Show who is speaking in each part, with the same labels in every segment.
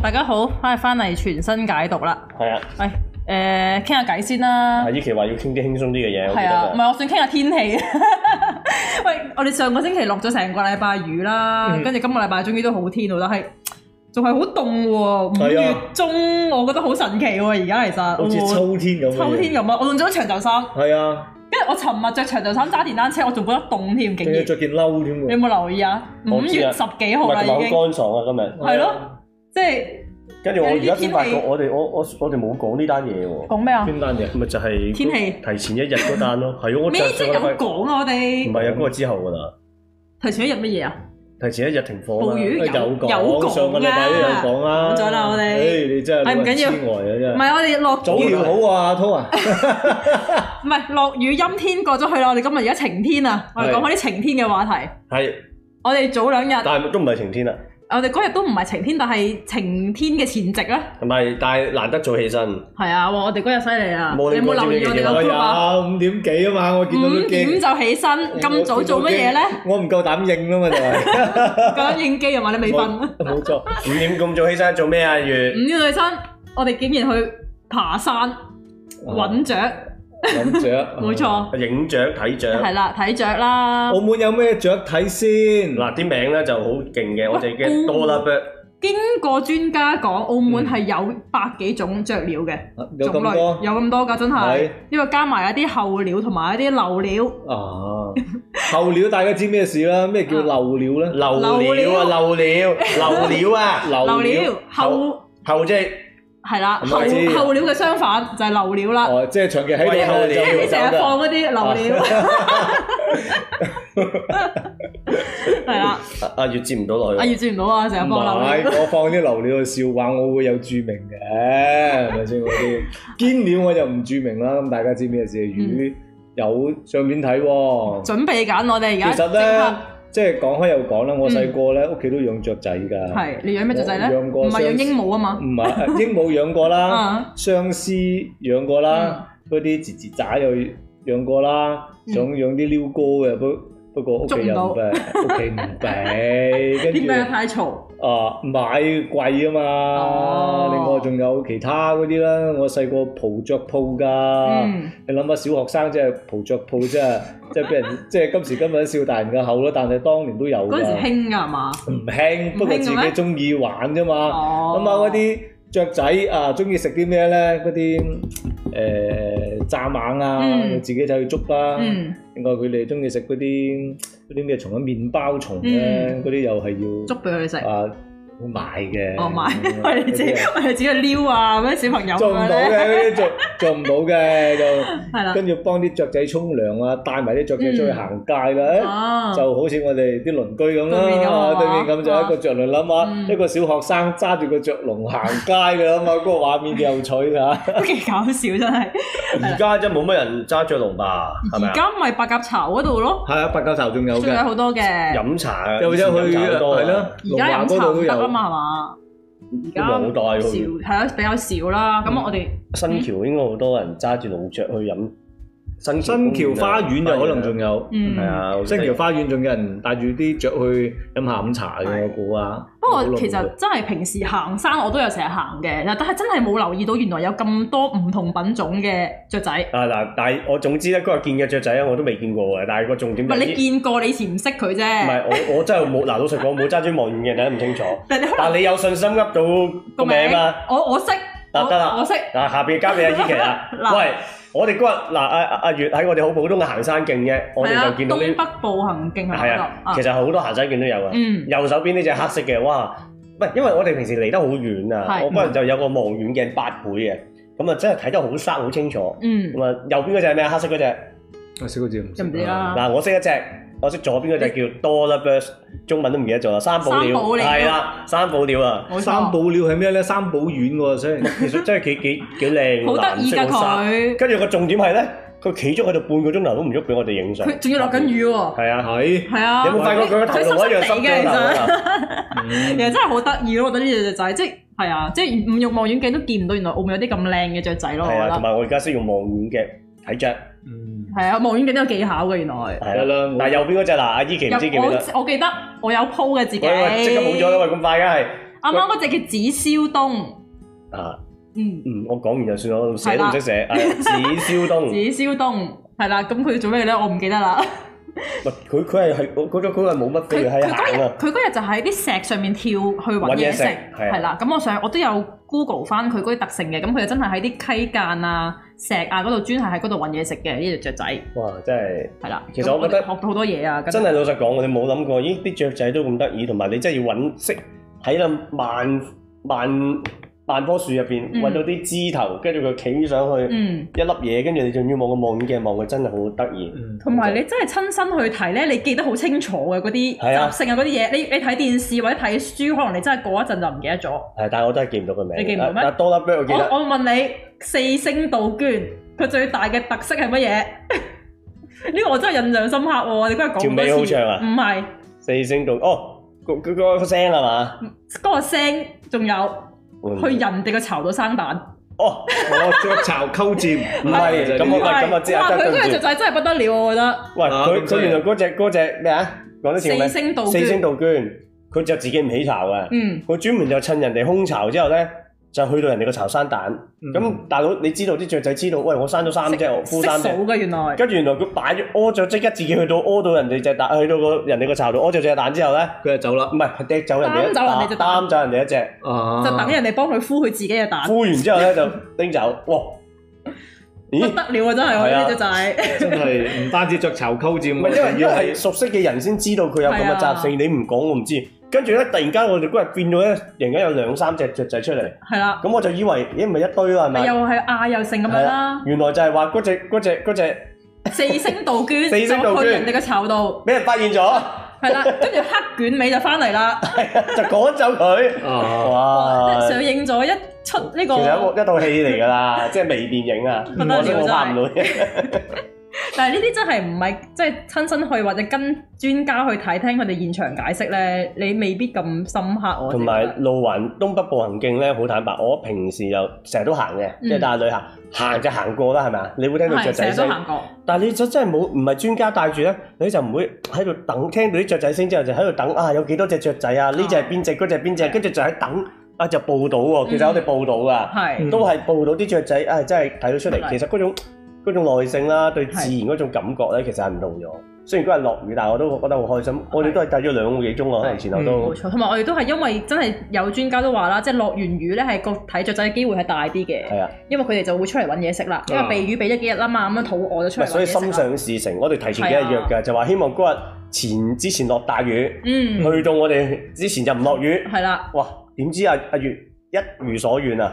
Speaker 1: 大家好，翻翻嚟全新解讀啦。
Speaker 2: 係啊，
Speaker 1: 喂，誒傾下偈先啦
Speaker 2: 阿。依期話要傾啲輕鬆啲嘅嘢，我記
Speaker 1: 係啊，唔
Speaker 2: 得
Speaker 1: 係我想傾下天氣。 喂，我哋上個星期落咗成個禮拜雨啦，
Speaker 2: 嗯
Speaker 1: 跟住、今個禮拜終於都好天喎，但係仲係好凍喎。五
Speaker 2: 係啊
Speaker 1: 月中我覺得好神奇喎，而家其實哦
Speaker 2: 好似秋天咁嘅嘢。
Speaker 3: à?
Speaker 1: 秋天咁啊，我仲着咗長袖衫，
Speaker 2: 係啊，
Speaker 1: 跟住我尋日着長袖衫揸電單車，我仲覺得凍添，
Speaker 2: 仲
Speaker 1: 竟
Speaker 2: 要
Speaker 1: 然。
Speaker 2: 着件褸添
Speaker 1: 你有
Speaker 2: 喎。
Speaker 1: 冇留意啊？五
Speaker 2: 我知
Speaker 1: 月
Speaker 2: 啊
Speaker 1: 十幾號啦
Speaker 2: 唔係同埋好
Speaker 1: 已經，
Speaker 2: 乾爽啊，今日。
Speaker 1: 係咯。即係
Speaker 2: 跟住我而家先發覺，
Speaker 1: 有啲天氣
Speaker 2: 我哋我我我哋冇講呢單嘢喎。
Speaker 1: 講咩啊？
Speaker 2: 邊單嘢？咪就係
Speaker 1: 天氣
Speaker 2: 提前一日嗰單 咯。係啊，我就
Speaker 1: 咩即係
Speaker 2: 上
Speaker 1: 有
Speaker 2: 個禮拜
Speaker 1: 講啊？我
Speaker 2: 唔
Speaker 1: 哋
Speaker 2: 係啊，嗰個之後㗎啦。
Speaker 1: 提前一日乜嘢啊？
Speaker 2: 提前一日停課
Speaker 1: 暴
Speaker 2: 啦，
Speaker 1: 雨有有講
Speaker 2: 講
Speaker 1: 啊
Speaker 2: 上個禮拜都有講啦。
Speaker 1: 講咗啦我哋
Speaker 2: 誒，你真係
Speaker 1: 係唔緊要
Speaker 2: 老人痴呆
Speaker 1: 唔
Speaker 2: 啊真係。
Speaker 1: 係我哋落
Speaker 2: 早
Speaker 1: 雨
Speaker 2: 料，好啊，阿滔啊。
Speaker 1: 唔係落雨陰天過咗去啦。我哋今日而家晴天啊！我哋
Speaker 2: 係
Speaker 1: 講開啲晴天嘅話題。
Speaker 2: 係，
Speaker 1: 我哋早兩日，
Speaker 2: 但係都唔係晴天啦，
Speaker 1: 我哋嗰日都唔係晴天，但係晴天嘅前夕啦。
Speaker 2: 唔係，但係難得早起身。
Speaker 1: 係啊，哇我哋嗰日犀利啊！你
Speaker 2: 冇
Speaker 1: 有冇留意我哋個 group
Speaker 3: À,
Speaker 1: 啊？
Speaker 2: 有五點幾啊嘛，我見到
Speaker 1: 五
Speaker 2: 都
Speaker 1: 點
Speaker 2: 驚。
Speaker 1: 就起身，咁早做乜嘢咧？？
Speaker 2: 我唔夠膽應啦嘛，就係。
Speaker 1: 講緊應機啊嘛，你未瞓。
Speaker 2: 冇錯， 五點咁早起身做咩啊？月
Speaker 1: 五點起身，我哋竟然去爬山
Speaker 3: Ờ,
Speaker 1: 揾雀，
Speaker 2: 揾雀，
Speaker 1: 冇錯，
Speaker 2: 影雀睇雀。
Speaker 1: 係啦，睇雀啦
Speaker 3: 澳。門有咩雀睇先？
Speaker 2: 嗱，啲名咧就好勁嘅，我哋
Speaker 1: 喂
Speaker 2: 嘅多啦 bird
Speaker 1: 經過專家講，澳門係有百幾種雀鳥嘅
Speaker 3: 有
Speaker 1: 種
Speaker 3: 咁
Speaker 1: 類，
Speaker 3: 多
Speaker 1: 有咁多㗎，真係
Speaker 3: 係。
Speaker 1: 因為加埋一啲候鳥同埋一啲漏鳥，
Speaker 3: 啊！候鳥大家知咩事啦？咩叫漏鳥咧？
Speaker 2: 漏鳥啊，漏鳥，漏鳥啊，
Speaker 1: 漏鳥
Speaker 2: 後
Speaker 1: 後
Speaker 2: 後即係
Speaker 1: 係啦，
Speaker 2: 咁
Speaker 1: 候
Speaker 2: 咪知
Speaker 1: 候鳥嘅相反就係漏鳥啦。
Speaker 3: 哦，即係長期喺
Speaker 2: 喂
Speaker 3: 度
Speaker 2: 候鳥
Speaker 3: 就
Speaker 1: 即係你
Speaker 3: 唔
Speaker 1: 成
Speaker 3: 走
Speaker 1: 日
Speaker 3: 得。
Speaker 1: 放嗰 啲漏鳥，係啦，
Speaker 2: 阿阿月接唔到落
Speaker 1: 阿
Speaker 2: 去。
Speaker 1: 月接唔到啊，成日
Speaker 3: 唔
Speaker 1: 放漏鳥。
Speaker 3: 係，我放啲流料嘅笑話，我會有注明嘅， 係咪先嗰啲？堅料我就唔注明啦。咁大家知咩事？
Speaker 1: 嗯
Speaker 3: 魚有相片睇喎。
Speaker 1: 準備緊，我哋而家
Speaker 3: 其實
Speaker 1: 即
Speaker 3: 咧
Speaker 1: 刻，嗯
Speaker 3: 即係講開又講啦，我細個咧屋企都養雀仔㗎。
Speaker 1: 係你養咩雀仔咧？
Speaker 3: 我養過
Speaker 1: 唔係養
Speaker 3: 雙
Speaker 1: 鸚鵡啊嘛。
Speaker 3: 唔係 鸚鵡養過啦
Speaker 1: 啊，
Speaker 3: 相思養過啦，嗰啲吱吱喳又養過啦，
Speaker 1: 嗯
Speaker 3: 想養啲鷯哥嘅，不不過屋
Speaker 1: 捉唔
Speaker 3: 企又
Speaker 1: 到
Speaker 3: 唔俾，屋企唔 俾，跟
Speaker 1: 點
Speaker 3: 住
Speaker 1: 解太嘈？
Speaker 3: 啊買貴啊
Speaker 1: 哦
Speaker 3: 嘛，另外仲有其他嗰啲啦，我細個蒲雀鋪㗎，
Speaker 1: 嗯，
Speaker 3: 你諗下小學生即係蒲雀鋪，即係 即係俾人即係今時今日笑大人嘅口啦，但係當年都有
Speaker 1: 嗰陣時
Speaker 3: 㗎，
Speaker 1: 興㗎係嘛？
Speaker 3: 唔興，不過
Speaker 1: 唔興嘅
Speaker 3: 自
Speaker 1: 咩
Speaker 3: 己中意玩啫嘛。
Speaker 1: 哦，
Speaker 3: 咁啊，嗰啲雀仔啊，中意食啲咩咧？嗰啲誒蚱蜢啊，
Speaker 1: 嗯
Speaker 3: 自己就去捉啦。
Speaker 1: 嗯。
Speaker 3: 另外佢哋中意食嗰啲嗰啲咩蟲啊，麵包蟲咧，
Speaker 1: 嗯
Speaker 3: 嗰啲又係
Speaker 1: 捉俾佢 哋食
Speaker 3: 要。啊買嘅。
Speaker 1: 哦，買，
Speaker 3: 嗯
Speaker 1: 我哋 自
Speaker 3: 嗰
Speaker 1: 己，
Speaker 3: 啲
Speaker 1: 我哋自己去撩啊，咩小朋友
Speaker 3: 啊
Speaker 1: 咁
Speaker 3: 做唔
Speaker 1: 樣
Speaker 3: 到
Speaker 1: 咧，
Speaker 3: 嘅，嗰啲做做唔到嘅，就
Speaker 1: 係啦，
Speaker 3: 跟住幫啲雀仔沖涼啊，帶埋啲雀仔出去
Speaker 1: 嗯
Speaker 3: 行街啦。
Speaker 1: 哦，
Speaker 3: 就好似我哋啲鄰居咁
Speaker 1: 對面咁啊
Speaker 3: 啦，對面咁就一個雀籠諗
Speaker 1: 嗯
Speaker 3: 下，一個小學生揸住個雀籠行街嘅諗下，嗰個畫面幾有趣嚇。
Speaker 1: 都幾搞笑真係。
Speaker 2: 而家真係冇乜人揸雀籠吧？係咪
Speaker 1: 而
Speaker 2: 啊？
Speaker 1: 家咪白鴿巢嗰度咯，
Speaker 3: 係啊，白鴿巢仲有
Speaker 1: 仲有
Speaker 3: 嘅，
Speaker 1: 好多嘅，
Speaker 2: 飲茶啊，
Speaker 3: 又
Speaker 2: 以前
Speaker 3: 有去
Speaker 2: 飲茶好多啊
Speaker 3: 係咯，
Speaker 1: 而家飲
Speaker 3: 龍華嗰度
Speaker 1: 巢
Speaker 3: 都
Speaker 1: 唔得啊
Speaker 3: 有。
Speaker 1: 嘛，係嘛？而家
Speaker 2: 老代
Speaker 1: 少，
Speaker 2: 佢。
Speaker 1: 係啊，比較少啦。
Speaker 2: 嗯
Speaker 1: 咁我哋
Speaker 2: 新橋應該好多人揸住老雀去飲新
Speaker 3: 新橋
Speaker 2: À,
Speaker 3: 花園就可能仲有，
Speaker 1: 嗯
Speaker 2: 係啊，
Speaker 3: 新橋花園仲有人帶住啲雀去飲下午茶嘅，我估啊。
Speaker 1: 不
Speaker 3: 好耐
Speaker 1: 過
Speaker 3: 冇
Speaker 1: 其實真係平時行山我都有成日行嘅，但係真係冇留意到原來有咁多唔同品種嘅雀仔。
Speaker 2: 啊嗱，但係我總之咧嗰日見嘅雀仔咧，我都未見過嘅。但係個重點
Speaker 1: 唔
Speaker 2: 就
Speaker 1: 係
Speaker 2: 係
Speaker 1: 你見過，你以前唔識佢
Speaker 2: 唔
Speaker 1: 啫。
Speaker 2: 係我我真係冇嗱，老實講冇揸住望遠嘅，睇得唔清楚。
Speaker 1: 但係你可能
Speaker 2: 但係你有信心噏到個名啊？
Speaker 1: 我我識，
Speaker 2: 嗱得啦
Speaker 1: 我我識。。
Speaker 2: 嗱，下邊交俾阿依琪啦
Speaker 1: 嗱
Speaker 2: 喂，我哋嗰日嗱阿阿阿月喺我哋好普通嘅行山徑啫，我
Speaker 1: 係
Speaker 2: 哋
Speaker 1: 啊，
Speaker 2: 就見到呢
Speaker 1: 東北步行徑係咪
Speaker 2: 係
Speaker 1: 嗰度
Speaker 2: 啊，其實好多行山徑都有啊。
Speaker 1: 嗯
Speaker 2: 右手邊呢只黑色嘅，哇！喂，因為我哋平時離得好遠啊，
Speaker 1: 係
Speaker 2: 我嗰日就有個望遠鏡八倍嘅，咁啊真係睇得好生好清楚。
Speaker 1: 嗯，
Speaker 2: 咁啊，右邊嗰只係咩啊？黑色嗰只
Speaker 3: 我識嗰隻唔
Speaker 1: 就唔知
Speaker 3: 識。
Speaker 1: 啦。
Speaker 2: 嗱，我識一隻，我識左邊嗰隻叫 Dollar Bird，中文都唔記得咗啦，三寶
Speaker 1: 三寶
Speaker 2: 鳥
Speaker 1: 鳥
Speaker 2: 係啦，三寶鳥啊，
Speaker 1: 冇錯
Speaker 3: 三寶鳥係咩咧？三寶丸喎， 雖然
Speaker 2: 其實真係幾幾幾靚，
Speaker 1: 好得意㗎
Speaker 2: 藍色好生
Speaker 1: 佢，
Speaker 2: 跟住個重點係咧，佢企咗喺度半個鐘頭都唔喐，俾我哋影相。
Speaker 1: 佢仲要落緊雨喎。
Speaker 2: 係 啊，
Speaker 3: 係。
Speaker 1: 係啊，
Speaker 2: 你有冇發覺佢個頭同我一樣濕
Speaker 1: 佢濕濕地
Speaker 2: 咗
Speaker 1: 嘅其實，
Speaker 2: 頭啊？
Speaker 1: 其實真係好得意咯！我覺得呢只雀仔，即係係啊，即係唔用望遠鏡都見唔到，原來澳門有啲咁靚嘅雀仔咯。我
Speaker 2: 係
Speaker 1: 覺
Speaker 2: 啊，同
Speaker 1: 得
Speaker 2: 埋我而家識用望遠鏡睇雀，
Speaker 3: 嗯，
Speaker 1: 係啊，望遠鏡都有技巧嘅原來。
Speaker 2: 係
Speaker 3: 係
Speaker 2: 啦。
Speaker 3: 啦
Speaker 2: 但係右邊嗰只嗱，阿依琪唔知記唔記得？
Speaker 1: 我我記得我有 po 嘅自己，
Speaker 2: 喂喂，即刻冇咗啦！喂，咁快梗係
Speaker 1: 啱啱嗰只叫紫燒冬，
Speaker 2: 啊，
Speaker 1: 嗯，
Speaker 2: 嗯，我講完就算啦，我寫
Speaker 1: 係
Speaker 2: 都
Speaker 1: 啦
Speaker 2: 唔識寫。 係紫燒
Speaker 1: 紫
Speaker 2: 冬，
Speaker 1: 燒冬係啦，咁佢做咩嘅咧？我唔記得啦。
Speaker 2: 喂佢佢係係嗰種佢係冇乜飛
Speaker 1: 佢
Speaker 2: 喺
Speaker 1: 佢嗰
Speaker 2: 行
Speaker 1: 日
Speaker 2: 啊，
Speaker 1: 佢嗰日就喺啲石上面跳去揾
Speaker 2: 搵嘢
Speaker 1: 嘢
Speaker 2: 食
Speaker 1: 食，
Speaker 2: 係啊
Speaker 1: 係啦。咁我上我都有 Google 翻佢嗰啲特性嘅，咁佢就真係喺啲溪澗啊、石啊嗰度專係喺嗰度揾嘢食嘅呢只雀仔，
Speaker 2: 哇！真係
Speaker 1: 係啦。
Speaker 2: 其實我覺得
Speaker 1: 咁哋學到好多嘢啊，跟住
Speaker 2: 真係老實講，我哋冇諗過，咦啲雀仔都咁得意，同埋你真係要揾識喺度萬萬萬棵樹入邊
Speaker 1: 嗯
Speaker 2: 揾到啲枝頭，跟住佢企上去
Speaker 1: 嗯。
Speaker 2: 一粒嘢，跟住你仲要望個望遠鏡望佢，真係好得意。
Speaker 1: 同埋你真係親身去睇咧，你記得好清楚嘅嗰啲
Speaker 2: 係啊
Speaker 1: 習性啊嗰啲嘢，你你睇電視或者睇書，可能你真係過一陣就唔記得咗。
Speaker 2: 係，但係我真係記唔到佢名。
Speaker 1: 你記唔到咩哦
Speaker 2: 但但多啦 bird 我記
Speaker 1: 我
Speaker 2: 得，
Speaker 1: 我問你，四星杜鵑佢最大嘅特色係乜嘢？ 呢個我真係印象深刻喎！我哋嗰日講
Speaker 2: 條
Speaker 1: 咁
Speaker 2: 尾好
Speaker 1: 多次，
Speaker 2: 長啊
Speaker 1: 唔係
Speaker 2: 四聲道哦，嗰嗰嗰個聲係嘛？
Speaker 1: 嗰個聲，仲有
Speaker 2: 嗯
Speaker 1: 去人哋個巢度生蛋。
Speaker 2: 哦，
Speaker 3: 我 雀巢溝尖，唔
Speaker 2: 係咁我喂
Speaker 1: 係
Speaker 2: 咁我知啊
Speaker 1: 哇！
Speaker 2: 真
Speaker 1: 佢
Speaker 2: 對唔
Speaker 1: 嗰
Speaker 2: 住
Speaker 1: 隻雀仔真係不得了，我覺得。
Speaker 2: 喂，
Speaker 3: 啊
Speaker 2: 佢
Speaker 3: 咁犀
Speaker 2: 佢
Speaker 3: 利
Speaker 2: 原來嗰只嗰只咩啊？講多次個名
Speaker 1: 四星杜
Speaker 2: 四星
Speaker 1: 鵑，
Speaker 2: 杜鵑，佢就自己唔起巢嘅，
Speaker 1: 嗯，
Speaker 2: 佢專門就趁人哋空巢之後咧，就去到人哋個巢生蛋。咁大佬，你知道啲雀仔知道，喂，我生咗三隻，我孵
Speaker 1: 識
Speaker 2: 三隻。
Speaker 1: 數嘅原來。
Speaker 2: 跟住原來佢擺咗屙咗，即刻自己去到屙到人哋隻蛋，去到個人哋個巢度屙咗隻蛋之後咧，
Speaker 3: 佢就走啦
Speaker 2: 唔，係係掟走人哋一
Speaker 1: 擔走人哋隻蛋
Speaker 2: 擔走人哋一隻，
Speaker 3: 啊，
Speaker 1: 就等人哋幫佢孵佢自己嘅蛋，
Speaker 2: 孵完之後咧就拎走。 哇！
Speaker 1: 不
Speaker 2: 咦？
Speaker 1: 得了啊！真係我
Speaker 2: 係啊
Speaker 1: 呢隻 仔，
Speaker 3: 真係唔單止雀巢溝 尖，
Speaker 2: 唔係因為因
Speaker 3: 要
Speaker 2: 為係熟悉嘅人先知道佢有咁嘅習性，你唔講我唔知。跟住咧，突然間我哋嗰日變咗咧，突然間有兩三隻雀仔出嚟，
Speaker 1: 係啦，
Speaker 2: 咁我就以為咦唔係一堆啦，係
Speaker 1: 咪
Speaker 2: 咪
Speaker 1: 又？係亞又成咁
Speaker 2: 啊
Speaker 1: 樣
Speaker 2: 係啊
Speaker 1: 啦，
Speaker 2: 原來就係話嗰只嗰只嗰 只
Speaker 1: 四星杜 鵑
Speaker 2: 四星杜鵑
Speaker 1: 就去人哋個巢度，
Speaker 2: 俾人發現咗，
Speaker 1: 係啦，跟住黑卷尾就翻嚟啦，
Speaker 2: 就趕走佢。
Speaker 3: 啊，
Speaker 2: 哇！
Speaker 1: 上映咗一出呢
Speaker 2: 其實一
Speaker 1: 個，
Speaker 2: 個一套戲嚟㗎 啦，即係微電影啊，
Speaker 1: 不得了
Speaker 2: 我識我拍唔到嘢。
Speaker 1: 但係呢啲真係唔係即係親身去或者跟專家去睇，聽佢哋現場解釋咧，你未必咁深刻我。
Speaker 2: 同埋路環東北步行徑咧，好坦白，我平時又成日都行嘅，即係
Speaker 1: 嗯
Speaker 2: 帶旅行行就行過啦，係咪啊？你會聽到雀
Speaker 1: 係成
Speaker 2: 仔
Speaker 1: 日都
Speaker 2: 聲。
Speaker 1: 行過，
Speaker 2: 但係你就真係冇唔係專家帶住咧，你就唔會喺度等，聽到啲雀仔聲之後就喺度等啊，有幾多隻雀仔啊？呢只係邊只，嗰只係邊只，跟住就喺等啊，就報到喎。其實我哋報到噶，
Speaker 1: 係
Speaker 3: 嗯
Speaker 2: 都係報到啲雀仔啊，真係睇到出嚟。
Speaker 1: 係
Speaker 2: 其實嗰種嗰種耐性啦，對自然嗰種感覺咧，其實係唔同咗。雖然嗰日落雨，但係我都覺得好開心。我哋都係計咗兩個幾鐘啊，可能前後
Speaker 1: 冇
Speaker 2: 都
Speaker 1: 錯。同埋我哋都係因為真係有專家都話啦，即係落完雨咧係個睇雀仔嘅機會係大啲嘅。
Speaker 2: 係啊。
Speaker 1: 因為佢哋就會出嚟揾嘢食啦，因為
Speaker 3: 啊
Speaker 1: 避雨避咗幾日啦嘛，咁樣肚餓就出
Speaker 2: 喂
Speaker 1: 嚟
Speaker 2: 所以心
Speaker 1: 揾嘢食啦。
Speaker 2: 想事成，我哋提前幾日約
Speaker 1: 係啊
Speaker 2: 㗎，就話希望嗰日前之前落大雨，
Speaker 1: 嗯，
Speaker 2: 去到我哋之前就唔落雨。
Speaker 1: 係啦，
Speaker 2: 哇！點知啊阿月一如所願啊，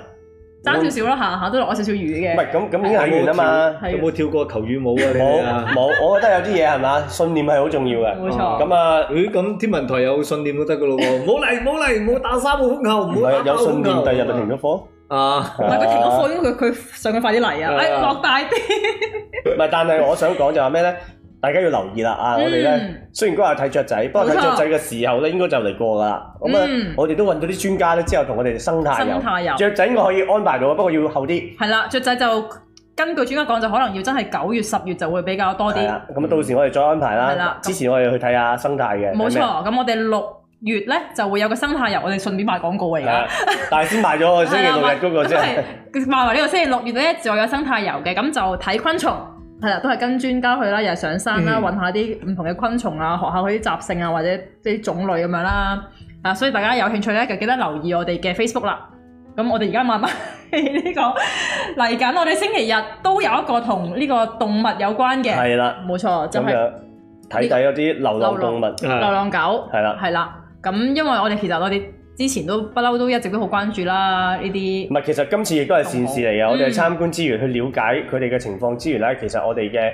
Speaker 1: 爭少少啦，下下都落咗少少雨
Speaker 2: 唔
Speaker 1: 嘅。
Speaker 2: 係咁咁已經睇完啦嘛，
Speaker 3: 有
Speaker 1: 係
Speaker 3: 冇跳過球羽舞啊？你哋
Speaker 2: 冇
Speaker 3: 啊？
Speaker 2: 冇，我覺得有啲嘢係嘛，信念係好重要嘅。
Speaker 1: 冇錯，
Speaker 2: 咁啊，
Speaker 3: 咦，咁天文台有信念都得噶咯喎，唔好嚟，唔好嚟，唔好打三個風球，
Speaker 2: 唔
Speaker 3: 唔好打
Speaker 2: 係有信念，第日咪停
Speaker 3: 咗
Speaker 2: 咗課。
Speaker 3: 啊！
Speaker 1: 唔係佢停咗課，應該佢佢上佢快啲嚟
Speaker 3: 係啊
Speaker 1: 啊！哎，落大啲。
Speaker 2: 唔係，但係我想講就係咩咧？大家要留意啦啊！我哋咧
Speaker 1: 嗯
Speaker 2: 雖然嗰日睇雀仔，不過睇
Speaker 1: 冇錯
Speaker 2: 雀仔嘅時候咧應該就嚟過㗎啦。咁啊
Speaker 1: 嗯，
Speaker 2: 我哋都揾到啲專家咧之後同我哋生態
Speaker 1: 生態
Speaker 2: 遊。
Speaker 1: 遊
Speaker 2: 雀仔我可以安排到，不過要後啲。
Speaker 1: 係啦，雀仔就根據專家講，就可能要真係九月、十月就會比較多
Speaker 2: 係
Speaker 1: 啲。
Speaker 2: 啦，咁啊到時我哋再安排
Speaker 1: 係
Speaker 2: 啦
Speaker 1: 啦。咁
Speaker 2: 之前我哋去睇下生態嘅。
Speaker 1: 冇
Speaker 2: 睇咩
Speaker 1: 錯，咁我哋六月咧就會有個生態遊，我哋順便賣廣告嚟
Speaker 2: 係
Speaker 1: 㗎。
Speaker 2: 啊但係先賣咗我星期六日嗰個
Speaker 1: 係
Speaker 2: 啫。
Speaker 1: 啦賣賣埋呢個星期六月咧，就有生態遊嘅，咁就睇昆蟲。係啦，都係跟專家去啦，又係上山啦，
Speaker 3: 嗯
Speaker 1: 揾下啲唔同嘅昆蟲啊，學下佢啲習性啊，或者啲種類咁樣啦。啊，所以大家有興趣咧，就記得留意我哋嘅 Facebook 啦。咁我哋而家慢慢 呢、個嚟緊，我哋星期日都有一個同呢個動物有關嘅，
Speaker 2: 係啦，
Speaker 1: 冇錯，就
Speaker 2: 咁
Speaker 1: 係、
Speaker 2: 就睇睇有啲流浪動物，
Speaker 1: 流浪狗
Speaker 2: 係啦
Speaker 1: 係啦。咁因為我哋其實我哋之前都不嬲都一直都好關注啦呢啲
Speaker 2: 唔係其實今次亦都係善事嚟嘅。
Speaker 1: 嗯
Speaker 2: 我哋參觀之餘去了解佢哋嘅情況之餘咧，其實我哋嘅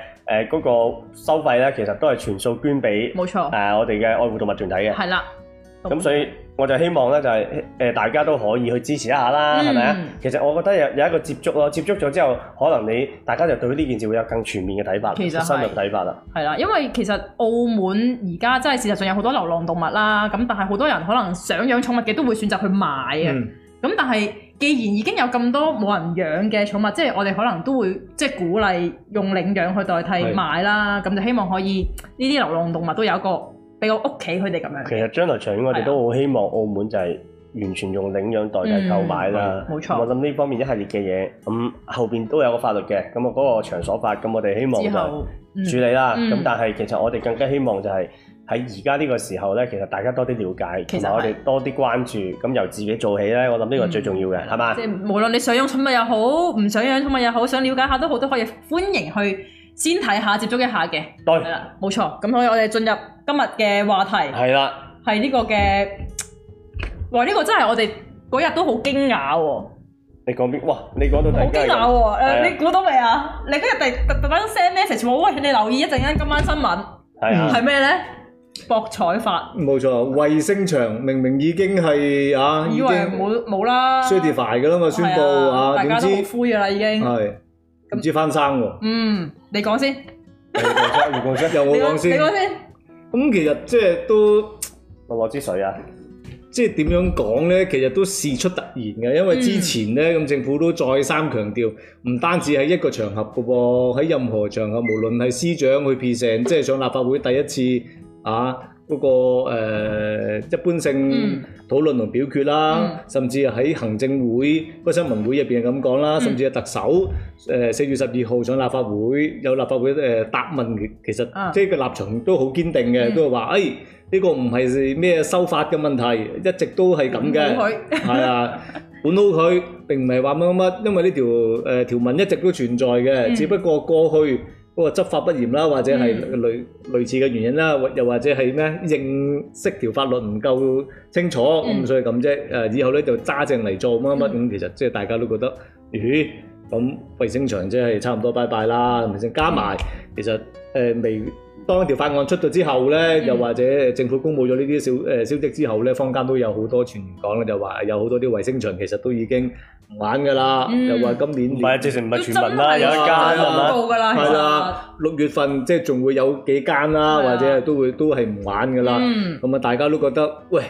Speaker 2: 誒嗰個收費咧，其實都係全數捐俾
Speaker 1: 冇錯
Speaker 2: 誒、，我哋嘅愛護動物團體嘅。
Speaker 1: 嗯係啦。
Speaker 2: 啊咁所以我就希望咧就係、誒、大家都可以去支持一下啦，
Speaker 1: 嗯
Speaker 2: 係咪啊？其實我覺得有有一個接觸咯，接觸咗之後，可能你大家就對呢件事會有更全面嘅睇法，
Speaker 1: 其實係
Speaker 2: 深入睇法啦。
Speaker 1: 係啦，因為其實澳門而家真係事實上有好多流浪動物啦，咁但係好多人可能想養寵物嘅都會選擇去買嘅。咁、
Speaker 3: 嗯
Speaker 1: 但係既然已經有咁多冇人養嘅寵物，即係我哋可能都會即係鼓勵用領養去代替
Speaker 3: 係
Speaker 1: 買啦，咁就希望可以呢啲流浪動物都有一個俾個屋企佢哋咁樣
Speaker 2: 其
Speaker 1: 嘅。
Speaker 2: 實將來長遠我哋都好希望澳門就係完全用領養代替購買啦。
Speaker 1: 嗯冇錯
Speaker 2: 我諗呢方面一系列嘅嘢，咁、後邊都有個法律嘅，咁啊嗰個場所法，咁我哋希望
Speaker 1: 之
Speaker 2: 就
Speaker 1: 後，嗯
Speaker 2: 處理啦。
Speaker 1: 嗯
Speaker 2: 咁、但係其實我哋更加希望就係喺而家呢個時候咧，其實大家多啲了解，
Speaker 1: 其實
Speaker 2: 同埋我哋多啲關注，咁由自己做起咧，我諗呢個最重要嘅，係嘛、
Speaker 1: 即係無論你想養寵物又好，唔想養寵物又好，想了解下都好，都可以歡迎去先睇下、接觸一下嘅。
Speaker 2: 對
Speaker 1: 係，啦，冇錯。咁所以我哋進入今日嘅話題。
Speaker 3: 啊
Speaker 2: 係啦。
Speaker 1: 係呢個嘅，哇！呢、個真係我哋嗰日都好驚訝喎，
Speaker 2: 你講邊？哇！你講到突
Speaker 1: 好
Speaker 2: 然
Speaker 1: 驚訝
Speaker 2: 間係咁
Speaker 1: 喎！誒、
Speaker 2: 係啊
Speaker 1: 你估到未啊？你嗰日特特特登 send message 話，喂，你留意一陣間今晚新聞
Speaker 2: 係啊，
Speaker 1: 係咩咧？博彩法，
Speaker 3: 冇錯，衛星場明明已經係啊，已
Speaker 1: 以
Speaker 3: 經
Speaker 1: 為冇冇啦
Speaker 3: certify 噶啦嘛，宣布
Speaker 1: 係啊
Speaker 3: 啊，
Speaker 1: 大
Speaker 3: 點
Speaker 1: 家
Speaker 3: 知啊
Speaker 1: 都好灰噶啦已經。
Speaker 3: 係唔知翻生喎？
Speaker 1: 嗯，你講先，你
Speaker 2: 你講先，你講先，
Speaker 3: 由我
Speaker 1: 講
Speaker 3: 講
Speaker 1: 你
Speaker 3: 先。
Speaker 1: 講先，
Speaker 3: 咁其實即係都。
Speaker 2: 我攞支水啊！
Speaker 3: 即係點樣講呢？其實都事出突然嘅，因
Speaker 1: 嗯
Speaker 3: 為之前呢，咁、政府都再三強調，唔單止喺一個場合嘅噃，喺任何場合，無論係司長去 present，即係上立法會第一次啊嗰、個、呃、一般性
Speaker 1: 嗯
Speaker 3: 討論同表決啦，
Speaker 1: 嗯
Speaker 3: 甚至係喺行政會個新聞會入邊係咁講
Speaker 1: 嗯
Speaker 3: 啦，甚至係特首誒四、月十二號上立法會有立法會誒、呃、答問，其其實、
Speaker 1: 啊
Speaker 3: 即係個立場都好堅定嘅，
Speaker 1: 嗯
Speaker 3: 都係話誒。哎呢個唔係咩修法嘅問題，一直都係咁
Speaker 1: 唔好
Speaker 3: 嘅，
Speaker 1: 佢，
Speaker 3: 係啊，管好佢並唔係話乜乜乜，因為呢條誒、呃、條文一直都存在嘅，
Speaker 1: 嗯
Speaker 3: 只不過過去嗰個執法不嚴啦，或者係類類似嘅原因啦，或又或者係咩認識條法律唔夠清楚，咁、
Speaker 1: 嗯
Speaker 3: 所以咁啫。誒，以後咧就揸正嚟做乜乜咁，其實即係大家都覺得，咦？咁衛星場即係差唔多拜拜啦，係咪先？加埋其實誒、呃未當條法案出咗之後咧，
Speaker 1: 嗯
Speaker 3: 又或者政府公佈咗呢啲消誒消息之後咧，坊間都有好多傳言講咧，就話有好多啲衛星場其實都已經唔玩㗎啦，
Speaker 1: 嗯
Speaker 3: 又話今年
Speaker 2: 唔
Speaker 3: 年
Speaker 2: 係啊，直情唔係
Speaker 1: 都
Speaker 2: 傳
Speaker 1: 真
Speaker 2: 聞啦，有一間係
Speaker 1: 廣
Speaker 2: 嘛？
Speaker 1: 告噶啦，
Speaker 3: 係
Speaker 1: 其實
Speaker 3: 啦，六月份即係仲會有幾間啦，
Speaker 1: 係啊
Speaker 3: 或者係都會都係唔玩㗎啦。
Speaker 1: 嗯，
Speaker 3: 咁啊，大家都覺得喂，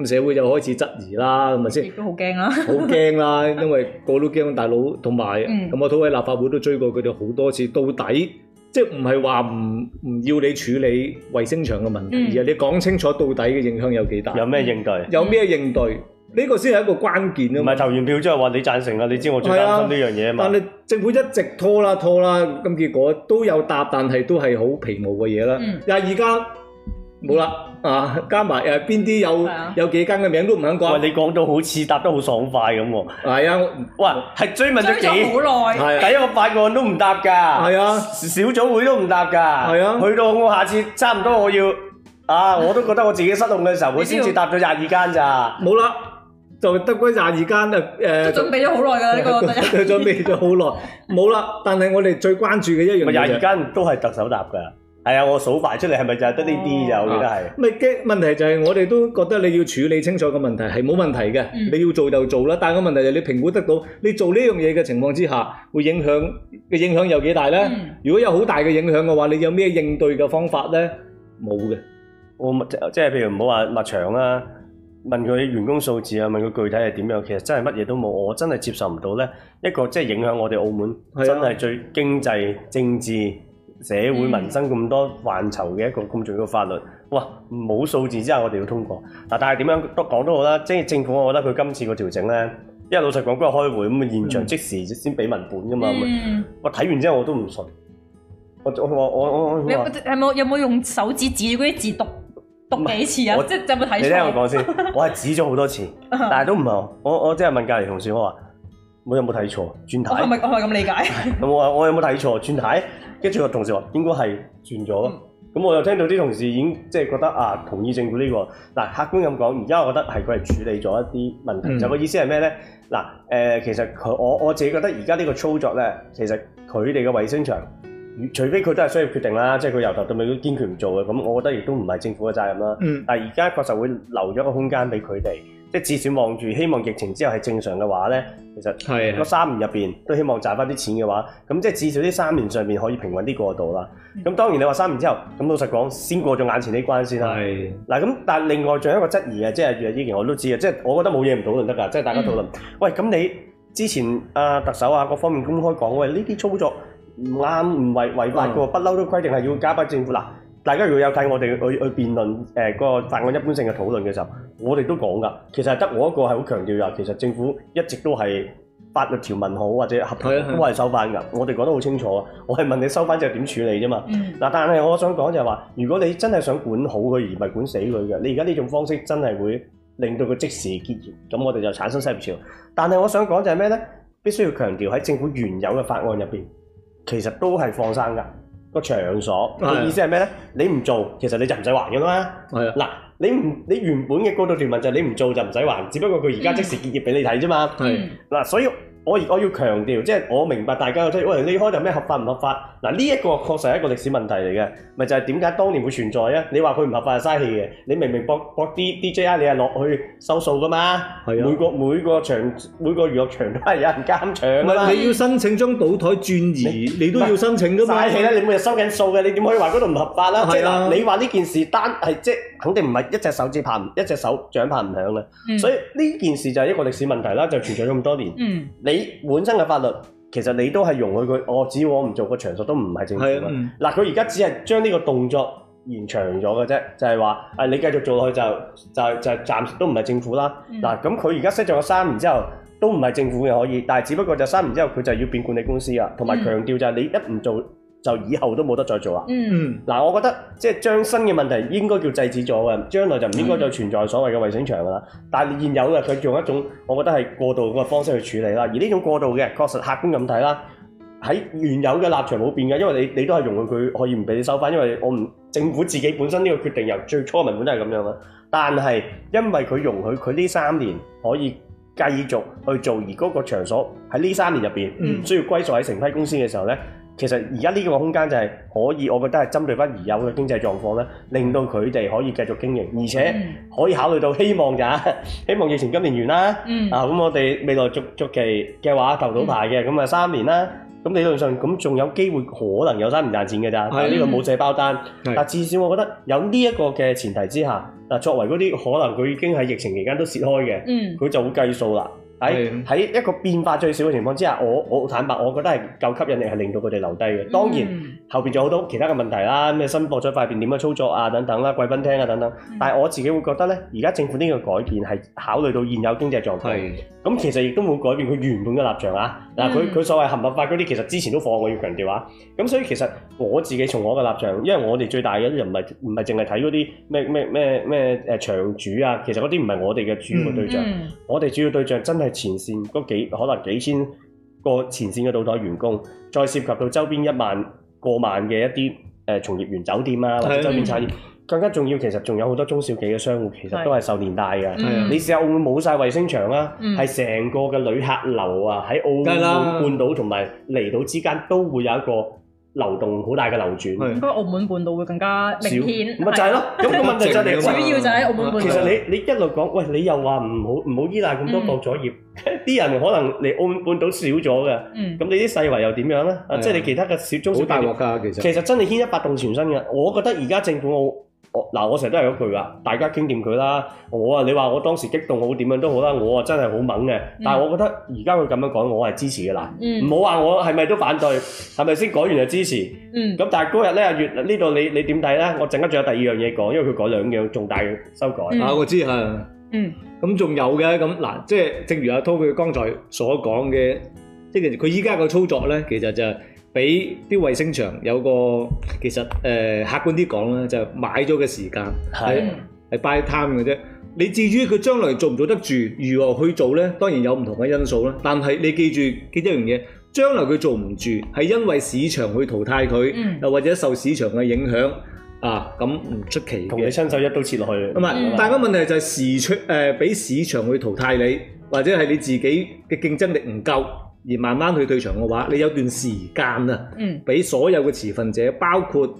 Speaker 3: 咁社會就開始質疑啦，係咪先
Speaker 1: 亦？都好驚啦，
Speaker 3: 好驚啦，因為個個都驚大佬，同埋
Speaker 1: 嗯
Speaker 3: 咁我都喺立法會都追過佢哋好多次，到底即係唔係話唔唔要你處理衛星場嘅問題，
Speaker 1: 嗯
Speaker 3: 而係你講清楚到底嘅影響有幾大，
Speaker 2: 有咩應對？
Speaker 3: 有咩應對，呢、個先係一個關鍵啊
Speaker 2: 唔
Speaker 3: 嘛
Speaker 2: 係。投完票之後話你贊成啊，你知我最擔心呢樣嘢啊
Speaker 3: 但
Speaker 2: 嘛。
Speaker 3: 係政府一直拖啦拖啦，咁結果都有答，但係都係好皮毛嘅嘢啦
Speaker 1: 嗯。
Speaker 3: 廿二間冇啦，啊加埋誒邊啲有
Speaker 1: 係啊
Speaker 3: 有幾間嘅名都唔肯講
Speaker 2: 喂，，你講到好似答得好爽快咁喎。
Speaker 3: 係啊，
Speaker 2: 喂，係追問
Speaker 1: 追
Speaker 2: 咗幾？
Speaker 1: 咗好耐，
Speaker 3: 係啊。
Speaker 2: 第一個法案都唔答㗎，係
Speaker 3: 係啊
Speaker 2: 小組會都唔答㗎，係
Speaker 3: 係啊
Speaker 2: 去到我下次差唔多我要啊，我都覺得我自己失控嘅時候，我
Speaker 1: 你都
Speaker 2: 先
Speaker 1: 要
Speaker 2: 至答咗廿二間咋。
Speaker 3: 冇啦，就得嗰廿二間誒誒，
Speaker 1: 都準備咗好耐噶啦呢 個第一。
Speaker 3: 佢準備咗好耐，冇啦。但係我哋最關注嘅一樣
Speaker 2: 咪
Speaker 3: 嘢
Speaker 2: 廿
Speaker 3: 就
Speaker 2: 二
Speaker 3: 係，
Speaker 2: 間都係特首答㗎。係啊，我數埋出嚟係咪就係得呢啲
Speaker 3: 哦
Speaker 2: 咋？我記得係。
Speaker 3: 咪嘅問題就係我哋都覺得你要處理清楚個問題係冇問題嘅，
Speaker 1: 嗯
Speaker 3: 你要做就做啦。但係個問題就係你評估得到，你做呢樣嘢嘅情況之下，會影響嘅影響有幾大咧？
Speaker 1: 嗯
Speaker 3: 如果有好大嘅影響嘅話，你有咩應對嘅方法咧？冇嘅，
Speaker 2: 我咪即即係譬如唔好話抹場啦，問佢員工數字啊，問佢具體係點樣，其實真係乜嘢都冇，我真係接受唔到咧。一個即係影響我哋澳門
Speaker 3: 係啊
Speaker 2: 真係最經濟、政治、社會、
Speaker 1: 嗯
Speaker 2: 民生咁多範疇嘅一個咁重要嘅法律，哇！冇數字之下，我哋要通過嗱，但係點樣都講都好啦，即係政府，我覺得佢今次個調整咧，因為老實講，嗰日開會咁啊，現場
Speaker 3: 嗯
Speaker 2: 即時先俾文本噶
Speaker 1: Ừ.
Speaker 2: 嘛，啊
Speaker 1: 嗯，
Speaker 2: 我睇完之後我都唔信，我我我我我
Speaker 1: 你有
Speaker 2: 我
Speaker 1: 冇有冇有冇用手指指住嗰啲字讀讀幾次啊
Speaker 2: 我？
Speaker 1: 即係有冇睇
Speaker 2: 你聽我
Speaker 1: 錯？
Speaker 2: 講先，我係指咗好多次。
Speaker 1: Ờ.
Speaker 2: 但係都唔係我，我我即係問隔離同事，我話我有冇睇錯轉
Speaker 1: 我係咪
Speaker 2: 軚？
Speaker 1: 我哦係咪咁理解？
Speaker 2: 咁我話我有冇睇錯轉軚？跟住個同事話應該係轉咗咯。咁我又聽到啲同事已經即係覺得啊，同意政府呢、個嗱，客觀咁講，而家我覺得係佢係處理咗一啲問題。
Speaker 3: 嗯
Speaker 2: 就個意思係咩咧？嗱，誒、其實佢我我自己覺得而家呢個操作咧，其實佢哋嘅衛星場，除非佢都係商業決定啦，即係佢由頭到尾都堅決唔做嘅，咁我覺得亦都唔係政府嘅責任啦。
Speaker 3: 嗯，
Speaker 2: 但係而家確實會留咗個空間俾佢哋，即係至少望住希望疫情之後係正常嘅話咧，其實
Speaker 3: 係
Speaker 2: 嗰三年入邊都希望賺翻啲錢嘅話，咁即係至少呢三年上面可以平穩啲過渡啦。咁當然你話三年之後，咁老實講，先過咗眼前呢關先啦。
Speaker 3: 係
Speaker 2: 嗱咁，但係另外仲有一個質疑嘅，即係呃葉依健我都知嘅，即係我覺得冇嘢唔討論得㗎，即係大家
Speaker 3: 嗯
Speaker 2: 討論。喂，咁你之前啊特首啊各方面公開講，喂呢啲操作唔啱，唔違違法嘅喎，不嬲都規定係要交俾政府。嗱，大家如果有睇我哋去去辯論誒嗰個法案一般性嘅討論嘅時候，我哋都講噶，其實係得我一個係好強調㗎，其實政府一直都係法律條文好或者合同
Speaker 3: 係啊係啊
Speaker 2: 都係收翻㗎，我哋講得好清楚啊，我係問你收翻之後點處理啫嘛。
Speaker 1: 嗯
Speaker 2: 嗱，但係我想講就係話，如果你真係想管好佢，而唔係管死佢嘅，你而家呢種方式真係會令到佢即時結業，咁我哋就產生失業潮。但係我想講就係咩呢？必須要強調喺政府原有嘅法案入邊，其實都係放生㗎個場所。
Speaker 3: 係
Speaker 2: 個意思係咩呢？你唔做，其實你就唔使還㗎啦。
Speaker 3: 係啊，
Speaker 2: 嗱，你唔你原本嘅過渡條文就係你唔做就唔使還，只不過佢而家即時結業俾你睇啫嘛。
Speaker 3: 係
Speaker 1: Ừ.
Speaker 2: 嗱，所以我我要強調，即係我明白大家即係喂，你開頭咩合法唔合法？嗱，呢一個確實係一個歷史問題嚟嘅，咪就係點解當年會存在啊？你話佢唔合法係嘥氣嘅，你明明博博啲 DJI 你係落去收數噶嘛？
Speaker 3: 係啊
Speaker 2: 每個每個場每個娛樂場都係有人監場
Speaker 3: 唔
Speaker 2: 噶嘛
Speaker 3: 係？你要申請將賭台轉移，你都要申請噶嘛？
Speaker 2: 嘥氣啦！你每日收緊數嘅，你點可以話嗰度唔合法啦？即係
Speaker 3: 啊係啊
Speaker 2: 嗱，你話呢件事單係即係肯定唔係一隻手指拍唔一隻手掌拍唔響嘅，
Speaker 1: 嗯
Speaker 2: 所以呢件事就係一個歷史問題啦，就存在咗咁多年。
Speaker 1: 嗯
Speaker 2: 你本身嘅法律其實你都係容許佢，我只要我唔做個場所都唔係政府
Speaker 3: 係啊，
Speaker 2: 嘅。
Speaker 3: 嗯
Speaker 2: 嗱，佢而家只係將呢個動作延長咗嘅啫，就係話誒你繼續做落去就就就暫時都唔係政府啦。
Speaker 1: 嗯
Speaker 2: 嗱、咁佢而家 set 咗個三年之後都唔係政府嘅可以，但係只不過就三年之後佢就要變管理公司啊，同埋
Speaker 1: 嗯
Speaker 2: 強調就係你一唔做就以後都冇得再做啦。
Speaker 1: 嗯
Speaker 3: 嗯，
Speaker 2: 嗱，我覺得即係將新嘅問題應該叫制止咗嘅，將來就唔應該再存在所謂嘅衛星場㗎啦。但係現有嘅佢用一種我覺得係過度嘅方式去處理啦，而呢種過度嘅確實客觀咁睇啦，喺原有嘅立場冇變嘅，因為你你都係容許佢可以唔俾你收翻，因為我唔政府自己本身呢個決定由最初文本都係咁樣嘅，但係因為佢容許佢呢三年可以繼續去做，而嗰個場所喺呢三年入邊。
Speaker 1: 嗯
Speaker 2: 唔需要歸屬喺城規公司嘅時候呢，其實而家呢個空間就係可以，我覺得係針對翻而有嘅經濟狀況呢，令到佢哋可以繼續經營，而且
Speaker 1: 嗯
Speaker 2: 可以考慮到希望咋， 希望疫情今年完啦。
Speaker 1: 嗯
Speaker 2: 啊，咁我哋未來續續期嘅話投到牌嘅，咁啊三年啦。咁理論上咁仲有機會可能有三年賺錢嘅咋，但係呢個冇寫包單。
Speaker 3: 係
Speaker 2: 但至少我覺得有呢一個嘅前提之下，嗱作為嗰啲可能佢已經喺疫情期間都蝕開嘅。
Speaker 1: 嗯
Speaker 2: 佢就會計數啦。喺
Speaker 3: 係
Speaker 2: 喺一個變化最少嘅情況之下，我我坦白，我覺得係夠吸引力，係令到佢哋留低
Speaker 1: 嗯
Speaker 2: 嘅。當
Speaker 1: Ừ.
Speaker 2: 然、後邊仲有好多其他嘅問題啦，咩新博彩塊邊點樣操作啊，等等啦，貴賓廳啊等等。但係我自己會覺得呢，而家政府呢個改變係考慮到現有經濟狀況，
Speaker 3: 係
Speaker 2: 咁其實亦都冇改變佢原本嘅立場啊。嗱，佢
Speaker 1: 嗯
Speaker 2: 佢所謂合唔合法嗰啲，其實之前都放，我要強調啊。咁所以其實我自己從我嘅立場，因為我哋最大嘅就唔係唔係淨係睇嗰啲咩咩咩咩誒場主啊，其實嗰啲唔係我哋嘅主要嘅對象。
Speaker 1: 嗯
Speaker 2: 我哋主要對象真係前線嗰幾可能幾千個前線嘅倒台員工，再涉及到周邊一萬過萬嘅一啲誒、呃、從業員酒店啊，或者
Speaker 3: 係
Speaker 2: 周邊產業，更加重要其實仲有好多中小企嘅商戶，其實都係受連帶嘅。
Speaker 3: 係啊
Speaker 1: 嗯
Speaker 2: 你試下澳門冇晒衛星場啦，
Speaker 1: 嗯
Speaker 2: 係成、個嘅旅客流啊，喺澳
Speaker 3: 梗係啦
Speaker 2: 門半島同埋離島之間都會有一個流動好大嘅流轉，
Speaker 1: 應
Speaker 3: 係
Speaker 1: 該澳門半島會更加明顯，
Speaker 2: 咪就係咯。咁、個問題就係你
Speaker 3: 啊
Speaker 1: 主要就喺澳門半
Speaker 2: 其
Speaker 1: 島。
Speaker 2: 實你你一路講，喂，你又話唔好唔好依賴
Speaker 1: 嗯
Speaker 2: 咁多博咗業，啲、人可能嚟澳門半島少咗嘅，
Speaker 1: 嗯
Speaker 2: 咁你啲細圍又點樣咧？啊，
Speaker 3: 嗯
Speaker 2: 即係你其他嘅小中
Speaker 3: 好
Speaker 2: 小
Speaker 3: 大
Speaker 2: 企業
Speaker 3: 鑊㗎，其實
Speaker 2: 其實真係牽一發動全身嘅。我覺得而家政府我我嗱，我成日都係嗰句噶，大家傾掂佢啦。我啊，你話我當時激動好點樣都好啦，我啊真係好猛嘅。但係我覺得而家佢咁樣講，我係支持嘅啦。
Speaker 1: 嗯
Speaker 2: 唔好話我係咪都反對，係咪先改完就支持？
Speaker 1: 嗯
Speaker 2: 咁但係嗰日咧，阿月呢度你你點睇咧？我陣間仲有第二樣嘢講，因為佢改兩樣重大嘅修改。
Speaker 1: 嗯
Speaker 3: 啊，我知係。
Speaker 1: 嗯
Speaker 3: 咁仲有嘅咁嗱，即係正如阿滔佢剛才所講嘅，即係佢依家個操作咧，其實就係俾啲衛星場有個其實誒、呃客觀啲講啦，就係買咗嘅時間
Speaker 2: 係
Speaker 3: 係係 buy time 嘅啫。你至於佢將來做唔做得住，如何去做咧，當然有唔同嘅因素啦。但係你記住記得一樣嘢，將來佢做唔住係因為市場去淘汰佢，
Speaker 1: 嗯
Speaker 3: 又或者受市場嘅影響啊，咁唔出奇
Speaker 2: 同你
Speaker 3: 嘅。
Speaker 2: 親手一刀切落去。
Speaker 3: 唔係，
Speaker 1: 嗯
Speaker 3: 但係個問題就係時出誒，俾、市場去淘汰你，或者係你自己嘅競爭力唔夠，而慢慢去退場嘅話，你有段時間啊，
Speaker 1: 嗯
Speaker 3: 俾所有嘅持份者，包括誒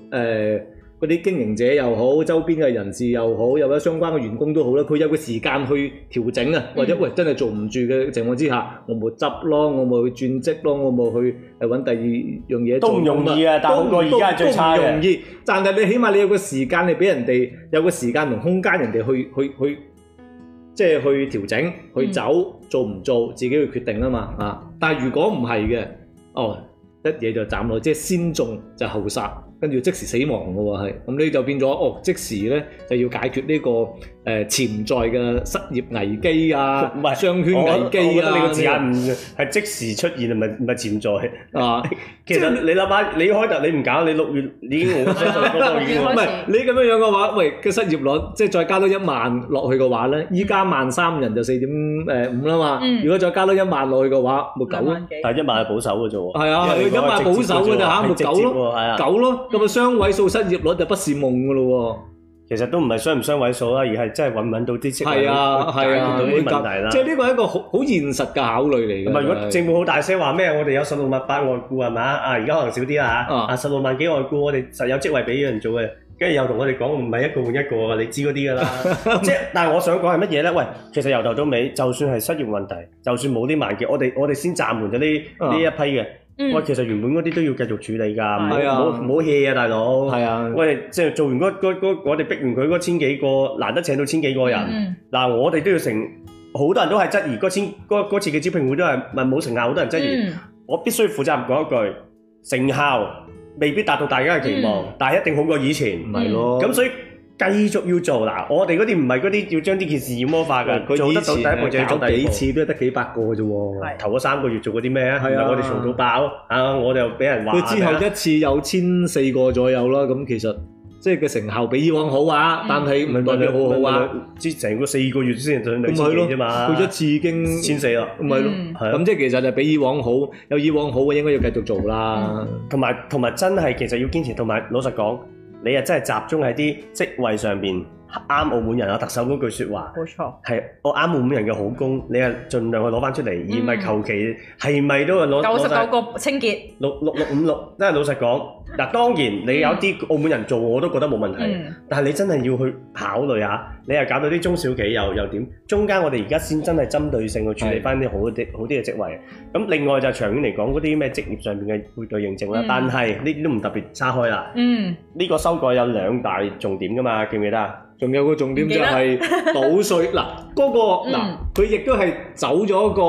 Speaker 3: 嗰啲經營者又好，周邊嘅人士又好，又或者相關嘅員工都好啦，佢有個時間去調整
Speaker 2: 嗯
Speaker 3: 啊，或者喂真係做唔住嘅情況之下，我冇執咯，我冇去轉職咯，我冇去誒揾第二樣嘢做
Speaker 2: 都唔容易啊但好過而家係最差嘅
Speaker 3: 都唔容易，但係你起碼你有個時間，你俾人哋有個時間同空間，人哋去去去，即係去調整、去
Speaker 1: 嗯
Speaker 3: 走，做唔做自己去決定啊嘛啊！但係如果唔係嘅，哦，一嘢就斬落，即係先種就後殺，跟住即時死亡嘅喎係，咁你就變咗哦，即時咧就要解決呢、個誒、呃、潛在嘅失業危機啊，
Speaker 2: 唔係
Speaker 3: 商圈
Speaker 2: 我覺得
Speaker 3: 危機
Speaker 2: 我覺得
Speaker 3: 啊，
Speaker 2: 你個字眼唔係即時出現，唔係唔係潛在。
Speaker 3: 啊。
Speaker 2: 其實你諗下，你開頭你唔搞，你六月已經我相信嗰個已經
Speaker 1: 開
Speaker 3: 唔
Speaker 1: 始
Speaker 3: 係你咁樣樣嘅話，喂嘅失業率即係再加多一萬落去嘅話咧，依家萬三人就四點誒五啦嘛。
Speaker 1: 嗯
Speaker 3: 如果再加多一萬落去嘅話，咪
Speaker 1: 兩
Speaker 3: 九咯
Speaker 1: 萬。幾。
Speaker 2: 但係一萬係保守嘅啫喎。
Speaker 3: 係啊，
Speaker 2: 因
Speaker 3: 係
Speaker 2: 為
Speaker 3: 一萬保守嘅啫嚇，
Speaker 2: 係
Speaker 3: 咪
Speaker 2: 直接
Speaker 3: 九
Speaker 2: 喎
Speaker 3: 咯，
Speaker 2: 係啊。
Speaker 3: 九咯。咁啊，雙位數失業率就不是夢嘅咯
Speaker 2: 其實都唔係雙唔雙位數啦，而係真係揾唔揾到啲
Speaker 3: 喎。
Speaker 2: 職位
Speaker 3: 係啊，
Speaker 2: 去
Speaker 3: 係啊，
Speaker 2: 解決到
Speaker 3: 會咁
Speaker 2: 啲問題啦。
Speaker 3: 即係呢個係一個好好現實嘅考慮嚟嘅。
Speaker 2: 唔係，如果政府好大聲話咩，我哋有十六萬八外雇係嘛？啊，而家可能少啲啦嚇。
Speaker 3: 啊
Speaker 2: 啊，十六萬幾外雇，我哋實有職位俾人做嘅。跟住又同我哋講唔係一個換一個㗎，你知嗰啲㗎啦。 即係，但係我想講係乜嘢咧？喂，其實由頭到尾，就算係失業問題，就算冇啲萬幾，我哋我哋先暫緩咗呢
Speaker 3: 啊
Speaker 2: 呢一批嘅。
Speaker 1: 嗯
Speaker 2: 喂，其實原本嗰啲都要繼續處理㗎，唔好
Speaker 3: 係啊
Speaker 2: 唔好唔好 hea 啊，大佬。
Speaker 3: 係啊，
Speaker 2: 喂，即係做完嗰嗰嗰，我哋逼完佢嗰千幾個，難得請到千幾個人。
Speaker 1: 嗯
Speaker 2: 嗱，我哋都要成，好多人都係質疑嗰次嗰嗰次嘅招聘會都係咪冇成效，好多人質疑。
Speaker 1: 嗯
Speaker 2: 我必須負責任講一句，成效未必達到大家嘅期望，
Speaker 1: 嗯
Speaker 2: 但係一定好過以前。
Speaker 3: 唔係咯。
Speaker 2: 咁所以繼續要做嗱，我哋嗰啲唔係嗰啲要將呢件事妖魔化嘅，
Speaker 3: 佢
Speaker 2: 做
Speaker 3: 以
Speaker 2: 得到第一步就
Speaker 3: 前
Speaker 2: 要
Speaker 3: 搞
Speaker 2: 做第
Speaker 3: 幾
Speaker 2: 二步。
Speaker 3: 次都係得幾百個嘅啫喎
Speaker 1: 係。
Speaker 2: 頭嗰三個月做過啲咩啊？
Speaker 3: 係啊
Speaker 2: 原來我哋嘈到爆啊！我哋又俾人話
Speaker 3: 佢之後
Speaker 2: 係咪啊
Speaker 3: 一次有千四個左右啦，咁其實即係個成效比以往好啊
Speaker 1: 嗯，
Speaker 3: 但係唔代表好好啊，，
Speaker 2: 之成個四個月先上
Speaker 3: 咁
Speaker 2: 兩
Speaker 3: 咪
Speaker 2: 千
Speaker 3: 係咯
Speaker 2: 幾啫，嘛，
Speaker 3: 佢一次已經
Speaker 2: 千四啦，
Speaker 3: 咪係咯，
Speaker 1: 嗯
Speaker 2: 係啊
Speaker 3: 咁即係其實就比以往好，有以往好嘅應該要繼續做
Speaker 1: 嗯
Speaker 3: 啦，
Speaker 2: 同埋同埋真係其實要堅持，同埋老實講，你啊真係集中喺啲職位上邊啱澳門人啊特首嗰句説話。
Speaker 1: 冇錯，
Speaker 2: 係哦我啱澳門人嘅好工，你係盡量去攞翻出嚟，而唔係求其係咪都係攞
Speaker 1: 嗯九
Speaker 2: 攞
Speaker 1: 十
Speaker 2: 晒
Speaker 1: 九個清潔，
Speaker 2: 六六六五六。真係老實講，嗱當然你有啲澳門人做我都覺得冇問題，
Speaker 1: 嗯
Speaker 2: 但係你真係要去考慮下，你又搞到啲中小企又又點？中間我哋而家先真係針對性去處理翻啲好啲好啲嘅職位。咁另外就係長遠嚟講，嗰啲咩職業上面嘅配對認證啦，
Speaker 1: 嗯
Speaker 2: 但係呢啲都唔特別差開啦。
Speaker 1: 嗯，
Speaker 2: 呢、個修改有兩大重點噶嘛，記唔記得啊？
Speaker 3: 仲有個重點就係賭稅嗱，嗰個嗱
Speaker 1: 嗯
Speaker 3: 佢亦都係走咗個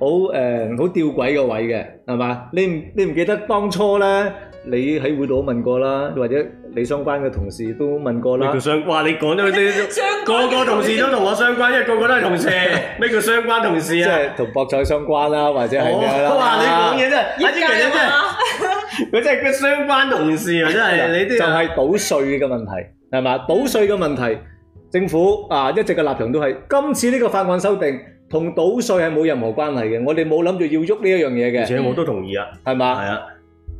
Speaker 3: 好誒好吊詭嘅位嘅，係嘛？你唔你唔記得當初咧，你喺會度都問過啦，或者你相關嘅同事都問過
Speaker 2: 咩
Speaker 3: 啦
Speaker 2: 叫。相？哇！你講咗啲。
Speaker 1: 相
Speaker 2: 個個同事都同我相關，因為個個都係同事。咩叫相關同事
Speaker 3: 即
Speaker 2: 啊？
Speaker 3: 係同博彩相關啦，或者係咩啊啦？
Speaker 2: 我話你講嘢真係，阿朱
Speaker 1: 業
Speaker 2: 奇
Speaker 1: 界
Speaker 2: 真係，
Speaker 1: 啊嘛，
Speaker 2: 佢真係佢相關同事啊！真 係你
Speaker 3: 就
Speaker 2: 啲人
Speaker 3: 係賭税嘅問題，係嘛？賭税嘅問題，政府啊一直嘅立場都係，今次呢個法案修訂同賭税係冇任何關係嘅，我哋冇諗住要喐呢一樣嘢
Speaker 2: 而
Speaker 3: 嘅，
Speaker 2: 且我都同意啊，
Speaker 3: 係
Speaker 2: 係
Speaker 3: 嘛？
Speaker 2: 啊，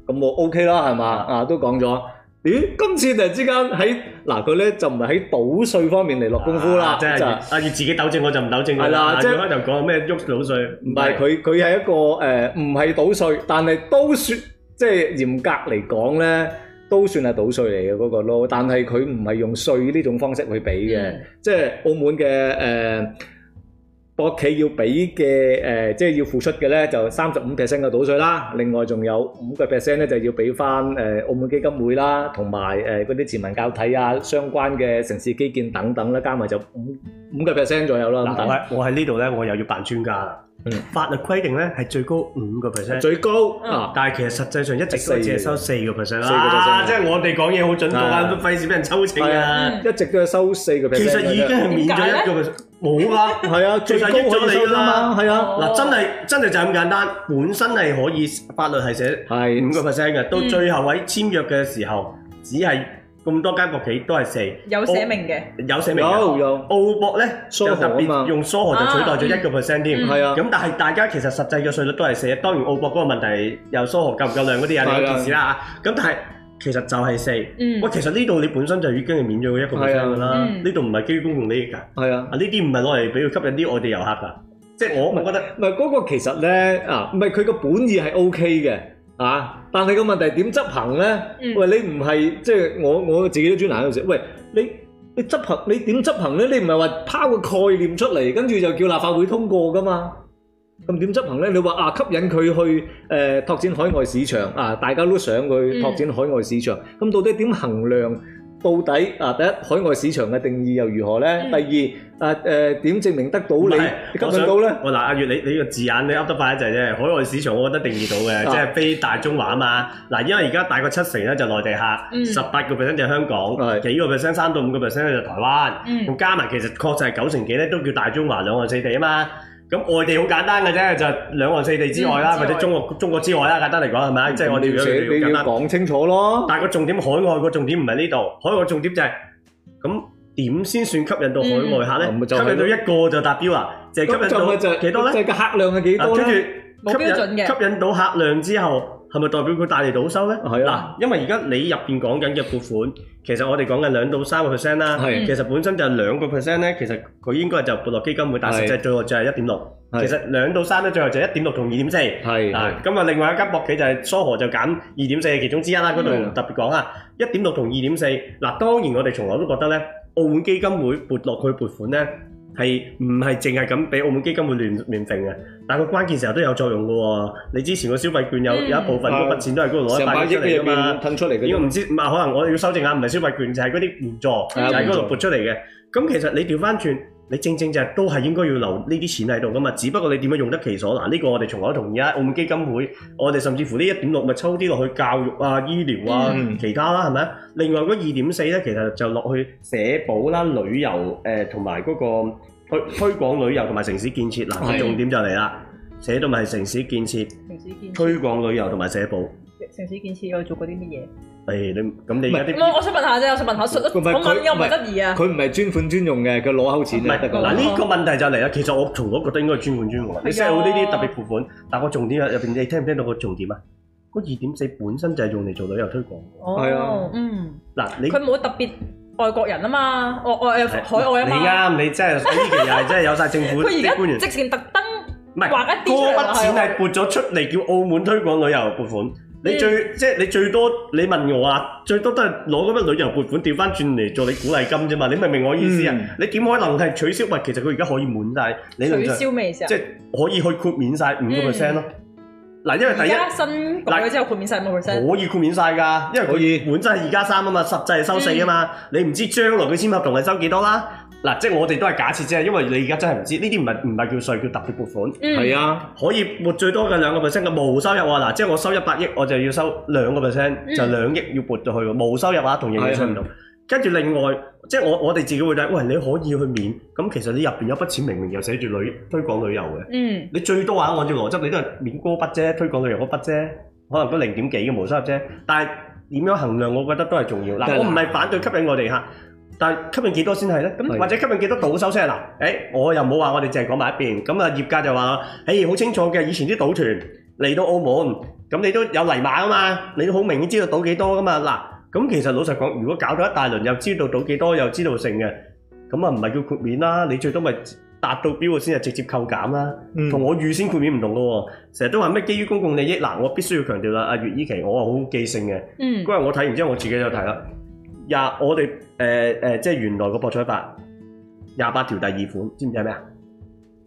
Speaker 3: 咁我 OK 啦，係嘛？
Speaker 2: 嗯
Speaker 3: 啊都講咗。咦？今次突然之間喺嗱，佢咧就唔係喺賭税方面嚟落功夫啦，
Speaker 2: 真係
Speaker 3: 就
Speaker 2: 啊，要自己糾正我就唔糾正佢
Speaker 3: 係啦
Speaker 2: 啊
Speaker 3: 即係
Speaker 2: 佢開頭講咩喐腦碎，
Speaker 3: 唔係佢佢係一個誒唔係賭税，但係都算即係嚴格嚟講咧，都算係賭税嚟嘅嗰個咯。但係佢唔係用税呢種方式去俾嘅，
Speaker 1: 嗯
Speaker 3: 即係澳門嘅誒。博企要俾嘅呃誒，即係要付出嘅咧，就三十五 percent 嘅賭税啦。另外仲有五個 percent 咧，就要俾翻誒澳門基金會啦，同埋誒嗰啲慈民教體啊、相關嘅城市基建等等啦，加埋就五五個 percent 左右啦。咁
Speaker 2: 嗱，
Speaker 3: 等
Speaker 2: 我喺我喺呢度咧，我又要扮專家啦
Speaker 3: 嗯。
Speaker 2: 法律規定咧係最高五個 percent。
Speaker 3: 最高啊！
Speaker 2: 但係其實實際上一直都係只係收四個 percent
Speaker 3: 四個 percent
Speaker 2: 啦，即係我哋講嘢好準確啊，
Speaker 3: 係
Speaker 2: 都費事俾人抽秤
Speaker 3: 係
Speaker 2: 啊
Speaker 3: 啊！一直都係收四個 percent。
Speaker 2: 其實已經係免咗一個 percent，冇啦。
Speaker 3: 係啊，最高可以收㗎嘛，係啊，
Speaker 2: 嗱，真係真係就係咁簡單，本身係可以法律係寫五
Speaker 3: 係
Speaker 2: 個 percent 嘅，到
Speaker 1: 嗯
Speaker 2: 最後喺簽約嘅時候，只係咁多間博企都係四，
Speaker 1: 有寫明嘅，
Speaker 2: 啊有寫明嘅。
Speaker 3: 有有
Speaker 2: 澳博咧
Speaker 3: 疏
Speaker 2: 就
Speaker 3: 河啊
Speaker 2: 特別
Speaker 3: 嘛
Speaker 2: 用疏河就取代咗
Speaker 1: 啊
Speaker 2: 一個 percent 添，
Speaker 1: 嗯
Speaker 3: 係啊
Speaker 2: 咁但係大家其實實際嘅稅率都係四，當然澳博嗰個問題又疏河夠唔夠量嗰啲
Speaker 3: 係
Speaker 2: 啊，
Speaker 3: 啊
Speaker 2: 另一件事啦嚇。咁但係其實就係四，
Speaker 1: 嗯
Speaker 2: 喂，其實呢度你本身就已經係免咗佢一個 percent 㗎
Speaker 1: 係
Speaker 2: 啦
Speaker 1: 啊，嗯
Speaker 2: 呢度唔係基於公共利益㗎。
Speaker 3: 係啊。
Speaker 2: 啊！呢啲唔係攞嚟俾佢吸引啲外地遊客㗎，即係我我覺得
Speaker 3: 唔係嗰個其實咧啊，唔係佢個本意係 O K 嘅啊，但係個問題係點執行咧？
Speaker 1: 嗯
Speaker 3: 喂，你唔係即係我我自己都專欄有時，喂你。你執行你點執行咧？你唔係話拋個概念出嚟，跟住就叫立法會通過噶嘛？咁點執行咧？你話啊，吸引佢去誒、呃拓展海外市場啊，大家都想佢拓展海外市場。咁、到底點衡量到底啊第一海外市場嘅定義又如何咧？
Speaker 1: 嗯
Speaker 3: 第二啊誒點證明得到你你吸引到咧？
Speaker 2: 我嗱，阿月你你個字眼你噏得快一陣啫。海外市場我覺得定義到嘅，
Speaker 3: 啊
Speaker 2: 即係非大中華啊嘛。嗱，因為而家大概七成咧就內地客，
Speaker 1: 嗯
Speaker 2: 十八個 percent 就香港，
Speaker 3: 係
Speaker 2: 幾個 percent 三到五個 percent 咧就台灣。
Speaker 1: 嗯
Speaker 2: 咁加埋其實確實係九成幾咧都叫大中華兩岸四地啊嘛。咁外地好簡單嘅啫，就兩岸四地之外啦，
Speaker 1: 嗯之
Speaker 2: 或
Speaker 1: 外
Speaker 2: 者中國中國之外啦，簡單嚟講係咪啊？即係我哋
Speaker 3: 你要
Speaker 2: 如果
Speaker 3: 寫你
Speaker 2: 簡
Speaker 3: 要
Speaker 2: 單。
Speaker 3: 講清楚咯。
Speaker 2: 但係個重點，海外個重點唔係呢度，海外重點就係咁點先算吸引到海外客咧？
Speaker 3: 嗯
Speaker 2: 吸引到一個就達標啦，就係吸
Speaker 3: 咁
Speaker 2: 引
Speaker 3: 就咪就
Speaker 2: 到
Speaker 3: 係
Speaker 2: 幾多
Speaker 3: 就
Speaker 2: 咧？
Speaker 3: 係個客量係幾
Speaker 2: 啊
Speaker 3: 多
Speaker 2: 跟住
Speaker 3: 咧？
Speaker 1: 冇標準
Speaker 2: 吸引
Speaker 1: 嘅
Speaker 2: 吸引到客量之後，係咪代表佢帶嚟到收咧？
Speaker 3: 係啊
Speaker 2: 嗱，因為而家你入邊講緊嘅撥款，其實我哋講緊兩到三個 percent 啦。
Speaker 3: 係
Speaker 2: 其實本身就係兩個 percent 咧，其實佢應該就撥落基金會，但係
Speaker 3: 係
Speaker 2: 實際最後就係一點六。
Speaker 3: 係
Speaker 2: 其實兩到三咧，最後就一點六同二點四。
Speaker 3: 係
Speaker 2: 嗱，咁啊，另外一間博企就係蘇荷就減二點四嘅其中之一啦，嗰度
Speaker 3: 係啊
Speaker 2: 特別講啊，一點六同二點四。嗱，當然我哋從來都覺得咧，澳門基金會撥落去撥款咧。係唔係淨係咁俾澳門基金會亂亂揈嘅？但係個關鍵時候都有作用嘅喎。你之前個消費券有、
Speaker 1: 嗯
Speaker 2: 有一部分嗰筆錢都係嗰度攞一
Speaker 3: 成百
Speaker 2: 百
Speaker 3: 億
Speaker 2: 億出嚟
Speaker 3: 入
Speaker 2: 㗎嘛
Speaker 3: 邊。褪出嚟嘅
Speaker 2: 呢個
Speaker 3: 啫。
Speaker 2: 唔知唔係，可能我要修正下，唔係消費券，就係嗰啲援助，就
Speaker 3: 啊
Speaker 2: 係嗰
Speaker 3: 援
Speaker 2: 度
Speaker 3: 助
Speaker 2: 撥出嚟嘅。咁其實你調翻轉，你正正就係都係應該要留呢啲錢喺度噶嘛。只不過你點樣用得其所嗱？呢個我哋從來都同意啊。澳門基金會，我哋甚至乎呢一點六咪抽啲落去教育啊、醫療啊、
Speaker 3: 嗯
Speaker 2: 其他啦，係咪啊？另外嗰二點四咧，其實就落去社保啦、旅遊誒同埋嗰個推推廣旅遊同埋城市建設嗱。個
Speaker 3: 係
Speaker 2: 重點就嚟啦，寫到咪係城市建設、
Speaker 1: 城市建
Speaker 2: 推廣旅遊同埋社保。
Speaker 1: 城市建設有做過啲乜
Speaker 2: 誒你咁你而家啲
Speaker 1: 嘢？我我想問下啫，我想問下，
Speaker 3: 唔係
Speaker 1: 我問
Speaker 3: 佢
Speaker 1: 我唔係質疑啊。
Speaker 3: 佢唔係專款專用嘅，佢攞口錢
Speaker 2: 唔係
Speaker 3: 就得㗎
Speaker 2: 嗱，
Speaker 3: 啦。
Speaker 2: 呢個問題就嚟啦。其實我從來覺得應該係專款專用嘅。你 set 好呢啲特別付款，但我重點入入邊，你聽唔聽到個重點啊？嗰二點四本身就係用嚟做旅遊推廣嘅。
Speaker 3: 係啊
Speaker 1: 哦，嗯，
Speaker 2: 嗱，你
Speaker 1: 佢冇特別外國人啊嘛，外外海外啊
Speaker 2: 你
Speaker 1: 嘛。
Speaker 2: 啱，你真係呢期又係真係有晒政府
Speaker 1: 佢而
Speaker 2: 啲官
Speaker 1: 家
Speaker 2: 員
Speaker 1: 直。情特登
Speaker 2: 唔係
Speaker 1: 劃一
Speaker 2: 嗰
Speaker 1: 啲出嚟
Speaker 2: 筆錢係撥咗出嚟叫澳門推廣旅遊撥款。你最即係你最多，你問我啊，最多都係攞嗰筆旅遊撥款調翻轉嚟做你鼓勵金啫嘛。你明唔明我意思啊
Speaker 3: 嗯？
Speaker 2: 你點可能係取消？喂，其實佢而家可以滿晒，理論
Speaker 1: 取
Speaker 2: 上。
Speaker 1: 消咩意思啊
Speaker 2: 即？係可以去豁免晒五個 percent 咯。嗱，因為
Speaker 1: 嗯而
Speaker 2: 第一
Speaker 1: 家新改咗之後豁免晒五 percent，
Speaker 2: 可以豁免晒㗎，因為
Speaker 3: 可以
Speaker 2: 佢本身係二加三啊嘛，實際係收四啊
Speaker 1: 嗯
Speaker 2: 嘛，你唔知將來佢簽合同係收幾多啦。嗱，即係我哋都係假設啫，因為你而家真係唔知，呢啲唔係唔係叫税，叫特別撥款。
Speaker 1: 嗯
Speaker 3: 係啊，
Speaker 2: 可以撥最多嘅兩個 percent 嘅無收入啊！嗱，即係我收一百億，我就要收兩個 percent，
Speaker 1: 嗯
Speaker 2: 就兩億要撥咗去喎，無收入啊，同營業稅唔同。跟住另外，即係我我哋自己會睇，喂，你可以去免，咁其實你入邊有筆錢明明又寫住旅推廣旅遊嘅。
Speaker 1: 嗯，
Speaker 2: 你最多話按照邏輯，你都係免嗰筆啫，推廣旅遊嗰筆啫，可能都零點幾嘅無收入啫。但係點樣衡量，我覺得都係重要。
Speaker 3: 但
Speaker 2: 嗱，
Speaker 3: 係
Speaker 2: 我唔係反對吸引我哋客，但係吸引幾多先係咧？
Speaker 3: 係
Speaker 2: 咁或者吸引幾多賭收先係嗱？誒、我又冇話我哋淨係講埋一邊。咁啊，業界就話：，誒、好清楚嘅，以前啲賭團嚟到澳門，咁你都有泥馬啊嘛，你都好明顯知道賭幾多噶嘛。嗱，咁其實老實講，如果搞到一大輪，又知道賭幾多，又知道剩嘅，咁啊唔係叫豁免啦，你最多咪達到標先係直接扣減啦。
Speaker 3: 嗯
Speaker 2: 同我預先豁免唔同嘅喎，成日都話咩基於公共利益嗱，我必須要強調啦，阿月依期我啊係好記性嘅，
Speaker 1: 嗯，
Speaker 2: 嗰日我睇完之後我自己就睇啦，廿我哋誒誒即係原來個博彩法廿八條第二款，知唔知係咩啊？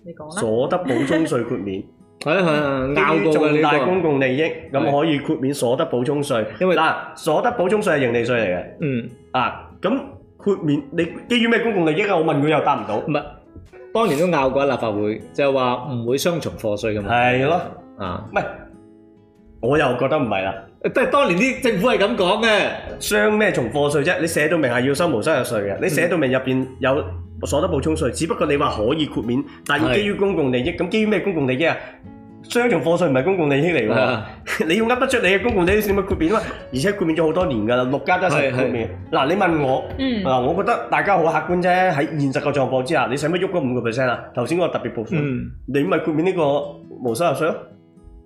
Speaker 1: 你講啦，
Speaker 2: 所得補充稅豁免，
Speaker 3: 係啊係啊， 拗
Speaker 2: 基於
Speaker 3: 過嘅
Speaker 2: 重大
Speaker 3: 呢
Speaker 2: 公共利益咁
Speaker 3: 係
Speaker 2: 可以豁免所得補充稅，
Speaker 3: 因為
Speaker 2: 嗱所得補充稅係盈利稅嚟嘅
Speaker 3: 個，嗯，
Speaker 2: 啊，咁豁免你基於咩公共利益啊？我問佢又答唔到，
Speaker 3: 唔係，當年都拗過喺立法會，就係話唔會雙重課税㗎嘛。
Speaker 2: 係咯，
Speaker 3: 啊，
Speaker 2: 唔係我又覺得唔係啦。
Speaker 3: 即係當年啲政府係咁講嘅，
Speaker 2: 雙咩重課稅啫？你寫到明係要收無收入稅嘅，你寫到明入邊有所得補充稅，只不過你話可以豁免，但要
Speaker 3: 係
Speaker 2: 基於公共利益，咁基於咩公共利益啊？雙重課稅唔係公共利益嚟喎，
Speaker 3: 啊
Speaker 2: 你要噏得出你嘅公共利益先咪豁免咯，而且豁免咗好多年㗎啦，六家都係
Speaker 3: 係
Speaker 2: 豁免。嗱，你問我，
Speaker 1: 嗯
Speaker 2: 嗱，我覺得大家好客觀啫，喺現實嘅狀況之下，你使乜喐嗰五個 percent 啊？頭先嗰個特別部分。
Speaker 3: 嗯，
Speaker 2: 你咪豁免呢個無收入税咯，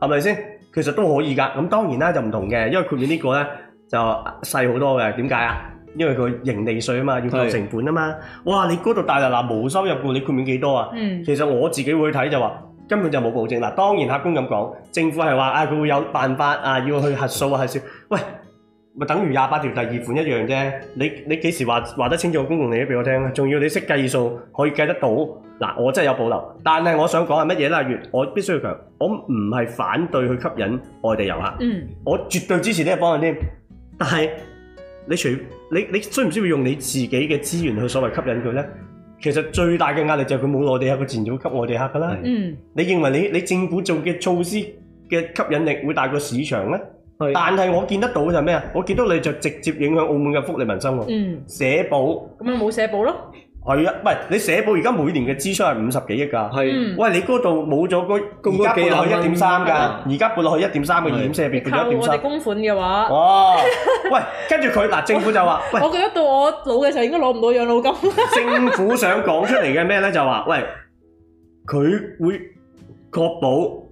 Speaker 2: 係咪先？其實都可以㗎。咁當然啦，就唔同嘅，因為豁免呢個咧就細好多嘅。點解啊？因為佢盈利税啊嘛，要扣
Speaker 3: 係
Speaker 2: 成本啊嘛。哇！你嗰度大嗱嗱無收入喎，你豁免幾多啊？
Speaker 1: 嗯，
Speaker 2: 其實我自己會睇就話根本就冇保證嗱。當然客觀咁講，政府係話啊，佢會有辦法啊，要去核數啊，核算。喂，咪等於廿八條第二款一樣啫。你你幾時話話得清楚公共利益俾我聽啊？仲要你識計數，可以計得到嗱，我真係有保留。但係我想講係乜嘢咧？阿月，我必須要強，我唔係
Speaker 1: Ừ.
Speaker 2: 反對去吸引外地遊客，
Speaker 1: 嗯，
Speaker 2: 我絕對支持呢個方向添。但係你除你你需唔需要用你自己嘅資源去所謂吸引佢咧？其實最大嘅壓力就係佢冇內地客，佢自然就會吸外地客噶啦。
Speaker 1: 嗯，
Speaker 2: 你認為你你政府做嘅措施嘅吸引力會大過市場咧？
Speaker 3: 係
Speaker 2: 但係我見得到就係咩啊？我見到你就直接影響澳門嘅福利民生喎。
Speaker 1: 嗯，
Speaker 2: 社保
Speaker 1: 咁咪冇社保咯，
Speaker 2: 係啊，唔係你社保而家每年嘅支出係五十幾億㗎。
Speaker 3: 係
Speaker 1: 嗯，
Speaker 2: 喂，你嗰度冇咗嗰
Speaker 3: 供
Speaker 2: 而
Speaker 3: 嗰
Speaker 2: 家
Speaker 3: 幾
Speaker 2: 撥
Speaker 3: 廿
Speaker 2: 落去一
Speaker 3: 蚊
Speaker 2: 點三㗎，
Speaker 3: 係
Speaker 2: 而家撥落去一點三嘅二點四入
Speaker 1: 你
Speaker 2: 邊撥
Speaker 1: 靠
Speaker 2: 咗一點
Speaker 1: 我
Speaker 2: 三
Speaker 1: 哋。公款嘅話，
Speaker 2: 哇！喂，跟住佢嗱，政府就話：喂，
Speaker 1: 啊我覺得到我老嘅時候應該攞唔到養老金。
Speaker 2: 政府想講出嚟嘅咩咧？就話：喂，佢會確保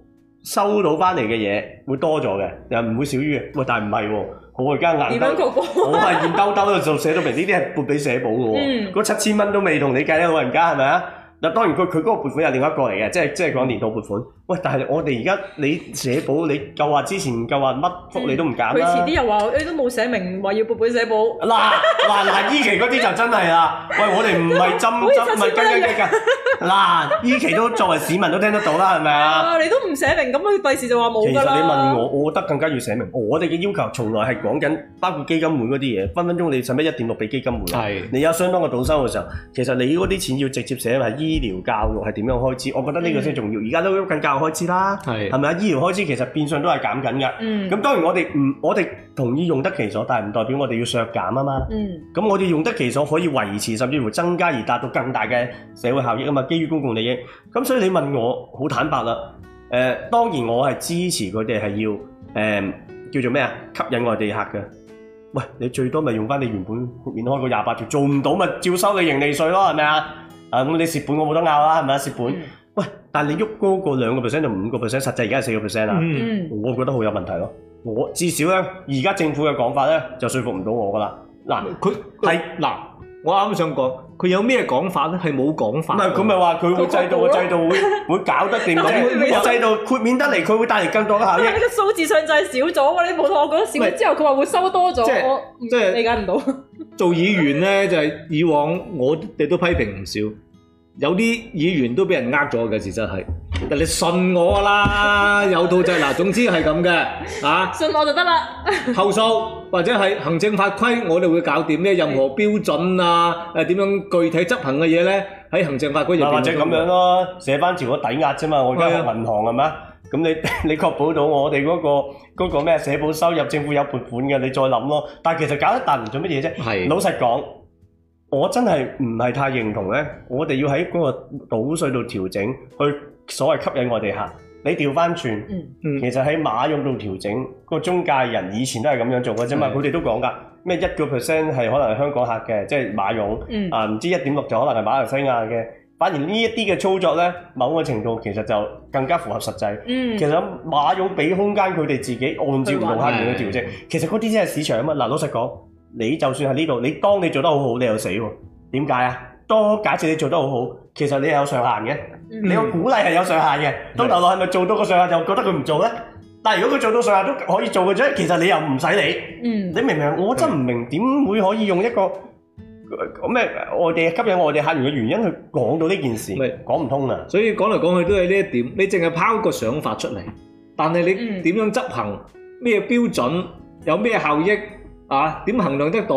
Speaker 2: 收到翻嚟嘅嘢會多咗嘅，又唔會少於嘅。喂，但係唔係喎，我而家硬
Speaker 1: 點樣
Speaker 2: 兜，
Speaker 1: 確保？
Speaker 2: 我係現兜兜就寫到明呢啲係撥俾社保嘅
Speaker 1: 嗯
Speaker 2: 喎，嗰七千蚊都未同你計咧，老人家係咪啊？嗱，當然佢佢嗰個撥款係另一個嚟嘅，即係即係講年度撥款。喂，但係我哋而家你社保你夠話之前夠話乜福利都唔減
Speaker 1: 佢
Speaker 2: 啦。
Speaker 1: 遲啲又話誒都冇寫明話要撥俾社保，
Speaker 2: 嗱嗱嗱，依期嗰啲就真係啦。喂，我哋唔係針
Speaker 1: 好似
Speaker 2: 針，唔係
Speaker 1: 七千
Speaker 2: 斤
Speaker 1: 蚊
Speaker 2: 斤計㗎。嗱，依期都作為市民都聽得到啦，係咪啊？
Speaker 1: 啊你都唔寫明，咁佢第時就話冇
Speaker 2: 其實你
Speaker 1: 㗎啦。
Speaker 2: 問我，我覺得更加要寫明，我哋嘅要求從來係講緊包括基金會嗰啲嘢，分分鐘你使乜一點六俾基金會啊？
Speaker 3: 係
Speaker 2: 你有相當嘅倒收嘅時候，其實你嗰啲錢要直接寫係醫療、教育係點樣開支，我覺得呢
Speaker 1: 嗯
Speaker 2: 個先重要。而家都喐緊教育開支啦，
Speaker 3: 係
Speaker 2: 係咪啊？醫療開支其實變相都係減緊㗎。
Speaker 1: 嗯
Speaker 2: 咁當然我哋唔，我哋同意用得其所，但係唔代表我哋要削減啊嘛。
Speaker 1: 嗯
Speaker 2: 咁我哋用得其所可以維持，甚至乎增加而達到更大嘅社會效益啊嘛，基於公共利益。咁所以你問我，好坦白啦。誒、當然我係支持佢哋係要誒、叫做咩啊，吸引外地客嘅。喂，你最多咪用翻你原本豁免開個廿八條，做唔到咪照收你盈利稅咯，係咪啊？啊，咁你蝕本我冇得拗啦，係咪啊？蝕本。
Speaker 1: 嗯
Speaker 2: 喂，但係你喐高過兩個 percent 到五個 percent，實際而家係四個 percent 啦。
Speaker 3: 嗯
Speaker 1: 嗯
Speaker 2: 我覺得好有問題咯。我至少咧，而家政府嘅講法咧，就說服唔到我噶啦。嗱。
Speaker 3: 佢
Speaker 2: 嗯係
Speaker 3: 嗱，我啱啱想講，佢有咩講法咧？係冇講法
Speaker 2: 唔
Speaker 3: 㗎。
Speaker 2: 係，佢啊咪話佢會制度
Speaker 1: 佢確保咯
Speaker 2: 個制度會會搞得掂
Speaker 1: 咁佢
Speaker 2: 啫。
Speaker 1: 咪有
Speaker 2: 個制度豁免得嚟，佢會帶嚟更多嘅效
Speaker 1: 因
Speaker 2: 益
Speaker 1: 為。呢個數字上就係少咗喎，你冇同我講少咗之後，佢話會收多
Speaker 3: 即係
Speaker 1: 咗，我唔
Speaker 3: 即係
Speaker 1: 理解唔到。
Speaker 3: 做議員咧，就係、以往我哋都批評唔少，有啲議員都俾人呃咗嘅，事實係。但你信 我啦，有套制嗱，總之係咁嘅啊，
Speaker 1: 信我就得啦。
Speaker 3: 投訴或者係行政法規，我哋會搞掂咧。任何標準啊，誒點樣具體執行嘅嘢咧，喺行政法規入邊
Speaker 2: 啊或者咁樣咯，寫翻條個抵押啫嘛。我而家
Speaker 3: 係
Speaker 2: 學
Speaker 3: 啊
Speaker 2: 銀行係咪？咁你 你確保到我哋嗰、個嗰、個咩社保收入，政府有撥款嘅，你再諗咯。但係其實搞一啖唔做乜嘢啫。
Speaker 3: 係
Speaker 2: 老實講，我真係唔係太認同咧。我哋要喺嗰個賭稅度調整，去所謂吸引我哋客。你調翻轉。
Speaker 1: 嗯
Speaker 3: 嗯
Speaker 2: 其實喺馬傭度調整個中介人以前都係咁樣做嘅啫嘛，
Speaker 3: 係
Speaker 2: 佢哋都講㗎，咩一個 percent 係可能係香港客嘅，即係馬傭
Speaker 1: 嗯
Speaker 2: 啊，唔知一點六就可能係馬來西亞嘅。反而呢一啲嘅操作呢，某個程度其實就更加符合實際。
Speaker 1: 嗯
Speaker 2: 其，實馬傭俾空間佢哋自己按照唔同客源去調整，其實嗰啲先係市場啊嘛。嗱，老實講，你就算喺呢度，你當你做得好好，你又死喎。點解啊？當假設你做得好好，其實你係有上限嘅。
Speaker 1: 嗯
Speaker 2: 你個鼓勵係有上限嘅，到頭來係咪做到個上限就覺得佢唔做咧？但係如果佢做到上限都可以做嘅啫，其實你又唔使理，
Speaker 1: 嗯
Speaker 2: 你明唔明？我真唔明點會可以用一個呃咩外地吸引外地客源嘅原因去講到呢件事
Speaker 3: 咪，
Speaker 2: 講唔通啊！
Speaker 3: 所以講嚟講去都係呢一點，你淨係拋個想法出嚟，但係
Speaker 1: 嗯
Speaker 3: 你點樣執行，咩標準，有咩效益啊？點衡量得到？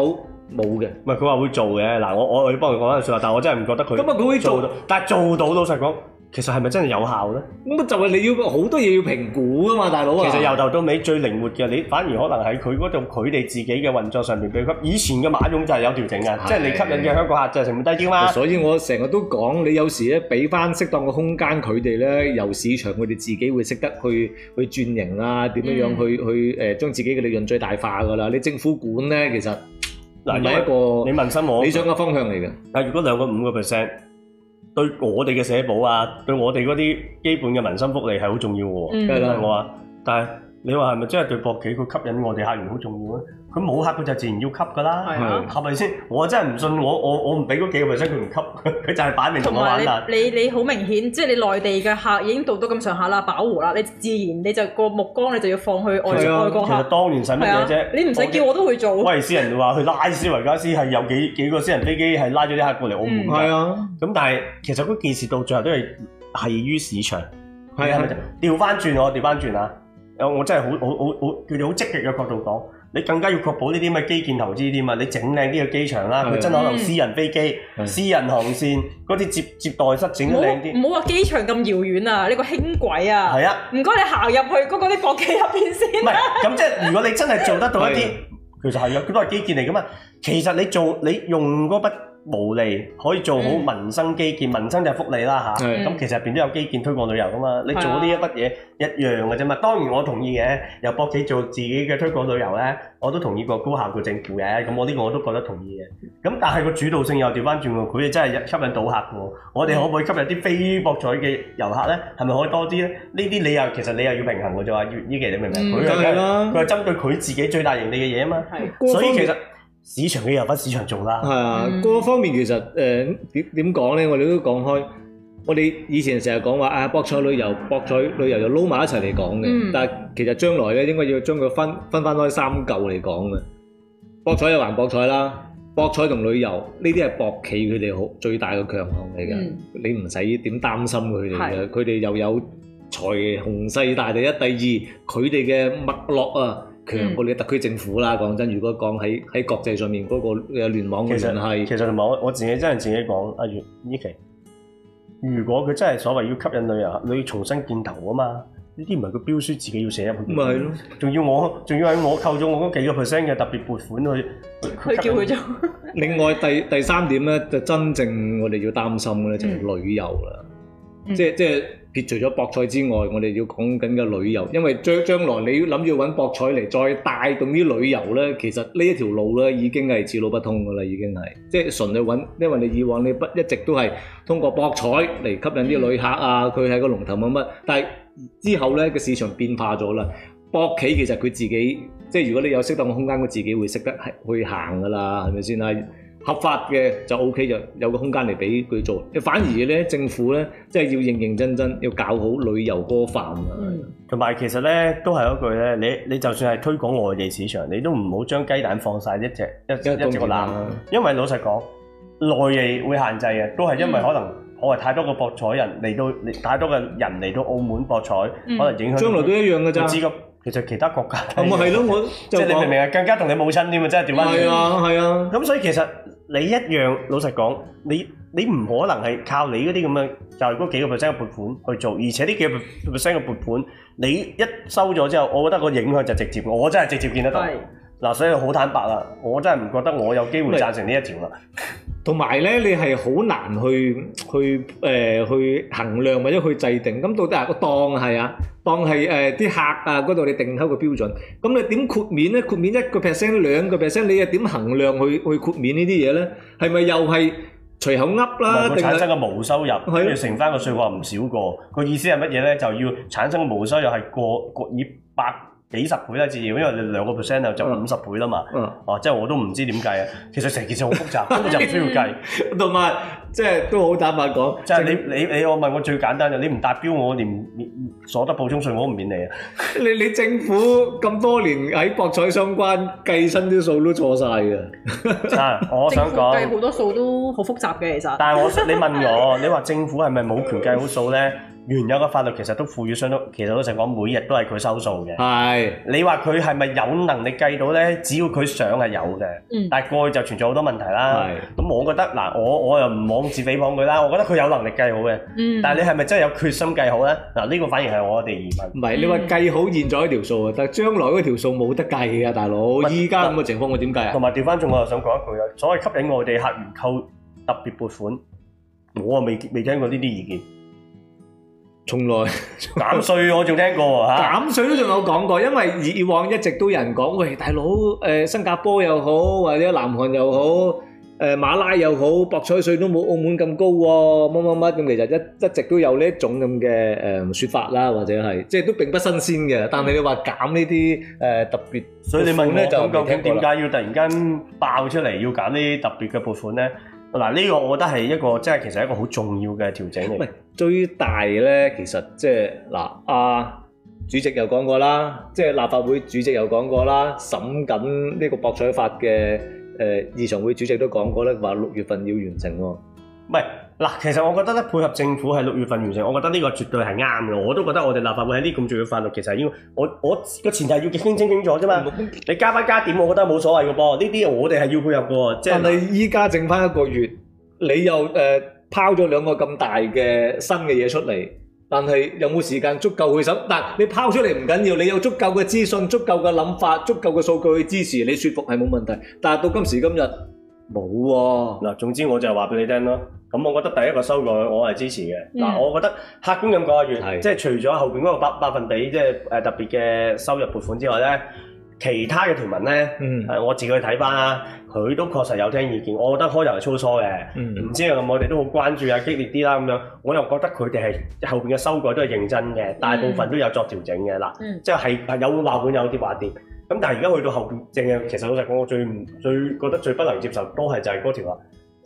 Speaker 3: 冇嘅。
Speaker 2: 唔係佢話會做嘅，嗱我我我要幫佢講翻句説話，但係我真係唔覺得佢
Speaker 3: 咁啊，佢會做
Speaker 2: 做到，但係做到老實講，其實係咪真係有效咧？
Speaker 3: 咁啊，就係你要好多嘢要評估噶嘛，大佬啊。
Speaker 2: 其實由頭到尾最靈活嘅，你反而可能喺佢嗰度佢哋自己嘅運作上面被吸。以前嘅馬勇就係有調整嘅，
Speaker 3: 係
Speaker 2: 即係你吸引嘅香港客就係成本低啲嘛。
Speaker 3: 所以我成日都講，你有時咧俾翻適當嘅空間佢哋咧，由市場佢哋自己會識得去去轉型啊，點樣樣
Speaker 1: 嗯
Speaker 3: 去、去誒、呃、將自己嘅利潤最大化噶啦。你政府管咧，其實唔
Speaker 2: 嗱，因
Speaker 3: 係
Speaker 2: 為
Speaker 3: 一個
Speaker 2: 你問心我
Speaker 3: 理，想嘅方向嚟嘅。
Speaker 2: 但如果兩個五個 percent 對我哋嘅社保啊，對我哋嗰啲基本嘅民生福利係好重要嘅喎。
Speaker 1: 嗯
Speaker 3: 梗係啦
Speaker 2: 係我話，但係你話係咪真係對博企佢吸引我哋客源好重要咧？啊佢冇客佢就自然要吸㗎啦，
Speaker 1: 係啊。
Speaker 2: 係咪先？我真係唔信我我我唔俾嗰幾個 percent 佢唔吸， 佢就係擺明
Speaker 1: 同
Speaker 2: 同我玩
Speaker 1: 埋
Speaker 2: 啦。
Speaker 1: 你你你好明顯，即係你內地嘅客已經到到咁上下啦，飽和啦，你自然你就個目光你就要放去外
Speaker 2: 係
Speaker 3: 啊
Speaker 1: 外國
Speaker 2: 其實
Speaker 1: 客，
Speaker 2: 當然使乜
Speaker 1: 係
Speaker 2: 嘢
Speaker 1: 啊
Speaker 2: 啫？，
Speaker 1: 你唔使叫我都會做。
Speaker 2: 威斯人話去拉斯維加斯係有幾幾個私人飛機係拉咗啲客過嚟澳門
Speaker 1: 嗯
Speaker 3: 係
Speaker 2: 㗎，
Speaker 3: 啊，
Speaker 2: 咁、但係其實嗰件事到最後都係係於市場，
Speaker 3: 係啊
Speaker 2: 咪，啫？調翻轉我調翻轉啊！我真係好好好好叫做好積極嘅角度講，你更加要確保呢啲咁嘅基建投資添啊！你整靚啲嘅機場啦，
Speaker 3: 係
Speaker 2: 佢
Speaker 3: 啊
Speaker 2: 真係可能
Speaker 1: 嗯
Speaker 2: 私人飛機、
Speaker 3: 係
Speaker 2: 私人航線嗰啲接接待室整得靚啲，
Speaker 1: 唔好話機場咁遙遠啊，呢個輕軌啊，
Speaker 2: 係啊。
Speaker 1: 唔該你行入去嗰個啲國企入邊
Speaker 2: 唔
Speaker 1: 先
Speaker 2: 係
Speaker 1: 啦。，
Speaker 2: 咁即係如果你真係做得到一啲
Speaker 3: 係，
Speaker 2: 其實係啊，佢都係基建嚟噶嘛。其實你做你用嗰筆毛利可以做好
Speaker 1: 嗯
Speaker 2: 民生基建，民生就係福利啦吓，
Speaker 3: 係
Speaker 2: 啊咁其實入邊都有基建推廣旅遊噶嘛，你
Speaker 1: 係啊
Speaker 2: 做呢一筆嘢一樣嘅啫嘛。當然我同意嘅，由博企做自己嘅推廣旅遊咧，我都同意過高效過政府嘅。咁我呢個我都覺得同意嘅。咁但係個主導性又調翻轉喎，佢哋真係吸引賭客嘅喎。我
Speaker 1: 嗯
Speaker 2: 哋可唔可以吸引啲非博彩嘅遊客咧？係咪可以多啲咧？呢啲你又其實你又要平衡嘅啫嘛。月呢期你明唔明？
Speaker 1: 嗯
Speaker 2: 佢又
Speaker 3: 梗係啦
Speaker 2: 佢係針對佢自己最大盈利嘅嘢啊嘛。
Speaker 1: 係
Speaker 3: 嗰
Speaker 2: 所以
Speaker 3: 方面
Speaker 2: 其實市場嘅嘢由翻市場做啦。
Speaker 3: 係啊，
Speaker 1: 嗯
Speaker 3: 嗰方面其實誒點點講咧，我哋都講開。我哋以前成日講話啊，博彩旅遊、博彩旅遊就撈埋一齊嚟講嘅，
Speaker 1: 嗯
Speaker 3: 但係其實將來咧應該要將佢分分翻開三嚿嚟講嘅。博彩有還博彩啦，博彩同旅遊呢啲係博企佢哋好最大嘅強項嚟嘅，
Speaker 1: 嗯
Speaker 3: 你唔使點擔心佢哋
Speaker 1: 係
Speaker 3: 嘅，佢哋又有財雄勢大第一，第二佢哋嘅脈絡啊強過你特區政府
Speaker 2: 嗯
Speaker 3: 啦。講真，如果講喺喺國際上面嗰個誒聯網
Speaker 2: 其
Speaker 3: 嘅
Speaker 2: 實
Speaker 3: 聯繫。
Speaker 2: 其實同埋我我自己真係自己講，阿月呢期，如果佢真係所謂要吸引旅遊客，你要重新建頭啊嘛。呢啲唔係佢標書自己要寫入去嘅，
Speaker 3: 咪係咯，
Speaker 2: 仲要我仲要喺我扣咗我嗰幾個 percent 嘅特別撥款去，
Speaker 1: 佢叫佢做，
Speaker 3: 另外第第三點咧，就真正我哋要擔心嘅咧就係旅遊啦，
Speaker 1: 嗯
Speaker 3: 即係即係撇除咗博彩之外，我哋要講緊嘅旅遊，因為將將來你諗住揾博彩嚟再帶動啲旅遊咧，其實呢一條路咧已經係此路不通噶啦，已經係即係純粹揾，因為你以往你不一直都係通過博彩嚟吸引啲旅客啊，佢係個龍頭乜乜，但係之後咧個市場變化咗啦。博企其實佢自己，即係如果你有適當嘅空間，佢自己會識得係去行噶啦，係咪先啊？合法嘅就 O、k 就有個空間嚟俾佢做。反而咧，政府咧，即係要認認真真，要搞好旅遊嗰個範啊。
Speaker 1: 嗯
Speaker 2: 同埋其實咧都係嗰句咧，你你就算係推廣外地市場，你都唔好將雞蛋放晒一隻一
Speaker 3: 因為
Speaker 2: 一隻個籃。
Speaker 3: 當然啦
Speaker 2: 因為老實講，內地會限制嘅，都係因為
Speaker 1: 嗯
Speaker 2: 可能我係太多個博彩人嚟到，嚟太多嘅人嚟到澳門博彩，
Speaker 1: 嗯
Speaker 2: 可能影響
Speaker 3: 將來都一樣㗎咋
Speaker 2: 唔知個其實其他國家
Speaker 3: 咁咪係咯，我
Speaker 2: 即
Speaker 3: 就
Speaker 2: 係你明唔
Speaker 3: 講
Speaker 2: 明啊？更加同你冇親添啊！真係調翻
Speaker 3: 係
Speaker 2: 轉。
Speaker 3: 啊係啊，
Speaker 2: 咁所以其實你一樣，老實講，你你唔可能係靠你嗰啲咁嘅，就係嗰幾個 percent 嘅撥款去做，而且呢幾個 percent 嘅撥款，你一收咗之後，我覺得個影響就直接，我真係直接見得到。
Speaker 1: 係
Speaker 2: 嗱，所以好坦白啦，我真係唔覺得我有機會
Speaker 3: 喂
Speaker 2: 贊成呢一條啦。
Speaker 3: 同埋咧，你係好難去去誒、呃去衡量或者去制定。咁到底啊，個當係啊，當係誒啲客啊嗰度你定好個標準。咁你點豁免咧？豁免一個 percent、兩個 percent，你又點衡量去去豁免呢啲嘢咧？係咪又係隨口噏啦？
Speaker 2: 佢
Speaker 3: 啊定
Speaker 2: 產
Speaker 3: 係
Speaker 2: 生嘅無收入，
Speaker 3: 咯
Speaker 2: 跟住乘翻個稅項唔少過。個意思係乜嘢咧？就要產生嘅無收入係過過以百幾十倍啦，至少因為你兩個 percent 就
Speaker 3: 嗯
Speaker 2: 五十倍啦嘛。
Speaker 3: 啊？
Speaker 2: 哦，即係我都唔知點計啊！其實成件事好複雜，根本就唔需要計。
Speaker 3: 同埋即係都好坦白講，
Speaker 2: 即係你你你我問我最簡單就你唔達標，我連免所得補充稅我都唔免你啊！
Speaker 3: 你你政府咁多年喺博彩相關計新啲數都錯晒嘅。
Speaker 2: 啊，我
Speaker 1: 政
Speaker 2: 想
Speaker 1: 府計
Speaker 2: 講，
Speaker 1: 好多數都好複雜嘅，其實。
Speaker 2: 但係我你問我，你話政府係咪冇權計好數咧？原有嘅法律其實都賦予相當，其實老實講，每日都係佢收數嘅。
Speaker 3: 係。
Speaker 2: 你話佢係咪有能力計到咧？只要佢想係有嘅，
Speaker 1: 嗯
Speaker 2: 但係過去就存在好多問題啦
Speaker 3: 係。
Speaker 2: 咁我覺得嗱，我我又唔妄自菲薄佢啦，我覺得佢有能力計好嘅。
Speaker 1: 嗯
Speaker 2: 但係你係咪真係有決心計好咧？嗱，呢個反而係我哋疑問。
Speaker 3: 唔係，你話
Speaker 1: 嗯
Speaker 3: 計好現在嗰條數啊，但係將來嗰條數冇得計㗎，大佬。依家咁嘅情況，我點計啊
Speaker 2: 同？埋調翻轉，我又想講一句啊，所謂吸引外地客源購特別撥款，我啊未未聽過呢啲意見。
Speaker 3: 從來
Speaker 2: 減税我仲聽過喎嚇，
Speaker 3: 減税都仲有講過，因為以往一直都有人講，喂，大佬，誒、新加坡又好，或者南韓又好，誒、馬拉又好，博彩税都冇澳門咁高喎、乜乜乜咁，其實一一直都有呢一種咁嘅誒説法啦，或者係即係都並不新鮮嘅。但係你話減呢啲誒特別，
Speaker 2: 所以你問我
Speaker 3: 咧就
Speaker 2: 咁究
Speaker 3: 未
Speaker 2: 竟
Speaker 3: 聽
Speaker 2: 點
Speaker 3: 過
Speaker 2: 解
Speaker 3: 啦
Speaker 2: 要突然間爆出嚟要減呢啲特別嘅撥款咧？嗱，呢個我覺得係一個即係其實係一個好重要嘅調整嚟
Speaker 3: 喂。，最大咧，其實即係嗱，啊、主席又講過啦，即係立法會主席又講過啦，審緊呢個博彩法嘅誒、呃、議常會主席都講過咧，話六月份要完成喎。
Speaker 2: 唔係嗱，其實我覺得咧，配合政府喺六月份完成，我覺得呢個絕對係啱嘅。我都覺得我哋立法會喺呢咁重要法律，其實係應該我我個前提要傾清清楚啫
Speaker 3: 嗯
Speaker 2: 嘛。你加翻加點，我覺得冇所謂嘅噃。呢啲我哋係要配合嘅喎，即
Speaker 3: 但
Speaker 2: 係
Speaker 3: 係依家剩翻一個月，你又誒、呃、拋咗兩個咁大嘅新嘅嘢出嚟，但係有冇時間足夠去審？但你拋出嚟唔緊要，你有足夠嘅資訊、足夠嘅諗法、足夠嘅數據去支持你説服係冇問題。但係到今時今日冇喎，
Speaker 2: 嗱。總之我就係話俾你聽咯。咁我覺得第一個修改我係支持嘅。嗱、
Speaker 1: 嗯
Speaker 2: 我覺得客觀咁講啊，
Speaker 3: 係
Speaker 2: 月即係除咗後邊嗰個百百分比即係誒特別嘅收入撥款之外咧，其他嘅條文咧。
Speaker 3: 嗯
Speaker 2: 誒我自己去睇翻啦，佢都確實有聽意見，我覺得開頭係粗疏嘅，
Speaker 3: 嗯
Speaker 2: 唔、知咁我哋都好關注啊，激烈啲啦咁樣，我又覺得佢哋係後邊嘅修改都係認真嘅，大部分都有作調整嘅嗱，
Speaker 1: 嗯
Speaker 2: 即係係有話本有啲話啲，咁但係而家去到後邊正嘅，其實老實講，我最唔最覺得最不能接受都係就係嗰條啊，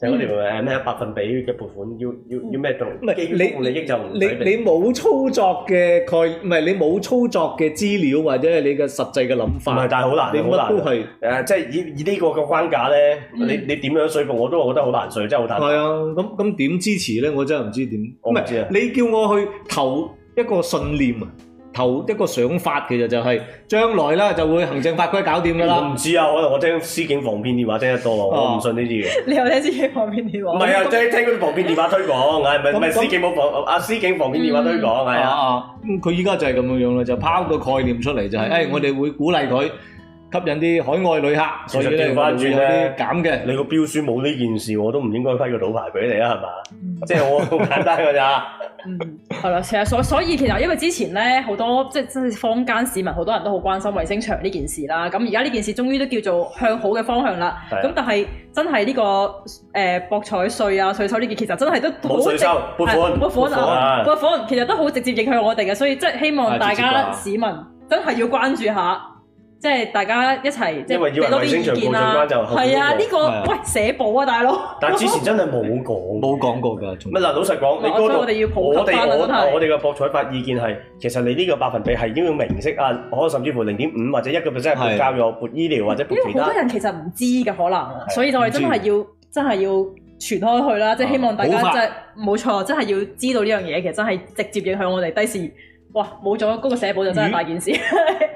Speaker 2: 就係嗰條
Speaker 1: 嗯
Speaker 2: 誒咩啊百分比嘅撥款要要要咩做，
Speaker 3: 唔係
Speaker 2: 基
Speaker 3: 你
Speaker 2: 本利益就唔
Speaker 3: 你
Speaker 2: 使俾
Speaker 3: 你冇操作嘅概，唔係你冇操作嘅資料或者係你嘅實際嘅諗
Speaker 2: 唔係，
Speaker 3: 法，
Speaker 2: 但係好難，
Speaker 3: 你
Speaker 2: 好
Speaker 3: 乜
Speaker 2: 難啊
Speaker 3: 都。係
Speaker 2: 誒、即係以以呢個嘅框架咧，
Speaker 1: 嗯
Speaker 2: 你你點樣說服我都覺得好難說，真係好難。
Speaker 3: 係啊，咁咁點支持咧？我真係唔知點。
Speaker 2: 我唔知啊
Speaker 3: 你叫我去投一個信念啊，投一個想法，其實就係將來啦，就會行政法規搞掂㗎
Speaker 2: 我
Speaker 3: 啦
Speaker 2: 唔。知啊，可能我聽司警防騙電話聽得多啊，
Speaker 3: 哦
Speaker 2: 我唔信呢啲嘅。
Speaker 1: 你又聽自己旁邊電話？
Speaker 2: 唔係啊，即係聽嗰啲防騙電話推廣，唉，唔係唔係
Speaker 3: 咁咁
Speaker 2: 司警冇防，啊司警防騙電話推廣
Speaker 1: 嗯
Speaker 2: 係
Speaker 1: 哦
Speaker 2: 啊。
Speaker 3: 啊，咁佢依家就係咁樣樣啦，就拋個概念出嚟，就係
Speaker 1: 嗯
Speaker 3: 誒，我哋會鼓勵佢吸引啲海外旅客，所以
Speaker 2: 其實
Speaker 3: 咧
Speaker 2: 調翻轉
Speaker 3: 會有
Speaker 2: 咧
Speaker 3: 啲減嘅。
Speaker 2: 你個標書冇呢件事，我都唔應該批個賭牌俾你啊，係嘛？
Speaker 1: 嗯
Speaker 2: 即係我 好簡單㗎咋。
Speaker 1: 嗯，係啦，其實所所以其實因為之前咧好多即係即係坊間市民好多人都好關心衛星場呢件事啦，咁而家呢件事終於都叫做向好嘅方向啦。
Speaker 2: 係啊
Speaker 1: 咁但係真係呢、個誒、呃博彩稅啊、稅收呢件，其實真係都好
Speaker 2: 冇稅
Speaker 1: 直
Speaker 2: 收撥款
Speaker 1: 係撥款
Speaker 2: 撥款
Speaker 1: 啊
Speaker 2: 啊，
Speaker 1: 撥款其實都好直接影響我哋嘅，所以即係希望大家
Speaker 2: 係直
Speaker 1: 市民真係要關注下。即係大家一齊，即
Speaker 2: 因
Speaker 1: 係
Speaker 2: 為以為
Speaker 1: 俾多
Speaker 2: 衛星
Speaker 1: 啲
Speaker 2: 場
Speaker 1: 意見
Speaker 2: 報
Speaker 1: 啦。
Speaker 2: 長關就後
Speaker 1: 係啊，
Speaker 2: 補
Speaker 1: 呢個
Speaker 3: 係啊
Speaker 1: 喂社保啊，大佬。
Speaker 2: 但係之 前真係冇講。
Speaker 3: 冇講過㗎，仲
Speaker 2: 乜嗱？老實講，你
Speaker 1: 我
Speaker 2: 嗰
Speaker 1: 哦所以
Speaker 2: 度
Speaker 1: 我哋要普及
Speaker 2: 我哋
Speaker 1: 返啦啊真係
Speaker 2: 我我哋嘅博彩法意見係，其實你呢個百分比係應該明晰啊，可甚至乎零點五或者一個 percent 撥
Speaker 3: 係
Speaker 2: 教育、撥醫療或者撥
Speaker 1: 因為
Speaker 2: 其
Speaker 1: 好
Speaker 2: 他
Speaker 1: 多。人其實唔知嘅可
Speaker 2: 啊
Speaker 1: 能，所以就係真係
Speaker 3: 唔
Speaker 1: 要真係要傳開去啦，
Speaker 2: 啊
Speaker 1: 即係希望大家
Speaker 3: 好法
Speaker 1: 真係冇錯，真係要知道呢樣嘢，其實真係直接影響我哋。第時哇冇咗嗰個社保就真係大件事，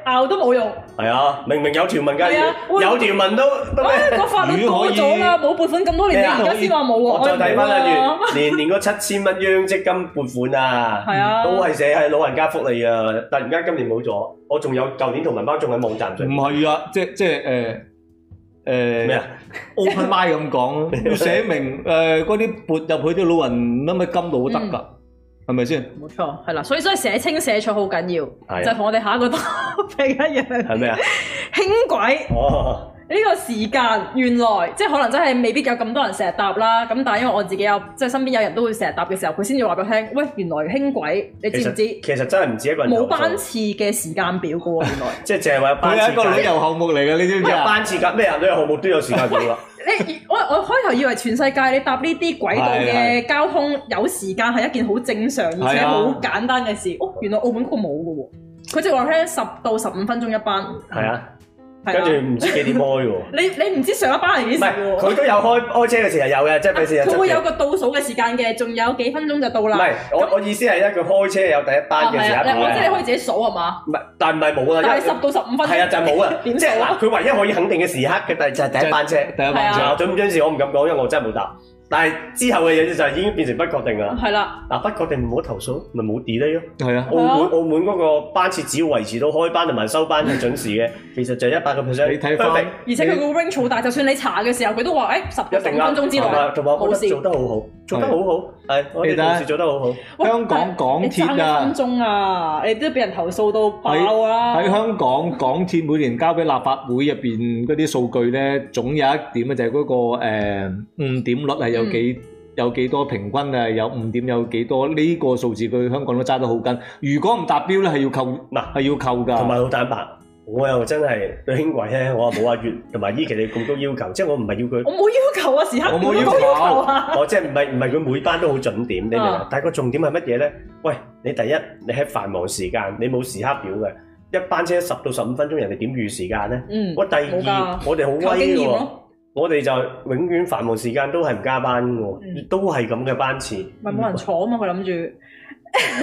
Speaker 1: 拗都冇用。
Speaker 2: 係啊，明明有條文㗎，
Speaker 1: 係啊會
Speaker 2: 有條文都都咩？
Speaker 1: 唉，哎個法律改咗啦，冇撥款咁多年，你
Speaker 2: 咩啊
Speaker 1: 而家先話冇喎，
Speaker 2: 我再睇翻
Speaker 1: 我又冇啊
Speaker 2: 啦，原連連嗰七千蚊央積金撥款啊，
Speaker 1: 係啊
Speaker 2: 都係寫喺老人家福利啊，突然間今年冇咗，我仲有舊年同文包仲喺網站上
Speaker 3: 唔係啊，即即誒誒
Speaker 2: 咩啊？
Speaker 3: open m i 咁講，要寫明誒嗰啲撥入去啲老人乜乜金度都得㗎，係咪先？
Speaker 1: 冇錯，係啦，所以所以寫清寫錯好緊
Speaker 2: 係
Speaker 1: 要，
Speaker 2: 啊
Speaker 1: 就同我哋下一個 topic 一樣，
Speaker 2: 係咩啊？
Speaker 1: 輕軌。
Speaker 2: 哦，
Speaker 1: 呢個時間原來即係可能真係未必有咁多人成日搭啦，咁但係因為我自己有即係身邊有人都會成日搭嘅時候，佢先至話俾我聽，喂，原來輕軌你
Speaker 2: 其
Speaker 1: 知唔
Speaker 2: 實
Speaker 1: 知
Speaker 2: 其實真係唔止一個人
Speaker 1: 冇
Speaker 2: 投訴
Speaker 1: 班，次嘅時間表嘅喎，原來
Speaker 2: 即係淨係話有
Speaker 3: 佢
Speaker 2: 班次
Speaker 3: 係一個旅
Speaker 2: 隔
Speaker 3: 遊項目嚟嘅，你知唔知
Speaker 2: 有
Speaker 3: 啊？
Speaker 2: 班次隔咩人旅遊項目都有時間表 啦。
Speaker 1: 你我我開頭以為全世界你搭呢啲軌道
Speaker 3: 係
Speaker 1: 嘅交通有時間係一件好正常而且
Speaker 3: 係啊
Speaker 1: 好簡單嘅事，哦，原來澳門嗰個冇嘅喎，佢就話聽十到十五分鐘一班，
Speaker 2: 係啊，
Speaker 1: 係
Speaker 2: 跟住
Speaker 1: 啦，
Speaker 2: 唔知幾點開喎。
Speaker 1: 你你唔知上一班係幾
Speaker 2: 唔
Speaker 1: 時
Speaker 2: 係，
Speaker 1: 嘅喎
Speaker 2: 佢。都有開開車嘅時候有嘅，即係俾四日
Speaker 1: 佢會有個倒數嘅時間嘅，仲有幾分鐘就到
Speaker 2: 唔
Speaker 1: 啦。
Speaker 2: 係，我我意思係咧，佢開車有第一班
Speaker 1: 啊，
Speaker 2: 嘅時
Speaker 1: 係啊，你
Speaker 2: 候
Speaker 1: 我知你
Speaker 2: 有嘅，
Speaker 1: 可以自己數係嘛？
Speaker 2: 唔係，但唔係冇啦，因
Speaker 1: 但係
Speaker 2: 為
Speaker 1: 十到十五分鐘
Speaker 2: 係啊，就係冇啊， 即
Speaker 1: 點
Speaker 2: 係
Speaker 1: 數啊
Speaker 2: 嗱，佢唯一可以肯定嘅時刻嘅，但係就係第一班車。
Speaker 3: 第一班
Speaker 1: 係啊
Speaker 2: 嗱，
Speaker 3: 車，
Speaker 2: 準唔準時我唔敢講，因為我真係冇答。但係之後嘅嘢就已經變成不確定㗎啦。
Speaker 1: 係啦，
Speaker 2: 嗱，不確定唔好投訴，咪冇 delay 咯。
Speaker 3: 係啊
Speaker 2: 澳。
Speaker 1: 係啊
Speaker 2: 門澳門嗰個班次只要維持到開班同埋收班係準時 嘅，其實就一百個 percent。
Speaker 3: 你睇翻，
Speaker 1: 而且佢個 range 好大，就算你查嘅時候，佢都話哎誒十
Speaker 2: 一
Speaker 1: 到十
Speaker 2: 定啊
Speaker 1: 五
Speaker 2: 啱，
Speaker 1: 分鐘之內
Speaker 2: 同埋同埋我
Speaker 1: 冇
Speaker 2: 覺得做
Speaker 1: 事。
Speaker 2: 得好好，做得好好，係我哋同事做得啊好好。
Speaker 1: 喂
Speaker 3: 香港港
Speaker 1: 你
Speaker 3: 鐵
Speaker 1: 爭一分
Speaker 3: 啊，
Speaker 1: 鐘啊，你都俾人投訴到爆啊啦。
Speaker 3: 喺香港港鐵每年交俾立法會入邊嗰啲數據咧，總有一點啊，就係嗰個誒誤點率係有幾有幾多平均啊，有誤點有幾多呢個數字，佢香港都揸得好緊。如果唔達標咧，係要扣
Speaker 2: 嗱
Speaker 3: 係要扣㗎。
Speaker 2: 同埋好坦白，我又真係對輕軌咧，我話冇阿月同埋依期你咁高要求，即係我唔係要佢。
Speaker 1: 我冇要求啊，時刻
Speaker 3: 我冇要求
Speaker 1: 我啊。
Speaker 2: 我即係唔係唔係佢每班都好準點，你明唔明
Speaker 1: 啊
Speaker 2: 啊？但係個重點係乜嘢咧？喂，你第一你喺繁忙時間，你冇時刻表嘅，一班車十到十五分鐘，人哋點預時間咧？
Speaker 1: 嗯，
Speaker 2: 我第
Speaker 1: 冇
Speaker 2: 二
Speaker 1: 㗎，
Speaker 2: 我哋好
Speaker 1: 靠經
Speaker 2: 威
Speaker 1: 驗
Speaker 2: 喎，
Speaker 1: 咯。
Speaker 2: 我哋就永遠繁忙時間都係唔加班嘅喎，都係咁嘅班次。
Speaker 1: 咪
Speaker 3: 嗯
Speaker 1: 冇人坐啊嘛，佢諗住。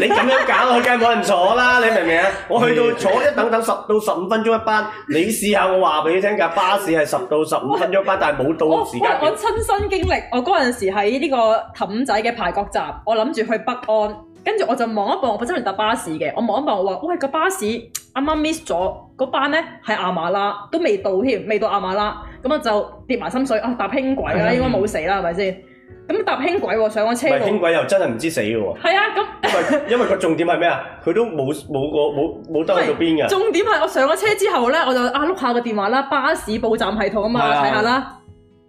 Speaker 2: 你咁樣搞，佢梗係冇人坐啦，你明唔明啊？我去到坐一等等十到十五分鐘一班，你試下我話俾你聽㗎，巴士係十到十五分鐘一班，但係冇
Speaker 1: 我
Speaker 2: 到時間
Speaker 1: 哦我
Speaker 2: 表
Speaker 1: 我。親身經歷，我嗰陣時喺呢個氹仔嘅排角站，我諗住去北安，跟住我就望一望，我本身係搭巴士嘅，我望一望，我話：喂，個巴士啱啱 miss 咗嗰班咧，係亞馬拉，都未到添， 未到亞馬拉，咁我就跌埋心水，啊搭輕軌啦，應該冇死啦，係咪先？咁搭輕軌喎，上咗
Speaker 2: 唔
Speaker 1: 車
Speaker 2: 係輕
Speaker 1: 喎，
Speaker 2: 軌又真係唔知死嘅喎。
Speaker 1: 係啊，咁
Speaker 2: 因為因為個重點係咩啊？佢都冇冇個冇冇得去到邊㗎。
Speaker 1: 重點係我上咗車之後咧，我就啊碌下個電話啦，巴士報站系統啊嘛，
Speaker 2: 係啊
Speaker 1: 睇下啦。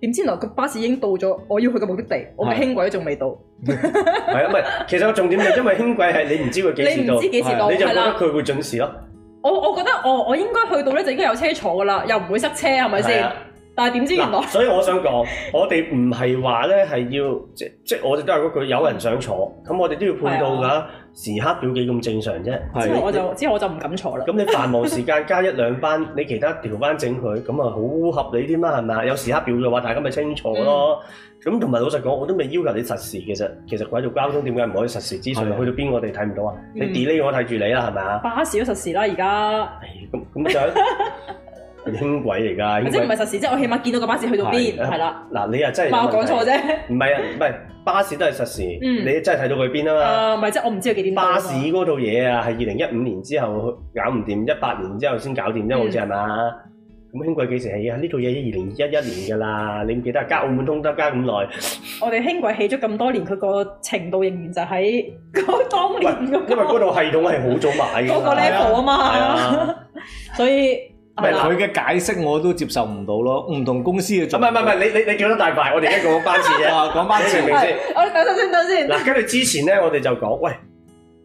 Speaker 1: 點知原來個巴士已經到咗我要去嘅目的地，我
Speaker 2: 係
Speaker 1: 嘅輕軌都仲未到。
Speaker 2: 係啊，唔係，其實個重 點就因為輕軌係你唔知佢幾時
Speaker 1: 你唔
Speaker 2: 到，啊
Speaker 1: 知幾時到
Speaker 2: 你就覺
Speaker 1: 係
Speaker 2: 得
Speaker 1: 啦。
Speaker 2: 佢會準時咯。
Speaker 1: 我我覺得我我應該去到咧就應該有車坐噶啦，又唔會塞車係咪
Speaker 2: 係
Speaker 1: 先
Speaker 2: 啊？
Speaker 1: 但係點知原來
Speaker 2: 嗱，所以我想講，我哋唔係話咧係要即即我哋都係嗰句有人想坐，咁我哋都要配到
Speaker 1: 係啊
Speaker 2: 㗎，時刻表記咁正常啫。
Speaker 1: 之後我
Speaker 2: 你
Speaker 1: 就之後我就唔敢坐啦。
Speaker 2: 咁你繁忙時間加一兩班，你其他調班整佢，咁啊好合理添啦，係咪啊？有時刻表嘅話，大家咪清楚咯。嗯咁同埋老實講，我都未要求你實時。其實其實軌道交通點解唔可以實時資訊？
Speaker 3: 係啊
Speaker 2: 去到邊我哋睇唔到啊？你
Speaker 1: 嗯
Speaker 2: delay 我睇住你啦，係咪啊？
Speaker 1: 巴士都實時啦，而家
Speaker 2: 唉咁咁 就輕軌嚟㗎，
Speaker 1: 或
Speaker 2: 輕
Speaker 1: 者
Speaker 2: 軌
Speaker 1: 唔係實時，即係我起碼見到個巴士去到邊係啦。
Speaker 2: 嗱你啊真係
Speaker 1: 唔
Speaker 2: 有
Speaker 1: 係我講
Speaker 2: 問題
Speaker 1: 錯啫，
Speaker 2: 唔係啊，唔係巴士都係實時，
Speaker 1: 嗯
Speaker 2: 你真係睇到佢邊啊嘛。
Speaker 1: 啊唔係即係我唔知佢幾點到啊嘛
Speaker 2: 巴士嗰套嘢啊，係二零一五年之後搞唔掂，一八年之後先搞掂啫，
Speaker 1: 嗯
Speaker 2: 好似係嘛？咁輕軌幾時起啊？呢套嘢二零一一年㗎啦，你唔記得啊？加澳門通得加咁耐，
Speaker 1: 我哋輕軌起咗咁多年，佢個程度仍然就喺嗰當
Speaker 2: 喂
Speaker 1: 年嗰
Speaker 2: 因為嗰
Speaker 1: 個
Speaker 2: 套系統係好早買㗎
Speaker 1: 嗰
Speaker 2: 嘛。
Speaker 1: 個 level 啊
Speaker 2: 係
Speaker 1: 嘛，
Speaker 2: 啊，
Speaker 1: 所以
Speaker 2: 唔係
Speaker 1: 係啦
Speaker 3: 佢嘅解釋我都接受唔到咯，唔同公司嘅
Speaker 2: 唔
Speaker 3: 做
Speaker 2: 係唔係唔係，你你你叫得大塊，我哋而家講班次 啫。
Speaker 3: 啊，講翻
Speaker 2: 你
Speaker 3: 前
Speaker 2: 明唔明
Speaker 3: 面
Speaker 2: 先
Speaker 1: 係？我哦哋等等先，等先。
Speaker 2: 嗱，跟住之前咧，我哋就講，喂，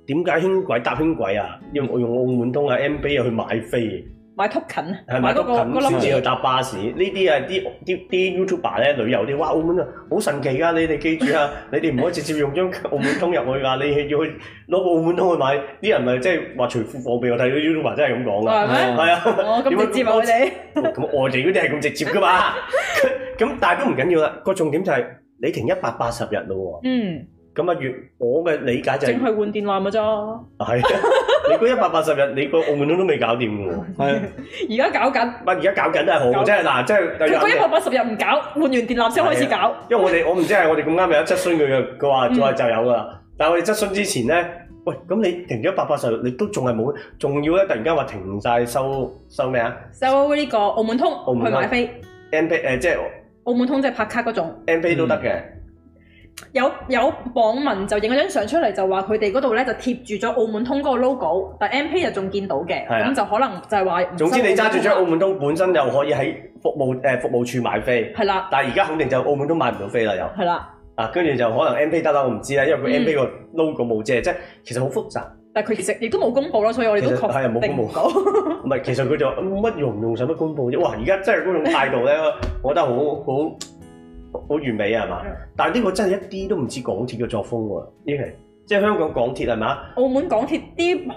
Speaker 2: 點解輕軌搭輕軌啊？要我用澳門通啊、MB 啊去買飛，
Speaker 1: 買 token
Speaker 2: 係買
Speaker 1: 啊，買
Speaker 2: 到
Speaker 1: 嗰個
Speaker 2: 近
Speaker 1: 嗰粒
Speaker 2: 先至去搭巴士。呢啲啊，啲啲啲 YouTuber 咧，旅遊啲，哇，澳門啊，好神奇㗎！你哋記住啊， 你哋唔可以直接用張 澳門通入去㗎，你要去攞個澳門通去買。啲人咪即係話除褲放屁，我睇到 YouTuber 真係咁講㗎，
Speaker 1: 係咪？
Speaker 2: 係啊。
Speaker 1: 我
Speaker 2: 點解
Speaker 1: 咁直接啊！佢哋
Speaker 2: 咁外地嗰啲係咁直接㗎嘛。 咁但係都唔緊要啦，個重點就係你停一百八十日咯
Speaker 1: 嗯，
Speaker 2: 喎。咁啊，越我嘅理解就係
Speaker 1: 淨係換電纜嘅啫。
Speaker 2: 係啊，你嗰一百八十日，你個澳門通都未搞掂 嘅喎。
Speaker 3: 係
Speaker 1: 而家搞緊，
Speaker 2: 乜而家搞緊都係好，
Speaker 1: 搞
Speaker 2: 真係嗱，真係
Speaker 1: 佢
Speaker 2: 有
Speaker 1: 嗰一
Speaker 2: 人
Speaker 1: 百八十日唔搞，換完電纜先開始搞。
Speaker 2: 因為我哋我唔知係我哋咁啱有質詢佢嘅，佢話
Speaker 1: 嗯
Speaker 2: 佢話就有㗎啦。但係我哋質詢之前咧，喂，咁你停咗一百八十日，你都仲係冇，仲要咧突然間話停晒收收咩啊
Speaker 1: 收呢個澳門通
Speaker 2: 門
Speaker 1: 去
Speaker 2: 通
Speaker 1: 買飛，
Speaker 2: ？M P 誒即係
Speaker 1: 澳門通即係拍卡嗰種。
Speaker 2: M P 都得嘅，
Speaker 1: 有有網民就影咗張相出嚟，就話佢哋嗰度咧就貼住咗澳門通嗰個 logo，但 M P 就仲見到嘅，
Speaker 2: 係啊
Speaker 1: 咁就可能就係話唔收
Speaker 2: 總之你揸住張澳
Speaker 1: 門通
Speaker 2: 門通本身又可以喺服務誒服務處買飛，
Speaker 1: 啦係啦
Speaker 2: 但係而家肯定就澳門通買唔到飛啦又。
Speaker 1: 係啦，
Speaker 2: 啊，跟住就可能 M P 得啦，我唔知啦，因為佢 M P 個 logo 冇遮，即係其實好複雜。
Speaker 1: 但係佢其實亦都冇公佈咯，所以我哋都
Speaker 2: 其實係啊冇
Speaker 1: 確定
Speaker 2: 公
Speaker 1: 唔
Speaker 2: 佈
Speaker 1: 到。
Speaker 2: 唔係，其實佢就話冇乜用，用使乜公佈啫？哇！而家真係嗰種態度咧，我覺得好好好完美啊，係嘛
Speaker 1: 嗯？
Speaker 2: 但係呢個真係一啲都唔似港鐵嘅作風喎，呢係即係香港港鐵係嘛？
Speaker 1: 澳門港鐵啲學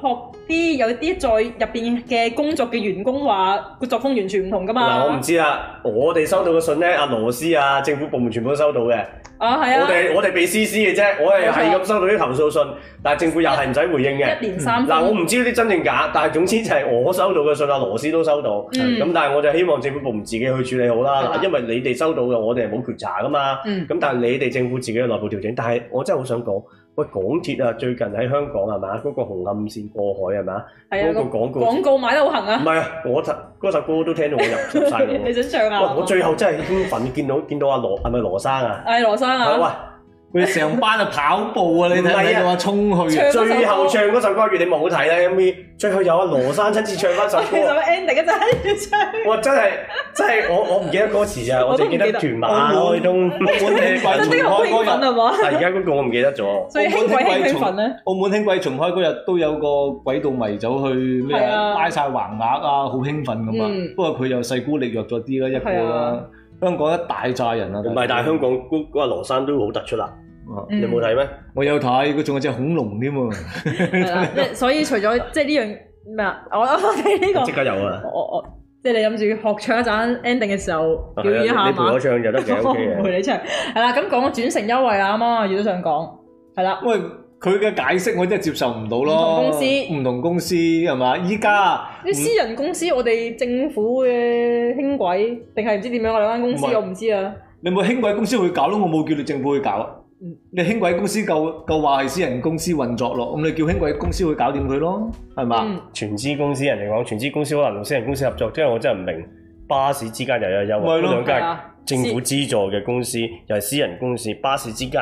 Speaker 1: 啲有啲在入邊嘅工作嘅員工話個作風完全唔同噶嘛。
Speaker 2: 嗱，我唔知啦，我哋收到嘅信咧，阿羅斯啊，政府部門全部都收到嘅，
Speaker 1: 啊，係
Speaker 2: 我
Speaker 1: 啊，
Speaker 2: 哋我哋被 CC 嘅啫，我係係
Speaker 1: 冇錯
Speaker 2: 咁收到啲投訴信，但係政府又係唔使回應嘅。
Speaker 1: 一連三
Speaker 2: 嗱，我
Speaker 1: 封。
Speaker 2: 唔知呢啲真定假，但係總之就係我收到嘅信，阿羅斯都收到。
Speaker 1: 嗯
Speaker 2: 咁、但係我就希望政府部門自己去處理好
Speaker 1: 係
Speaker 2: 啦
Speaker 1: 啦，
Speaker 2: 因為你哋收到嘅，我哋係冇權查噶嘛。
Speaker 1: 嗯，
Speaker 2: 咁但係你哋政府自己嘅內部調整，但係我真係好想講，喂，港鐵啊，最近喺香港係嘛，嗰、個紅暗線過海係嘛，
Speaker 1: 係
Speaker 2: 嗰、
Speaker 1: 啊，
Speaker 2: 個
Speaker 1: 個
Speaker 2: 廣告，唔
Speaker 1: 廣告買得好行啊！
Speaker 2: 係啊，我嗰首歌都聽到我入入晒腦。
Speaker 1: 你想唱啊？
Speaker 2: 喂，我最後真係興奮，見到見到阿羅係咪羅生啊？
Speaker 1: 係羅生
Speaker 2: 係
Speaker 1: 啊，
Speaker 2: 喂，
Speaker 3: 佢哋成班啊跑步啊，你睇唔睇到啊？衝去啊
Speaker 1: 唱嗰首歌
Speaker 2: 最後唱嗰首歌，如果你冇睇咧，咁咪最後有阿羅生親自唱翻首
Speaker 1: 其實
Speaker 2: 歌。啊
Speaker 1: ending 就 係要唱。
Speaker 2: 我真係真係我我唔記得歌詞咋，我
Speaker 1: 我都
Speaker 2: 淨記
Speaker 1: 唔記
Speaker 2: 得
Speaker 1: 得
Speaker 2: 屯馬
Speaker 3: 澳
Speaker 2: 開
Speaker 3: 門
Speaker 2: 通。
Speaker 3: 澳門輕
Speaker 2: 哎
Speaker 3: 軌
Speaker 1: 真
Speaker 3: 重
Speaker 1: 的好
Speaker 3: 開
Speaker 1: 興奮
Speaker 3: 嗰
Speaker 1: 啊
Speaker 3: 日，
Speaker 1: 係嘛？
Speaker 2: 但而家嗰個我唔記得咗。
Speaker 1: 所以輕軌興興奮啊咧，
Speaker 3: 澳門輕軌重開嗰日都有個軌道迷走去咩
Speaker 1: 係
Speaker 3: 啊
Speaker 1: 啊
Speaker 3: 拉晒橫額啊，好興奮咁啊
Speaker 1: 嗯！
Speaker 3: 不過佢又勢孤力弱咗啲啦，一個
Speaker 1: 係
Speaker 3: 啦。香港一大扎人啊，
Speaker 2: 唔係，但係香港嗰嗰阿羅生都好突出啦。
Speaker 3: 啊
Speaker 1: 嗯
Speaker 2: 你冇睇咩？
Speaker 3: 我有睇，佢仲有隻恐龍添喎。
Speaker 1: 係啦。即係所以除咗即係呢樣咩啊，我我哋呢個
Speaker 2: 即刻有啊！
Speaker 1: 我我即係你諗住學唱一陣 ending 嘅時候
Speaker 2: 啊
Speaker 1: 表演一
Speaker 2: 係啊
Speaker 1: 下
Speaker 2: 你陪
Speaker 1: 嘛
Speaker 2: 我。唱就得嘅
Speaker 1: 我唔
Speaker 2: ，OK 嘅。
Speaker 1: 陪你唱，係啦，咁講轉乘優惠啊啦，啱啱我亦都想講，係啦，
Speaker 3: 喂，佢嘅解釋我真係接受唔到咯。
Speaker 1: 唔同公司
Speaker 3: 唔同公司係嘛？依家
Speaker 2: 嗯
Speaker 1: 啲私人公司我哋政府嘅輕軌定係唔知點樣啊兩間公司
Speaker 3: 唔係
Speaker 1: 我唔知啊，
Speaker 3: 你有冇輕軌公司去搞咯？我冇叫你政府去搞啊
Speaker 1: 嗯。
Speaker 3: 你輕軌公司夠夠話係私人公司運作咯，咁你叫輕軌公司去搞掂佢咯，係
Speaker 2: 啊
Speaker 3: 嘛？
Speaker 1: 嗯，
Speaker 2: 全資公司人嚟講，全資公司可能同私人公司合作，即係我真係唔明巴士之間又有優
Speaker 3: 咪
Speaker 2: 惠，
Speaker 3: 咯
Speaker 2: 兩
Speaker 1: 係
Speaker 2: 間
Speaker 1: 啊，
Speaker 2: 政府資助嘅公司又係私人公司，巴士之間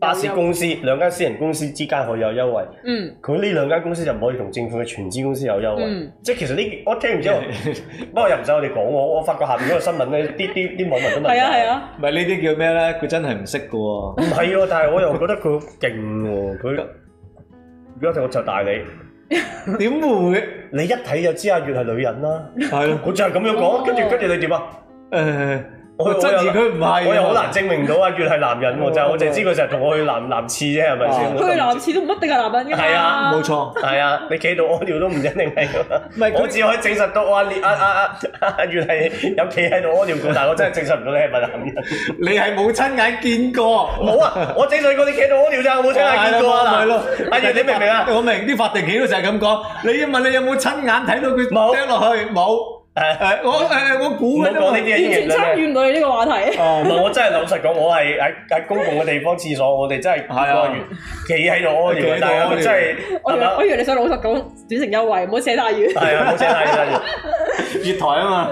Speaker 2: 巴士公司兩間私人公司之間可以有優惠，
Speaker 1: 嗯
Speaker 2: 佢呢兩間公司就唔可以同政府嘅全資公司有優惠。
Speaker 1: 嗯，
Speaker 2: 即係其實呢，我聽完之後，不過又唔使我哋講喎，我我發覺下邊嗰個新聞咧，啲啲啲網民都問。
Speaker 1: 係啊係。啊，
Speaker 3: 唔係呢啲叫咩咧？佢真係唔識嘅 喎
Speaker 2: 唔。係喎，但係我又覺得佢好勁喎，佢如果我就大你，
Speaker 3: 點會？
Speaker 2: 你一睇就知阿月係女人啦。
Speaker 3: 係咯，
Speaker 2: 我就係咁樣
Speaker 1: 哦
Speaker 2: 講，跟住跟住你點啊？
Speaker 3: 誒，
Speaker 2: 我
Speaker 3: 我質疑佢唔係。啊
Speaker 2: 我又好難。證明到阿月係男人喎，
Speaker 3: 哦
Speaker 2: 就係我淨係知佢成日同我去男男廁啫，係咪
Speaker 3: 哦
Speaker 2: 先？
Speaker 1: 佢男廁都唔一定係男人㗎嘛，
Speaker 2: 係啊
Speaker 3: 冇。錯，
Speaker 2: 係啊，你企到屙尿都唔一定係㗎嘛
Speaker 3: 唔係佢
Speaker 2: 我只可以證實到啊我阿列阿阿阿阿月係有企喺度屙尿過，但係我真係證實唔到你係咪男人。
Speaker 3: 你係冇親眼見過。
Speaker 2: 冇啊，我整上嗰啲企喺度屙尿咋，我冇親眼見過啊。
Speaker 3: 哦係咯，
Speaker 2: 阿月你明唔明啊？
Speaker 3: 我明啲法庭記錄就係咁講。你要問你有冇親眼睇到佢
Speaker 2: 冇
Speaker 3: 掟落去？冇。
Speaker 2: 係
Speaker 3: 誒，我誒我
Speaker 2: 唔
Speaker 3: 估
Speaker 2: 好
Speaker 3: 嘅啫
Speaker 2: 講呢啲
Speaker 3: 嘛。
Speaker 2: 嘢，
Speaker 1: 完全參與唔到你呢個話題，
Speaker 2: 哦，唔係，我真係老實講，我係喺喺公共嘅地方廁所，我哋真係
Speaker 3: 係啊
Speaker 2: 企喺度屙
Speaker 3: 企喺
Speaker 2: 尿
Speaker 3: 度，
Speaker 2: 但係
Speaker 3: 屙尿
Speaker 2: 我真係
Speaker 1: 我
Speaker 2: 係
Speaker 1: 以為
Speaker 2: 咪啊
Speaker 1: 我以為你想老實講轉乘優惠，唔好扯 太遠。
Speaker 2: 係啊，冇聲太真
Speaker 3: 月台啊嘛，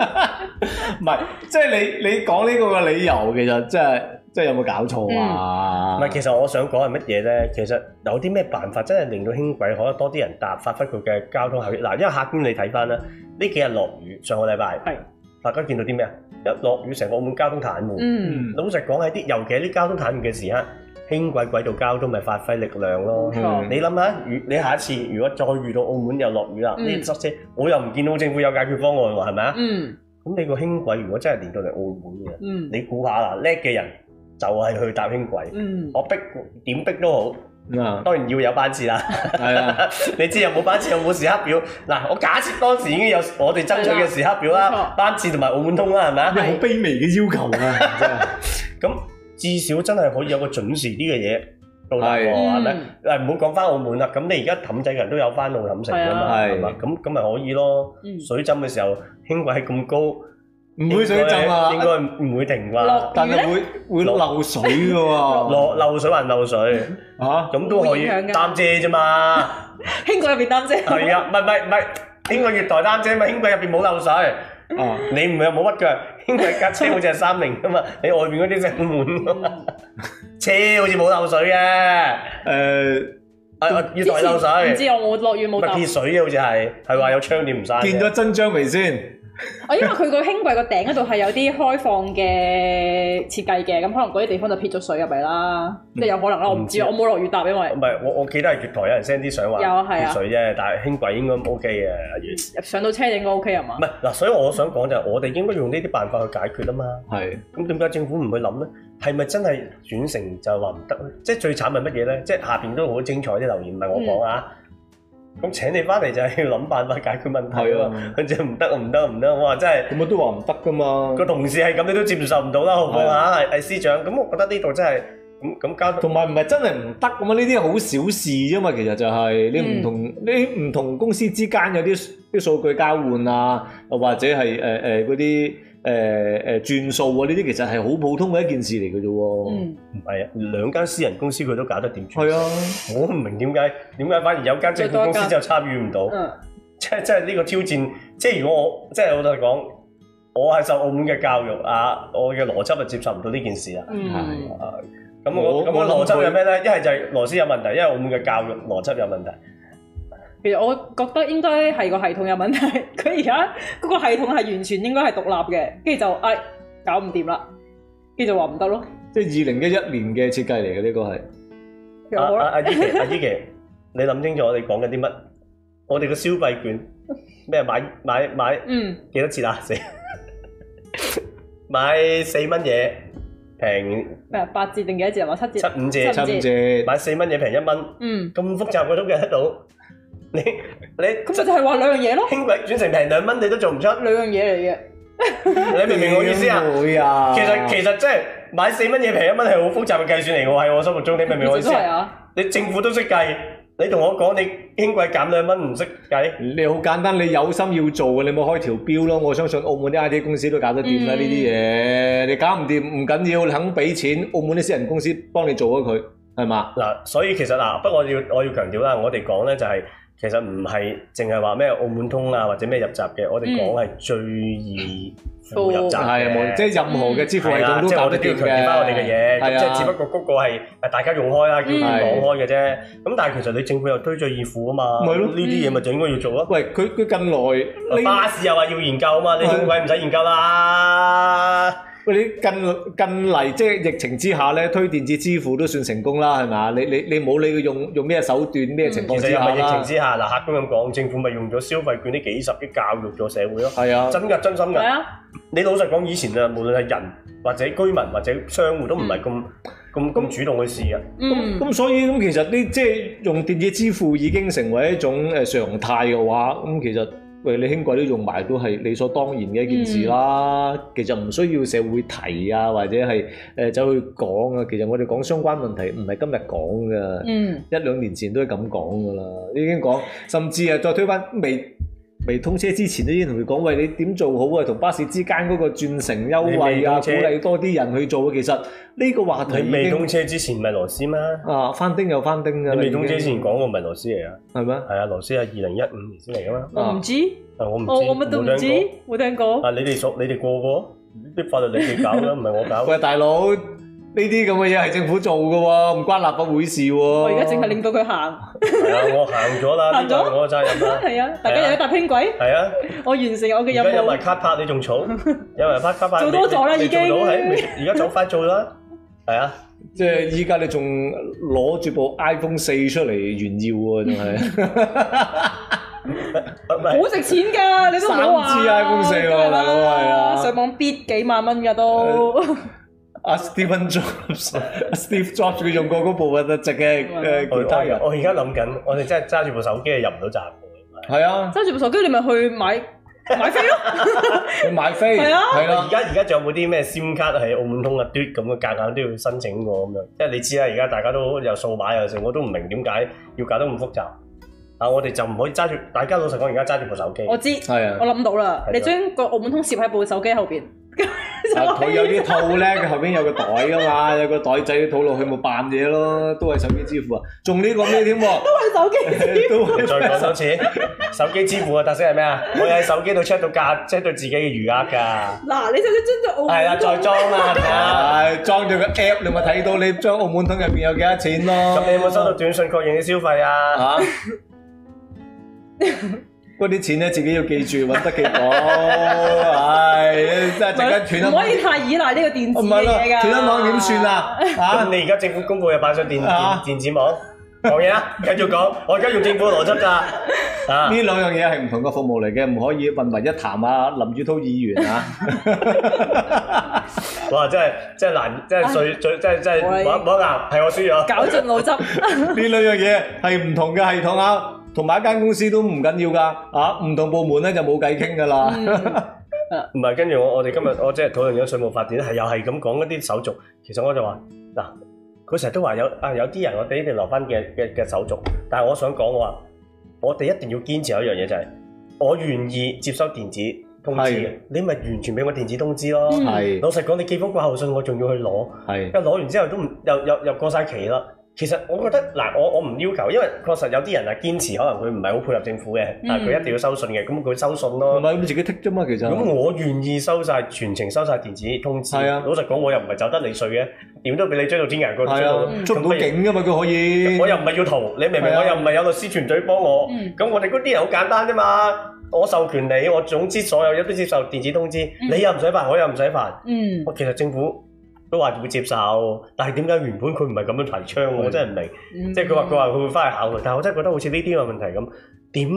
Speaker 3: 唔係，即係你你講呢個嘅理由，其實即係即係有冇搞錯啊？
Speaker 2: 唔係，其實我想講係乜嘢咧？其實有啲咩辦法真係令到輕軌可以多啲人搭，發揮佢嘅交通效益。嗱，因為客觀你睇翻啦，呢幾日落雨，上個禮拜
Speaker 1: 係
Speaker 2: 大家見到啲咩啊？一落雨，成個澳門交通癱瘓。
Speaker 1: 嗯，
Speaker 3: 嗯，
Speaker 2: 老實講喺啲，尤其喺啲交通癱瘓嘅時刻，輕軌軌道交通咪發揮力量咯
Speaker 1: 冇。錯，
Speaker 2: 你諗下，如你下一次如果再遇到澳門又落雨啦，
Speaker 1: 嗯
Speaker 2: 呢啲塞車，我又唔見到政府有解決方案喎，係咪啊？
Speaker 1: 嗯
Speaker 2: 咁你個輕軌如果真係連到嚟澳門嘅，
Speaker 1: 嗯
Speaker 2: 你估下啦，叻嘅人就係去搭輕軌，
Speaker 1: 嗯，
Speaker 2: 我逼點逼都好，
Speaker 3: 啊，
Speaker 2: 當然要有班次啦。
Speaker 3: 係啊，
Speaker 2: 你知有冇班次有冇時刻表？嗱，我假設當時已經有我哋爭取嘅時刻表
Speaker 1: 係
Speaker 2: 啦
Speaker 1: 啦，
Speaker 2: 班次同埋澳門通啦，係咪啊
Speaker 3: 好？卑微嘅要求啊，真係
Speaker 2: 咁至少真係可以有個準時啲嘅嘢到達喎，
Speaker 1: 係
Speaker 2: 係咪
Speaker 1: 嗯？
Speaker 2: 嗱，唔好講翻澳門啦，咁你而家氹仔人都有翻路氹城㗎嘛，
Speaker 3: 係啊
Speaker 2: 係嘛？咁咁咪可以咯。
Speaker 1: 嗯
Speaker 2: 水浸嘅時候，輕軌咁高，唔
Speaker 3: 唔會水浸
Speaker 2: 應
Speaker 3: 啊，
Speaker 2: 該唔會停啩
Speaker 1: 落？
Speaker 3: 但係會會漏水嘅喎，
Speaker 2: 落漏水還漏水，
Speaker 3: 嚇啊
Speaker 2: 咁都可以
Speaker 1: 冇影響㗎
Speaker 2: 擔遮啫嘛。
Speaker 1: 輕軌入邊擔遮，
Speaker 2: 係啊，唔係唔係唔係，輕軌月台擔遮嘛，輕軌入邊冇漏水。
Speaker 3: 啊，
Speaker 2: 你唔係冇乜腳，輕軌架車好似係三菱㗎嘛，你外邊嗰啲真係滿㗎嘛，車好似冇漏水嘅。
Speaker 3: 誒，
Speaker 2: 啊啊！要代漏
Speaker 1: 之前唔
Speaker 2: 水，
Speaker 1: 知我冇落雨
Speaker 2: 唔
Speaker 1: 冇搭
Speaker 2: 係，撇水嘅好似係，係話有窗簾唔閂嘅。
Speaker 3: 見咗真章未先？
Speaker 1: 我因為佢個輕軌個頂嗰度係有啲開放嘅設計嘅，咁可能嗰啲地方就撇咗水入嚟啦，即係有可能啦，我唔知
Speaker 2: 嗯
Speaker 1: 啊，
Speaker 2: 我
Speaker 1: 我冇落雨搭，因為
Speaker 2: 唔係我我記得係月台有人 send 啲相話
Speaker 1: 有係啊
Speaker 2: 撇水啫，但係輕軌應該 OK à, 嘅。阿月
Speaker 1: 上到車應該 OK 係嘛
Speaker 2: 唔？係嗱，所以我想講就係我哋應該用呢啲辦法去解決啊嘛。
Speaker 3: 係
Speaker 2: 咁點解政府唔去諗咧？係咪真係轉成就話唔得咧？即係最慘係乜嘢咧？即係下邊都好精彩啲留言，唔係我講啊。咁請你翻嚟就係 要諗辦法解決問題
Speaker 3: 係
Speaker 2: 啊
Speaker 3: 啊
Speaker 2: 嘛。佢就唔得唔得唔得，哇！真係〜
Speaker 3: 咁啊我都話唔得噶嘛
Speaker 2: 個。同事係咁，你都接受唔到啦，何況嚇係係司長。咁我覺得呢度真係咁咁交通
Speaker 3: 同埋唔係真係唔得咁啊！呢啲好小事啫嘛，其實就係你
Speaker 1: 嗯
Speaker 3: 唔同你唔同公司之間有啲啲數據交換啊，又或者係誒誒嗰啲誒誒轉數啊，呢啲其實係好普通嘅一件事嚟嘅啫喎。
Speaker 1: 嗯，
Speaker 2: 唔係啊，兩間私人公司佢都搞得掂住。
Speaker 3: 係啊，
Speaker 2: 我唔明點解點解反而有間政府公司就參與唔到，
Speaker 1: 嗯，
Speaker 2: 即係即係呢個挑戰。即係如果我即係我哋講，我係受澳門嘅教育啊，我嘅邏輯係接受唔到呢件事啊。
Speaker 1: 嗯，
Speaker 2: 咁我
Speaker 3: 我
Speaker 2: 咁我
Speaker 3: 我諗
Speaker 2: 邏輯
Speaker 3: 佢
Speaker 2: 係咩咧？一係就係螺絲有問題，一係澳門嘅教育邏輯有問題。
Speaker 1: 其實我覺得應該係個系統有問題，佢而家嗰個系統係完全應該係獨立嘅，跟住就唉搞唔掂啦，跟住就話唔得咯，
Speaker 3: 即係二零一一年嘅設計嚟嘅呢個係。
Speaker 1: 有啊
Speaker 2: 阿
Speaker 1: 可
Speaker 2: 阿啊阿
Speaker 1: 能
Speaker 2: 依琪，阿依琪，你諗清楚我哋講緊啲乜？我哋嘅消費券咩買買買
Speaker 1: 嗯
Speaker 2: 幾多折啊？死！ 買四蚊嘢平
Speaker 1: 咩啊八折定幾多折啊？話七
Speaker 2: 七
Speaker 1: 折，
Speaker 2: 五
Speaker 1: 七
Speaker 2: 折，
Speaker 3: 七五折，
Speaker 2: 買四蚊嘢平一蚊，
Speaker 1: 嗯，
Speaker 2: 咁複雜我都計得到。你你
Speaker 1: 咁咪就係話兩樣嘢咯，
Speaker 2: 輕軌轉乘平兩蚊你都做唔出，
Speaker 1: 兩樣嘢嚟嘅。
Speaker 2: 你明唔明我意思啊？
Speaker 3: 會啊，
Speaker 2: 其實其實即係買四蚊嘢平一蚊係好複雜嘅計算嚟，我喺我心目中，你明唔明我意
Speaker 1: 其實
Speaker 2: 思
Speaker 1: 都係
Speaker 2: 啊？
Speaker 1: 啊，
Speaker 2: 你政府都識計，你同我講你輕軌減兩蚊唔識計，
Speaker 3: 你好簡單，你有心要做嘅，你咪開條標咯。我相信澳門啲 I T 公司都搞得掂啦
Speaker 1: 嗯
Speaker 3: 呢啲嘢。你搞唔掂唔緊要，你肯俾錢，澳門啲私人公司幫你做咗佢，係嘛？
Speaker 2: 嗱，所以其實嗱，不過我要我要強調啦，我哋講咧就係、其實唔係淨係話咩澳門通啊或者咩入閘嘅，我哋講係最易付入閘
Speaker 1: 就
Speaker 3: 係啊，冇
Speaker 2: 嘅。
Speaker 3: 即係任何嘅支付系
Speaker 2: 係啦
Speaker 3: 統都
Speaker 2: 即嗯係啊
Speaker 3: 搞
Speaker 2: 我
Speaker 3: 得
Speaker 2: 哋都要
Speaker 3: 掂
Speaker 2: 強調翻我哋嘅
Speaker 3: 嘅。
Speaker 2: 嘢，
Speaker 3: 係
Speaker 2: 咁即係只不
Speaker 3: 啊，
Speaker 2: 過嗰個係誒大家用開啦，叫佢
Speaker 1: 嗯
Speaker 2: 講開嘅啫。咁但係其實你政府又推最易付啊嘛，
Speaker 3: 咪係咯嗯
Speaker 2: 呢啲嘢咪就應該要做咯。
Speaker 3: 喂，佢佢近來呢
Speaker 2: 巴士又話要研究啊嘛，你
Speaker 3: 係
Speaker 2: 輕軌唔使研究啦。
Speaker 3: 喂，你近近嚟即係疫情之下咧，推電子支付都算成功啦，係嘛？你你你冇理佢用用咩手段咩情況
Speaker 2: 嗯其
Speaker 3: 之
Speaker 2: 實又
Speaker 3: 下
Speaker 2: 咪疫情
Speaker 3: 啦，
Speaker 2: 之下，嗱客觀咁講，政府咪用咗消費券呢幾十億教育咗社會咯。
Speaker 3: 係啊，
Speaker 2: 真㗎，真心
Speaker 1: 係
Speaker 2: 㗎。
Speaker 1: 啊，
Speaker 2: 你老實講，以前啊，無論係人或者居民或者商户都唔係咁
Speaker 3: 嗯
Speaker 2: 咁咁主動去試嘅。啊
Speaker 1: 嗯，
Speaker 3: 咁所以咁其實呢，即係用電子支付已經成為一種誒常態嘅話，咁其實喂你輕軌都用埋都係理所當然嘅一件事啦。
Speaker 2: 嗯
Speaker 3: 其實唔需要社會提啊，或者係誒走去講啊。其實我哋講相關問題唔係今日講㗎。
Speaker 1: 嗯，
Speaker 3: 一兩年前都係咁講㗎啦，已經講，甚至啊係再推翻未未通車之前都已經同佢講，喂你點做好啊？同巴士之間嗰個轉乘優惠啊，
Speaker 2: 你未通車
Speaker 3: 鼓勵多啲人去做啊。其實呢個話題
Speaker 2: 你
Speaker 3: 已
Speaker 2: 未
Speaker 3: 經
Speaker 2: 通車之前咪羅斯嘛？
Speaker 3: 啊翻丁又翻丁㗎啦，
Speaker 2: 你未通車之
Speaker 3: 已經
Speaker 2: 前講我唔係羅斯嚟啊，
Speaker 3: 係咩？
Speaker 2: 係啊，羅斯係二零一五年先嚟噶嘛。
Speaker 1: 我唔知，
Speaker 2: 啊，我唔知，
Speaker 1: 哦我我乜都唔
Speaker 2: 冇
Speaker 1: 知
Speaker 2: 聽，
Speaker 1: 冇聽
Speaker 2: 過
Speaker 1: 過。
Speaker 2: 啊，你哋熟，你哋個個啲法律你哋搞 啦，唔係我搞。
Speaker 3: 喂大佬，呢啲咁嘅嘢係政府做㗎喎，唔關立法會事喎。
Speaker 1: 我
Speaker 3: 我
Speaker 1: 而家淨係令到佢行，
Speaker 2: 係啊，我行咗啦，呢個
Speaker 1: 行
Speaker 2: 係
Speaker 1: 咗
Speaker 2: 我嘅責任 啦。
Speaker 1: 係啊，大家有一搭輕軌，
Speaker 2: 係啊，
Speaker 1: 我完成我嘅
Speaker 2: 而家
Speaker 1: 任
Speaker 2: 有埋
Speaker 1: 務。
Speaker 2: 卡拍，你仲 嘈？有埋拍卡拍，
Speaker 1: 做多咗啦
Speaker 2: 你
Speaker 1: 已經
Speaker 2: 你做到係，未而家走快做 啦。係啊，
Speaker 3: 即係依家你仲攞住部 iPhone 四出嚟炫耀喎，仲係。
Speaker 2: 啊唔係
Speaker 1: 好值錢㗎，你都唔好話。
Speaker 3: 三支 iPhone 四喎
Speaker 1: 梗係啦
Speaker 3: 大佬係啊
Speaker 1: 上網 bid 幾萬蚊㗎都。
Speaker 3: 阿 À, Steven Jobs、阿 Steve Jobs 佢用過嗰部核突值嘅誒其他人，
Speaker 2: 我我而家諗緊，我哋真係揸住部手機係入唔到閘嘅。
Speaker 3: 係啊，
Speaker 1: 揸住部手機，你咪去買買飛 咯。
Speaker 3: 佢買飛
Speaker 1: 係啊
Speaker 3: 係
Speaker 2: 而
Speaker 3: 啦，
Speaker 2: 家而家仲有冇啲咩 SIM 卡係澳門通啊嘟咁嘅，夾硬都要申請過咁樣？因為你知啦，而家大家都有數碼有成，我都唔明點解要搞得咁複雜。啊，我哋就唔可以揸住，大家老實講，而家揸住部手機。
Speaker 1: 我知，
Speaker 3: 係啊
Speaker 1: 我諗到啦
Speaker 2: 係啊。
Speaker 1: 你將個澳門通攝喺部手機後邊，
Speaker 3: 啊 佢有啲套咧，佢後邊有個袋噶嘛，有個袋仔啲套落去咪扮嘢咯，都係手機支付啊，仲呢個咩添喎？
Speaker 1: 去手 機。
Speaker 3: 都
Speaker 2: 再
Speaker 3: 係
Speaker 2: 講多次，手機支付嘅特色係咩啊？我喺手機度 check 到價，check 到自己嘅餘額啊㗎。
Speaker 1: 嗱，你就想將
Speaker 3: 啊
Speaker 1: 澳
Speaker 2: 係啦，
Speaker 1: 門
Speaker 2: 再
Speaker 1: 通，
Speaker 2: 裝啦，係咪啊？
Speaker 3: 係裝咗個 app，你咪睇到你張澳門通入邊有幾多錢咯。
Speaker 2: 咁你有冇收到短信確認嘅消費啊？
Speaker 3: 嚇？嗰啲錢咧自己要記住，揾得幾多？唉，真係陣間斷
Speaker 1: 唔
Speaker 3: 咗哦
Speaker 1: 可以太依賴呢個電子
Speaker 3: 唔
Speaker 1: 嘅
Speaker 3: 係啦，
Speaker 1: 嘢㗎。
Speaker 3: 斷咗網點算？啊？
Speaker 2: 咁
Speaker 3: 嚇！
Speaker 2: 你而家政府公佈又擺上電
Speaker 3: 啊
Speaker 2: 電電子網講嘢啦，繼續講。我而家用政府嘅邏輯㗎。啊，
Speaker 3: 呢兩樣嘢係唔同嘅服務嚟嘅，唔可以混為一談啊！林宇滔議員 啊，
Speaker 2: 哇！真係真係難，真係最最真係真係
Speaker 1: 我哋
Speaker 2: 摸摸硬，係我輸咗。
Speaker 1: 搞盡腦汁。
Speaker 3: 呢兩樣嘢係唔同嘅系統啊，同埋一間公司都唔緊要㗎啊！唔同部門咧就冇偈傾㗎啦。
Speaker 1: 嗯
Speaker 2: 唔係，跟住我我哋今日我即係討論咗稅務法典，係又係咁講一啲手續。其實我就話嗱，佢成日都話有啊有啲人我哋一定留翻嘅嘅嘅手續，但係我想講我話，我哋一定要堅持有一樣嘢就係、我願意接收電子通
Speaker 3: 係
Speaker 2: 知，你咪完全俾我電子通知咯。
Speaker 1: 嗯
Speaker 3: 係
Speaker 2: 老實講，你寄封掛號信我仲要去攞，
Speaker 3: 係
Speaker 2: 又攞完之後都唔又又又過晒期啦。其實我覺得嗱，我我唔要求，因為確實有啲人啊堅持，可能佢唔係好配合政府
Speaker 3: 嗯
Speaker 2: 嘅，但係佢一定要收信嘅，咁佢收信咯
Speaker 3: 同。埋自己剔啫嘛，其實
Speaker 2: 咁我願意收晒全程收晒電子通知。
Speaker 3: 係啊
Speaker 2: 老實講，我又唔係走得你税嘅，點都俾你追到天涯角追
Speaker 3: 係
Speaker 2: 到。
Speaker 3: 啊，捉唔到
Speaker 2: 咁
Speaker 3: 警㗎嘛，佢可以
Speaker 2: 咪我。又唔係要逃，你明唔明？
Speaker 3: 係啊
Speaker 2: 我又唔係有律師團隊幫我。
Speaker 1: 嗯
Speaker 2: 咁我哋嗰啲人好簡單啫嘛。我授權你，我總之所有嘢都接受電子通知，
Speaker 1: 嗯
Speaker 2: 你又唔使煩，我又唔使煩。
Speaker 1: 嗯，
Speaker 2: 我其實政府都話會接受，但係點解原本佢唔係咁樣提倡喎？我真係唔明。
Speaker 1: 嗯
Speaker 2: 即係佢話佢話佢會翻去考慮，但係我真係覺得好似呢啲咁嘅問題咁，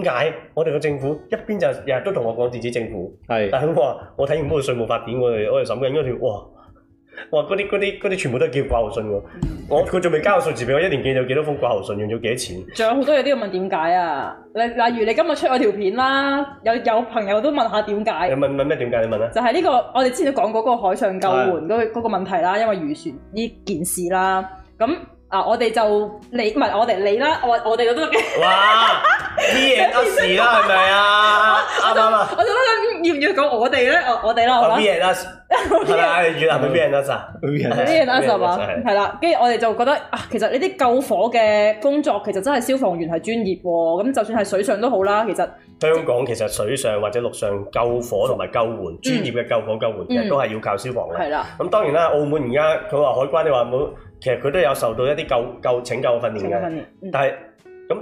Speaker 2: 點解我哋個政府一邊就日日都同我講電子政府？
Speaker 3: 係
Speaker 2: 但係佢話我睇完嗰個稅務法典，我哋我哋審緊嗰條，哇！我話嗰啲嗰啲嗰啲全部都係叫掛號信喎。我佢仲未交個數字俾我，一年寄咗幾多封掛號信，用咗幾多錢？
Speaker 1: 仲有好多嘢都要問點解啊！例例如你今日出我條片啦，有有朋友都問下點解
Speaker 2: 你，問問咩點解？你問啊？
Speaker 1: 就係呢、個我哋之前都講過嗰個海上救援嗰、個嗰個問題啦，因為漁船呢件事啦，咁啊我哋就你唔係我哋你啦，我我哋都得嘅。
Speaker 2: 哇！呢嘢呃事啦，係咪 啊？啱唔啱啊？
Speaker 1: 我就諗緊要唔要講我哋咧？我我哋啦，我
Speaker 2: 啊
Speaker 1: 諗
Speaker 2: B and us 係咪 啊？越南係 B and us 啊？
Speaker 3: Ừ, dạ.
Speaker 1: 呢
Speaker 2: 呢
Speaker 1: 嘢啦就嘛，
Speaker 2: 係
Speaker 1: 啊係啦，跟住我哋就覺得啊，其實呢啲救火嘅工作其實真係消防員係專業喎，咁就算係水上都好啦，其實
Speaker 2: 香港其實水上或者陸上救火同埋救援，專業嘅救火救援其實都係要靠消防嘅。
Speaker 1: 係啦，
Speaker 2: 咁當然啦，澳門而家佢話海關，你話冇，其實佢都有受到一啲救救拯救訓練
Speaker 1: 請教訓
Speaker 2: 嘅。
Speaker 1: 練，嗯
Speaker 2: 但係咁，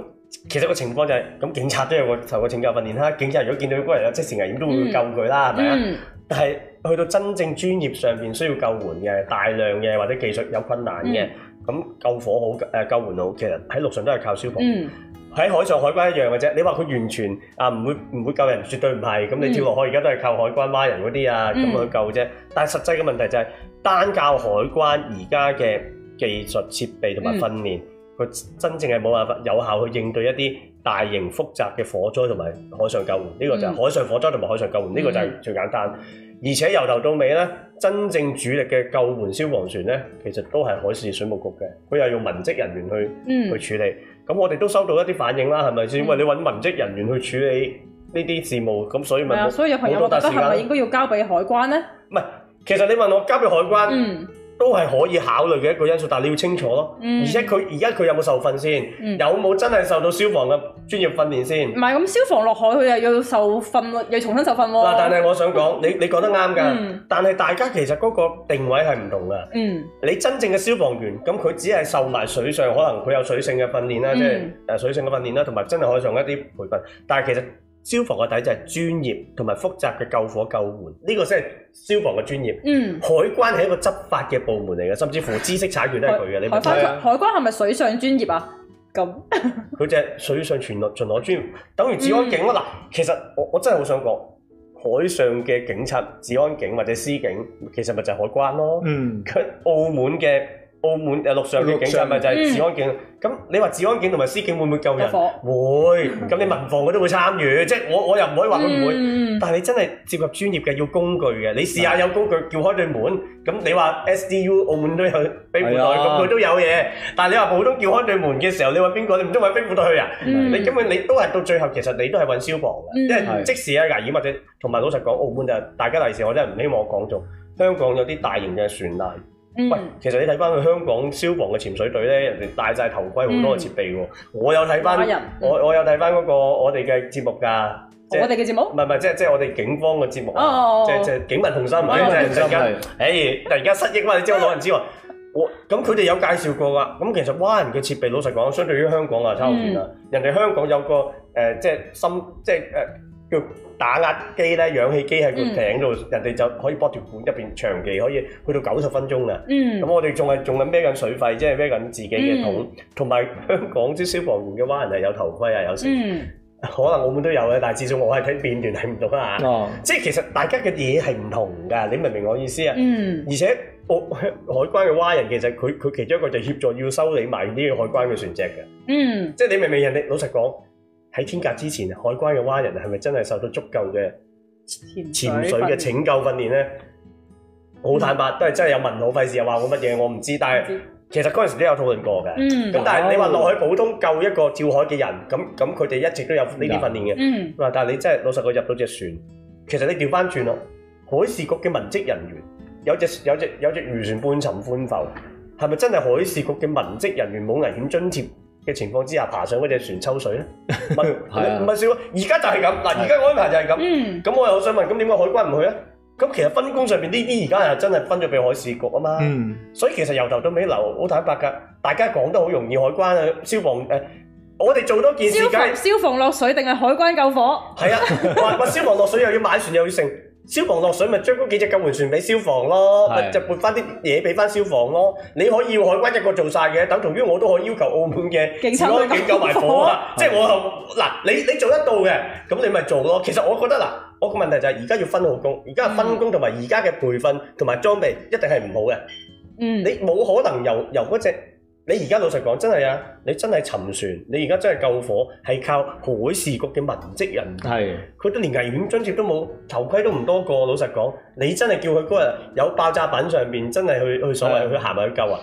Speaker 2: 其實個情況就係、咁，警察都有個受過拯救訓練啦。警察如果見到嗰個人有即時危險，都會
Speaker 1: 嗯
Speaker 2: 去救佢啦，係咪啊？
Speaker 1: 嗯。
Speaker 2: 但係去到真正專業上邊需要救援嘅大量嘅或者技術有困難嘅，咁、救火好誒、救援好，其實喺陸上都係靠消防。
Speaker 1: 嗯
Speaker 2: 喺海上海關一樣嘅啫。你話佢完全啊唔會唔會救人，絕對唔係。咁你
Speaker 1: 嗯
Speaker 2: 跳落海而家都係靠海關蛙人嗰啲啊咁
Speaker 1: 嗯
Speaker 2: 去救啫。但係實際嘅問題就係、單靠海關而家嘅技術設備同埋
Speaker 1: 嗯
Speaker 2: 訓練，佢、真正係冇辦法有效去應對一啲大型複雜嘅火災同埋海上救援。呢、個就係
Speaker 1: 嗯
Speaker 2: 海上火災同埋海上救援，呢、個就係最簡單。而且由頭到尾咧，真正主力嘅救援消防船咧，其實都係海事水務局嘅，佢又用文職人員去。
Speaker 1: 嗯，
Speaker 2: 去處理。咁我哋都收到一啲反應啦，係咪先？
Speaker 1: 嗯
Speaker 2: 喂，你揾文職人員去處理呢啲事務，咁所以
Speaker 1: 係
Speaker 2: 咪
Speaker 1: 啊，
Speaker 2: 冇
Speaker 1: 所以有朋友
Speaker 2: 冇
Speaker 1: 覺
Speaker 2: 多笪
Speaker 1: 得
Speaker 2: 時
Speaker 1: 係咪應
Speaker 2: 間。
Speaker 1: 該要交俾海關咧？
Speaker 2: 唔係，其實你問我交俾海關、
Speaker 1: 嗯
Speaker 2: 都係可以考慮嘅一個因素，但係你要清楚咯。
Speaker 1: 嗯
Speaker 2: 而且佢而家佢有冇受訓先？
Speaker 1: 嗯
Speaker 2: 有，冇真係受到消防嘅專業訓練先？
Speaker 1: 唔係咁消防落海佢又要受訓喎，又要重新受訓
Speaker 2: 嗱、
Speaker 1: 喎。
Speaker 2: 但係我想講，你你講得啱㗎。
Speaker 1: 嗯
Speaker 2: 但係大家其實嗰個定位係唔同㗎。
Speaker 1: 嗯
Speaker 2: 你真正嘅消防員，咁佢只係受埋水上，可能佢有水性嘅訓練啦，
Speaker 1: 嗯
Speaker 2: 即係誒水性嘅訓練啦，同埋真係海上一啲培訓。但係其實消防嘅底就係專業同埋複雜嘅救火救援，呢、個先係消防嘅專業。
Speaker 1: 嗯，
Speaker 2: 海關係一個執法嘅部門嚟嘅，甚至乎知識產權都係佢嘅。你
Speaker 1: 海
Speaker 2: 明唔
Speaker 1: 關
Speaker 2: 明
Speaker 3: 係
Speaker 2: 啊？
Speaker 3: 啊
Speaker 1: 海關係咪水上專業啊？咁
Speaker 2: 佢就係水上全落巡邏專業，等於治安警咯。嗱、其實我我真係好想講，海上嘅警察、治安警或者司警，其實咪就係海關咯。
Speaker 3: 嗯，
Speaker 2: 佢澳門嘅澳門誒陸上嘅警察咪就係治安警，咁、你話治安警同埋司警會唔會救人？
Speaker 1: 救火
Speaker 2: 會，咁你民防佢都會參與，即係我我又唔可以話佢唔會。
Speaker 1: 嗯
Speaker 2: 但係你真係涉及專業嘅，要工具嘅。你試下有工具撬開對門，咁你話 SDU 澳門都有飛虎隊，
Speaker 3: 係啊
Speaker 2: 咁佢都有嘢。但係你話普通撬開對門嘅時候，你揾邊個？你唔通揾飛虎隊去啊？
Speaker 1: 嗯
Speaker 2: 你根本你都係到最後，其實你都係揾消防嘅，
Speaker 1: 嗯
Speaker 2: 因為
Speaker 3: 係
Speaker 2: 即使啊危險或者同埋老實講，澳門就係大家第時我真係唔希望我講中，香港有啲大型嘅船難。
Speaker 1: 嗯
Speaker 2: 喂，其實你睇翻佢香港消防嘅潛水隊咧，人哋戴晒頭盔好多嘅設備喎。我有睇
Speaker 1: 打
Speaker 2: 翻，
Speaker 1: 人嗯
Speaker 2: 我我有睇翻嗰個我哋嘅節目㗎，即
Speaker 1: 我
Speaker 2: 係
Speaker 1: 哋嘅節
Speaker 2: 唔
Speaker 1: 目
Speaker 2: 係唔係，即係即係我哋警方嘅節目
Speaker 1: 哦哦
Speaker 2: 啊，
Speaker 1: 哦
Speaker 2: 即係即係警民同心，啊即係
Speaker 1: 民
Speaker 3: 同
Speaker 2: 突
Speaker 3: 心
Speaker 2: 然間
Speaker 3: 係，
Speaker 2: 誒突然間失憶啦，你知我老人痴呆。我咁佢哋有介紹過㗎，咁其實蛙人嘅設備老實講，相對於香港啊差好遠啦。人哋香港有個誒、呃即係心即係誒、呃叫打壓機咧，氧氣機喺個
Speaker 1: 嗯
Speaker 2: 艇度，人哋就可以駁條管入邊長期可以去到九十分鐘啊。
Speaker 1: 嗯
Speaker 2: 咁我哋仲係仲係孭緊水費，即係孭緊自己嘅桶，同埋、香港啲消防員嘅蛙人係有頭盔啊，有成，
Speaker 1: 嗯
Speaker 2: 可能澳門都有嘅，但係至少我係睇片段睇唔到啦。
Speaker 3: 哦，
Speaker 2: 即係其實大家嘅嘢係唔同㗎，你明唔明我意思啊？
Speaker 1: 嗯
Speaker 2: 而且澳 海關嘅蛙人其實佢佢其中一個就協助要修理埋呢個海關嘅船隻嘅，
Speaker 1: 嗯
Speaker 2: 即係你明唔明人哋老實講喺天鴿之前，海關嘅蛙人係咪真係受到足夠嘅潛水嘅拯救訓練呢？好坦白，都係真係有問號，費事又話我乜嘢，我唔知。但係其實嗰陣時都有討論過嘅。
Speaker 1: 嗯
Speaker 2: 咁但係你話落去普通救一個跳海嘅人，咁咁佢哋一直都有呢啲訓練嘅。
Speaker 1: 嗯
Speaker 2: 嗱，但係你真係老實講入到隻船，其實你調翻轉咯，海事局嘅文職人員有隻有隻有隻漁船半沉半浮，係咪真係海事局嘅文職人員冇危險津貼嘅情況之下爬上嗰隻船抽水咧？唔係
Speaker 3: 係啊
Speaker 2: 唔係笑啊！而家就係咁，嗱，而家我安排就係咁。
Speaker 1: 嗯
Speaker 2: 咁我又想問，咁點解海關唔去咧？咁其實分工上面呢啲而家係真係分咗俾海事局啊嘛。
Speaker 3: 嗯，
Speaker 2: 所以其實由頭到尾流好坦白㗎，大家講得好容易，海關啊、消防誒、我哋做多件事
Speaker 1: 消
Speaker 2: 梗係
Speaker 1: 防。消防落水定係海關救火？
Speaker 2: 係啊，話話消防落水又要買船又要剩，消防落水咪將嗰幾隻救援船俾消防咯，
Speaker 3: 係
Speaker 2: 咪就撥翻啲嘢俾翻消防咯。你可以要海關一個做晒嘅，等同於我都可以要求澳門嘅
Speaker 1: 警
Speaker 2: 治
Speaker 1: 察
Speaker 2: 安警救埋
Speaker 1: 去救
Speaker 2: 火啊！
Speaker 3: 火
Speaker 2: 即係我又嗱，你你做得到嘅，咁你咪做咯。其實我覺得嗱，我個問題就係而家要分好工，而家嘅分工同埋而家嘅培訓同埋裝備一定係唔好嘅。
Speaker 1: 嗯，
Speaker 2: 你冇可能由由嗰只，你而家老實講真係啊，你真係沉船，你而家真係救火係靠海事局嘅文職人員
Speaker 3: 係
Speaker 2: 佢都連危險津貼都冇，頭盔都唔多個。老實講，你真係叫佢嗰日有爆炸品上邊，真係去去所謂
Speaker 3: 係
Speaker 2: 去行埋去救啊！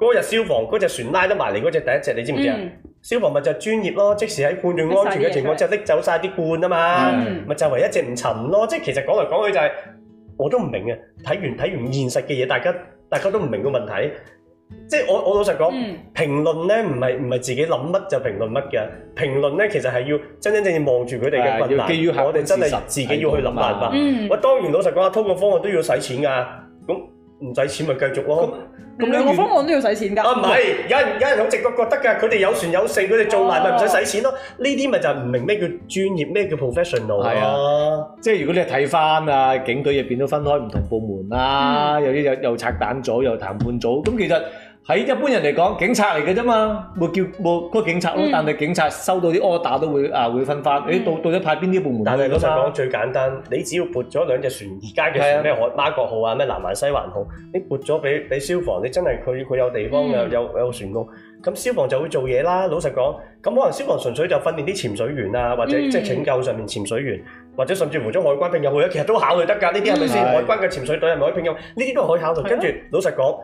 Speaker 2: 嗰日消防嗰只船拉得埋嚟嗰只第一隻，你知唔知啊？
Speaker 1: 嗯
Speaker 2: 消防咪就係專業咯，即時喺判斷安全嘅情況之下拎走晒啲罐啊嘛，
Speaker 1: 嗯
Speaker 2: 咪就唯一隻唔沉咯。即係其實講嚟講去就係、我都唔明嘅。睇完睇完現實嘅嘢，大家大家都唔明個問題。即係我我老實講。
Speaker 1: 嗯
Speaker 2: 評論咧唔係唔係自己諗乜就評論乜嘅，評論咧其實係要真真正正望住佢哋嘅困
Speaker 3: 係要
Speaker 2: 難，
Speaker 3: 基於客觀
Speaker 2: 我哋真係
Speaker 3: 事實
Speaker 2: 自己要去諗辦法。
Speaker 1: 嗯
Speaker 2: 我，當然老實講啊，通過方案都要使錢㗎，咁唔使錢咪繼續咯。
Speaker 1: 咁兩個方案都要使錢㗎。
Speaker 2: 啊唔係，有人有人好直覺覺得㗎，佢哋有船有勢，佢哋做埋咪唔使使錢咯。呢啲咪就係唔明咩叫專業，咩叫 professional
Speaker 3: 係
Speaker 2: 啊。
Speaker 3: 即係如果你睇翻啊，警隊入邊都分開唔同部門啦，有啲又又拆彈組，又談判組。咁其實喺一般人嚟講，警察嚟嘅啫嘛，會叫冇嗰個警察咯
Speaker 1: 嗯。
Speaker 3: 但係警察收到啲 order 都會啊會分翻，誒到到底派邊啲部門去㗎嘛？
Speaker 2: 但係老實講，最簡單，你只要撥咗兩隻船，而家嘅
Speaker 3: 係啊
Speaker 2: 船咩海孖角號啊，咩南環西環號，你撥咗俾俾消防，你真係佢佢有地方有
Speaker 1: 嗯
Speaker 2: 有有船澳，咁消防就會做嘢啦。老實講，咁可能消防純粹就訓練啲潛水員啊，或者
Speaker 1: 嗯
Speaker 2: 即係拯救上面潛水員，或者甚至乎將海軍並入去啊，其實都考慮得㗎。呢啲係咪先？
Speaker 3: 嗯
Speaker 2: 海軍嘅潛水隊係咪可以並入？呢啲都係可以考慮。
Speaker 1: 係啊
Speaker 2: 跟住老實講，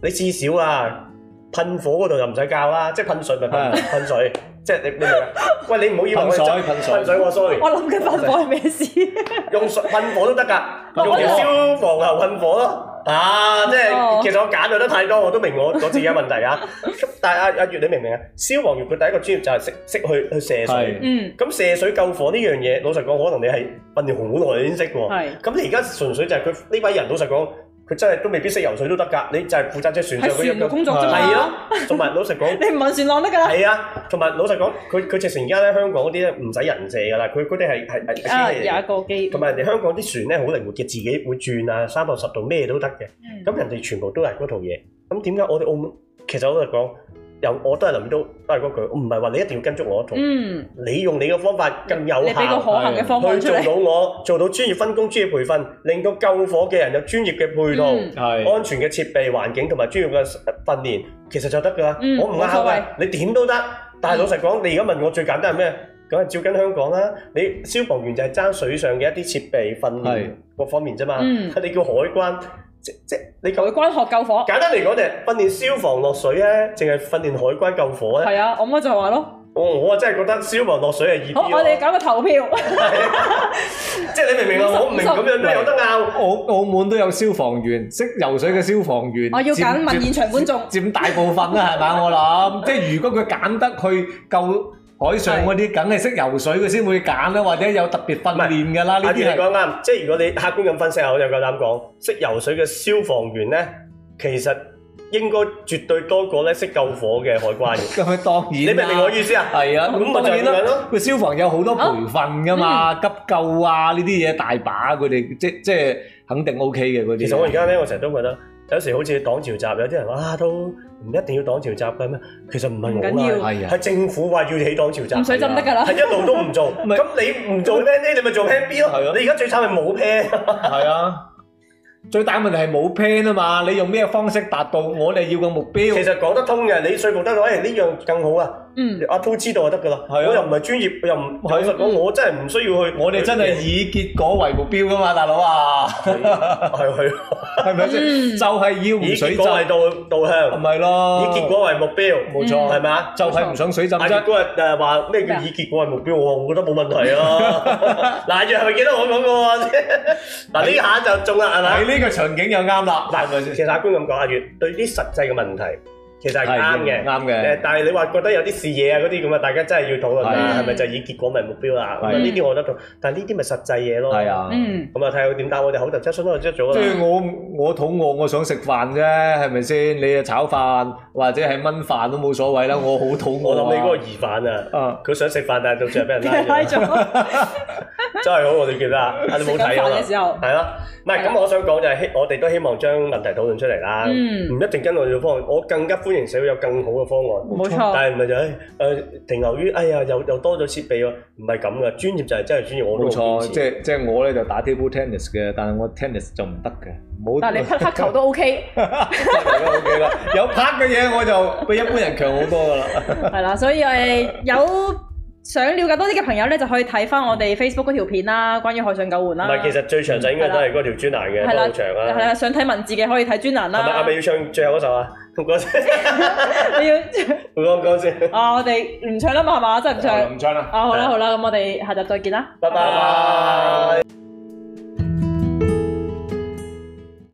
Speaker 2: 你至少啊。噴火嗰度就唔使教啦，即係噴水咪噴
Speaker 3: 係
Speaker 2: 噴水，即係你你明唔明啊？喂，你唔好以為我
Speaker 3: 噴水
Speaker 2: 真
Speaker 3: 噴水
Speaker 2: 噴水我 sorry。
Speaker 1: 我諗緊發火係咩事？
Speaker 2: 用水噴火都得㗎，
Speaker 3: 哦
Speaker 2: 用條消防喉噴火咯。啊，即
Speaker 1: 哦
Speaker 2: 係其實我揀咗得太多，我都明我我自己嘅問題啊。 但係阿阿月，你明唔明啊？消防員佢第一個專業就係識識去去射水
Speaker 3: 係。
Speaker 1: 嗯，
Speaker 2: 咁射水救火呢樣嘢，老實講，可能你係訓練好耐先識喎。
Speaker 1: 係。
Speaker 2: 咁你而家純粹就係佢呢班人，老實講，佢真係都未必識游水都得㗎。你就係負責隻船
Speaker 1: 係
Speaker 2: 上嗰
Speaker 1: 船嘅
Speaker 2: 一
Speaker 1: 工作啫嘛。
Speaker 2: 係咯，同埋老實講。
Speaker 1: 你唔問船浪得㗎啦。
Speaker 2: 係啊，同埋老實講，佢佢直情而家咧香港嗰啲咧唔使人射㗎啦，佢佢哋係係係機
Speaker 1: 啊，
Speaker 2: 械嚟
Speaker 1: 有
Speaker 2: 嘅
Speaker 1: 一個機。
Speaker 2: 同埋人哋香港啲船咧好靈活嘅，自己會轉啊，三百六十度咩都得嘅。
Speaker 1: 嗯
Speaker 2: 咁人哋全部都係嗰套嘢。咁點解我哋澳門其實我嚟講，由我都係臨都都係嗰句，唔係話你一定要跟足我一套，
Speaker 1: 嗯，
Speaker 2: 你用你嘅方法更有
Speaker 1: 你俾個
Speaker 2: 效。
Speaker 1: 可行嘅方案
Speaker 2: 去
Speaker 1: 出
Speaker 2: 做
Speaker 1: 嚟。
Speaker 2: 到我做到專業分工、專業培訓，令到救火嘅人有專業嘅配套、
Speaker 1: 嗯
Speaker 3: 係
Speaker 2: 安全嘅設備、環境同埋專業嘅訓練，其實就得㗎啦。
Speaker 1: 嗯
Speaker 2: 我唔
Speaker 1: 冇所
Speaker 2: 拗
Speaker 1: 謂嗯
Speaker 2: 㗎，你點都得。但係老實講，你而家問我最簡單係咩？梗係照跟香港啦。你消防員就係爭水上嘅一啲設備訓練
Speaker 3: 係
Speaker 2: 各方面啫嘛。
Speaker 1: 嗯
Speaker 2: 你叫海關，即即你
Speaker 1: 海
Speaker 2: 咁
Speaker 1: 關學救火。
Speaker 2: 簡單嚟講就係訓練消防落水咧，淨係訓練海關救火咧。
Speaker 1: 係啊，我媽就話咯。
Speaker 2: 我我真係覺得消防落水係易
Speaker 1: 好，
Speaker 2: 啲
Speaker 1: 我哋
Speaker 2: 喎。
Speaker 1: 搞個投票。
Speaker 2: 即係你明唔明啊？我唔明咁樣都有得拗。
Speaker 3: 澳澳門都有消防員，識游水嘅消防員，
Speaker 1: 我要
Speaker 3: 佔
Speaker 1: 揀問現場觀眾。
Speaker 3: 佔大部分啦，係咪？我諗，即係如果佢揀得去救海上嗰啲，梗係識游水嘅先會揀啦，或者有特別訓練㗎啦，呢
Speaker 2: 阿月
Speaker 3: 啲
Speaker 2: 你
Speaker 3: 係
Speaker 2: 講啱，即係如果你客觀咁分析下，我就夠膽講，識游水嘅消防員咧，其實應該絕對多過咧識救火嘅海關嘅。
Speaker 3: 咁佢當然
Speaker 2: 你明唔明我意思啊？
Speaker 3: 係啊，
Speaker 2: 咁咪
Speaker 3: 咁當
Speaker 2: 就係
Speaker 3: 然
Speaker 2: 咁樣
Speaker 3: 啦
Speaker 2: 咯。
Speaker 3: 佢消防有好多培訓㗎嘛，急救啊呢啲嘢大把，佢哋即即係肯定 OK 嘅嗰啲。
Speaker 2: 其實我而家咧，我成日都覺得。有時好似擋潮閘，有啲人話啊都唔一定要擋潮閘嘅咩？其實唔係
Speaker 1: 唔緊
Speaker 2: 我
Speaker 1: 要
Speaker 2: 啦，
Speaker 3: 係啊
Speaker 2: 係政府話要起擋潮閘，
Speaker 1: 唔水浸得㗎啦
Speaker 2: 係一路都唔做。
Speaker 3: 咪
Speaker 2: 咁你唔做 plan A，你咪做 plan B
Speaker 3: 係
Speaker 2: 咯
Speaker 3: 啊。
Speaker 2: 你而家最慘係冇 plan，
Speaker 3: 係啊，最大問題係冇 plan 啊嘛，你用咩方式達到我哋要嘅目標？
Speaker 2: 其實講得通嘅，你說服得到，誒呢樣更好啊。
Speaker 1: 嗯，
Speaker 2: 阿滔知道就得噶啦，
Speaker 3: 係啊
Speaker 2: 我又唔係專業，又唔
Speaker 3: 係啊
Speaker 2: 老實講，我真係唔需要去。
Speaker 3: 我哋真係以結果為目標㗎嘛，大佬 啊，
Speaker 2: 係 係
Speaker 3: 係咪先？
Speaker 1: 嗯
Speaker 3: 就係要
Speaker 2: 以
Speaker 3: 唔
Speaker 2: 結
Speaker 3: 水浸
Speaker 2: 果，為導導向，
Speaker 3: 咪
Speaker 2: 以
Speaker 3: 咯？
Speaker 2: 結果為目標，
Speaker 3: 冇錯，
Speaker 2: 係咪啊？
Speaker 3: 就係唔想水浸
Speaker 2: 阿月
Speaker 3: 啫。
Speaker 2: 嗰日誒話咩叫以結果為目標，我話我覺得冇問題 啊。嗱，阿月係咪記得我講過啊？嗱呢下就中啦，係咪？
Speaker 3: 喺呢個場景又啱啦，
Speaker 2: 嗱，其實阿官咁講，阿月對啲實際嘅問題其實係啱嘅。
Speaker 3: 啱
Speaker 2: 誒
Speaker 3: 嘅，，
Speaker 2: 但係你話覺得有啲視野啊嗰啲咁啊，大家真係要討論啦，
Speaker 1: 係
Speaker 2: 係咪就以結果為目標啦？咁啊
Speaker 3: 係
Speaker 2: 呢啲我覺得到，但係呢啲咪實際嘢咯。
Speaker 3: 係啊。
Speaker 1: 嗯，
Speaker 2: 咁啊，睇下佢點答我哋口頭質詢都係出咗
Speaker 3: 即
Speaker 2: 啦。
Speaker 3: 係我我肚餓，我想食飯啫，係咪先？你啊炒飯或者係燜飯都冇所謂啦，我好肚餓啊。
Speaker 2: 嗯我諗你嗰個疑犯啊，
Speaker 3: 啊，
Speaker 2: 佢想食飯，但係到最後俾人
Speaker 1: 俾人
Speaker 2: 拉
Speaker 1: 拉
Speaker 2: 咗，
Speaker 1: 咗。
Speaker 2: 真係好我哋叫啦。啊，你冇睇啊
Speaker 1: 食緊飯嘅時候
Speaker 2: 嘛？係啦，唔係
Speaker 1: 係啊
Speaker 2: 咁，我想講就係希，我哋都希望將問題討論出嚟啦。
Speaker 1: 嗯
Speaker 2: 唔一定跟我哋嘅方案，我更加歡歡迎社會有更好嘅方案。
Speaker 1: 冇錯，
Speaker 2: 但係唔係就係誒停留於哎呀又又多咗設備喎，唔係咁嘅，專業就係真係專業，我都
Speaker 3: 冇
Speaker 2: 好堅
Speaker 3: 錯，
Speaker 2: 持
Speaker 3: 即係即係我咧就打 table tennis 嘅，但係我 tennis 就唔得嘅，冇。
Speaker 1: 但係你匹黑球都 OK，
Speaker 3: O K 啦，有拍嘅嘢我就比一般人強好多噶啦。
Speaker 1: 係啦，所以我哋有想了解多啲嘅朋友咧，就可以睇翻我哋 Facebook 嗰條片啦，關於海上救援
Speaker 2: 唔
Speaker 1: 啦。
Speaker 2: 係，其實最長就應該都係嗰條專欄嘅，
Speaker 1: 啊係
Speaker 2: 都
Speaker 1: 啦，
Speaker 2: 好長
Speaker 1: 係
Speaker 2: 啊。
Speaker 1: 啦，想睇文字嘅可以睇專欄
Speaker 2: 係咪係咪
Speaker 1: 啦。
Speaker 2: 要唱最後嗰首啊？嗰
Speaker 1: 你要
Speaker 2: 我講講先，
Speaker 1: 啊，我哋唔唱啦嘛，係嘛，真係唔唱。
Speaker 3: 唱啦
Speaker 1: 啊，好啦好啦，咁我哋下集再見啦。
Speaker 2: 拜拜。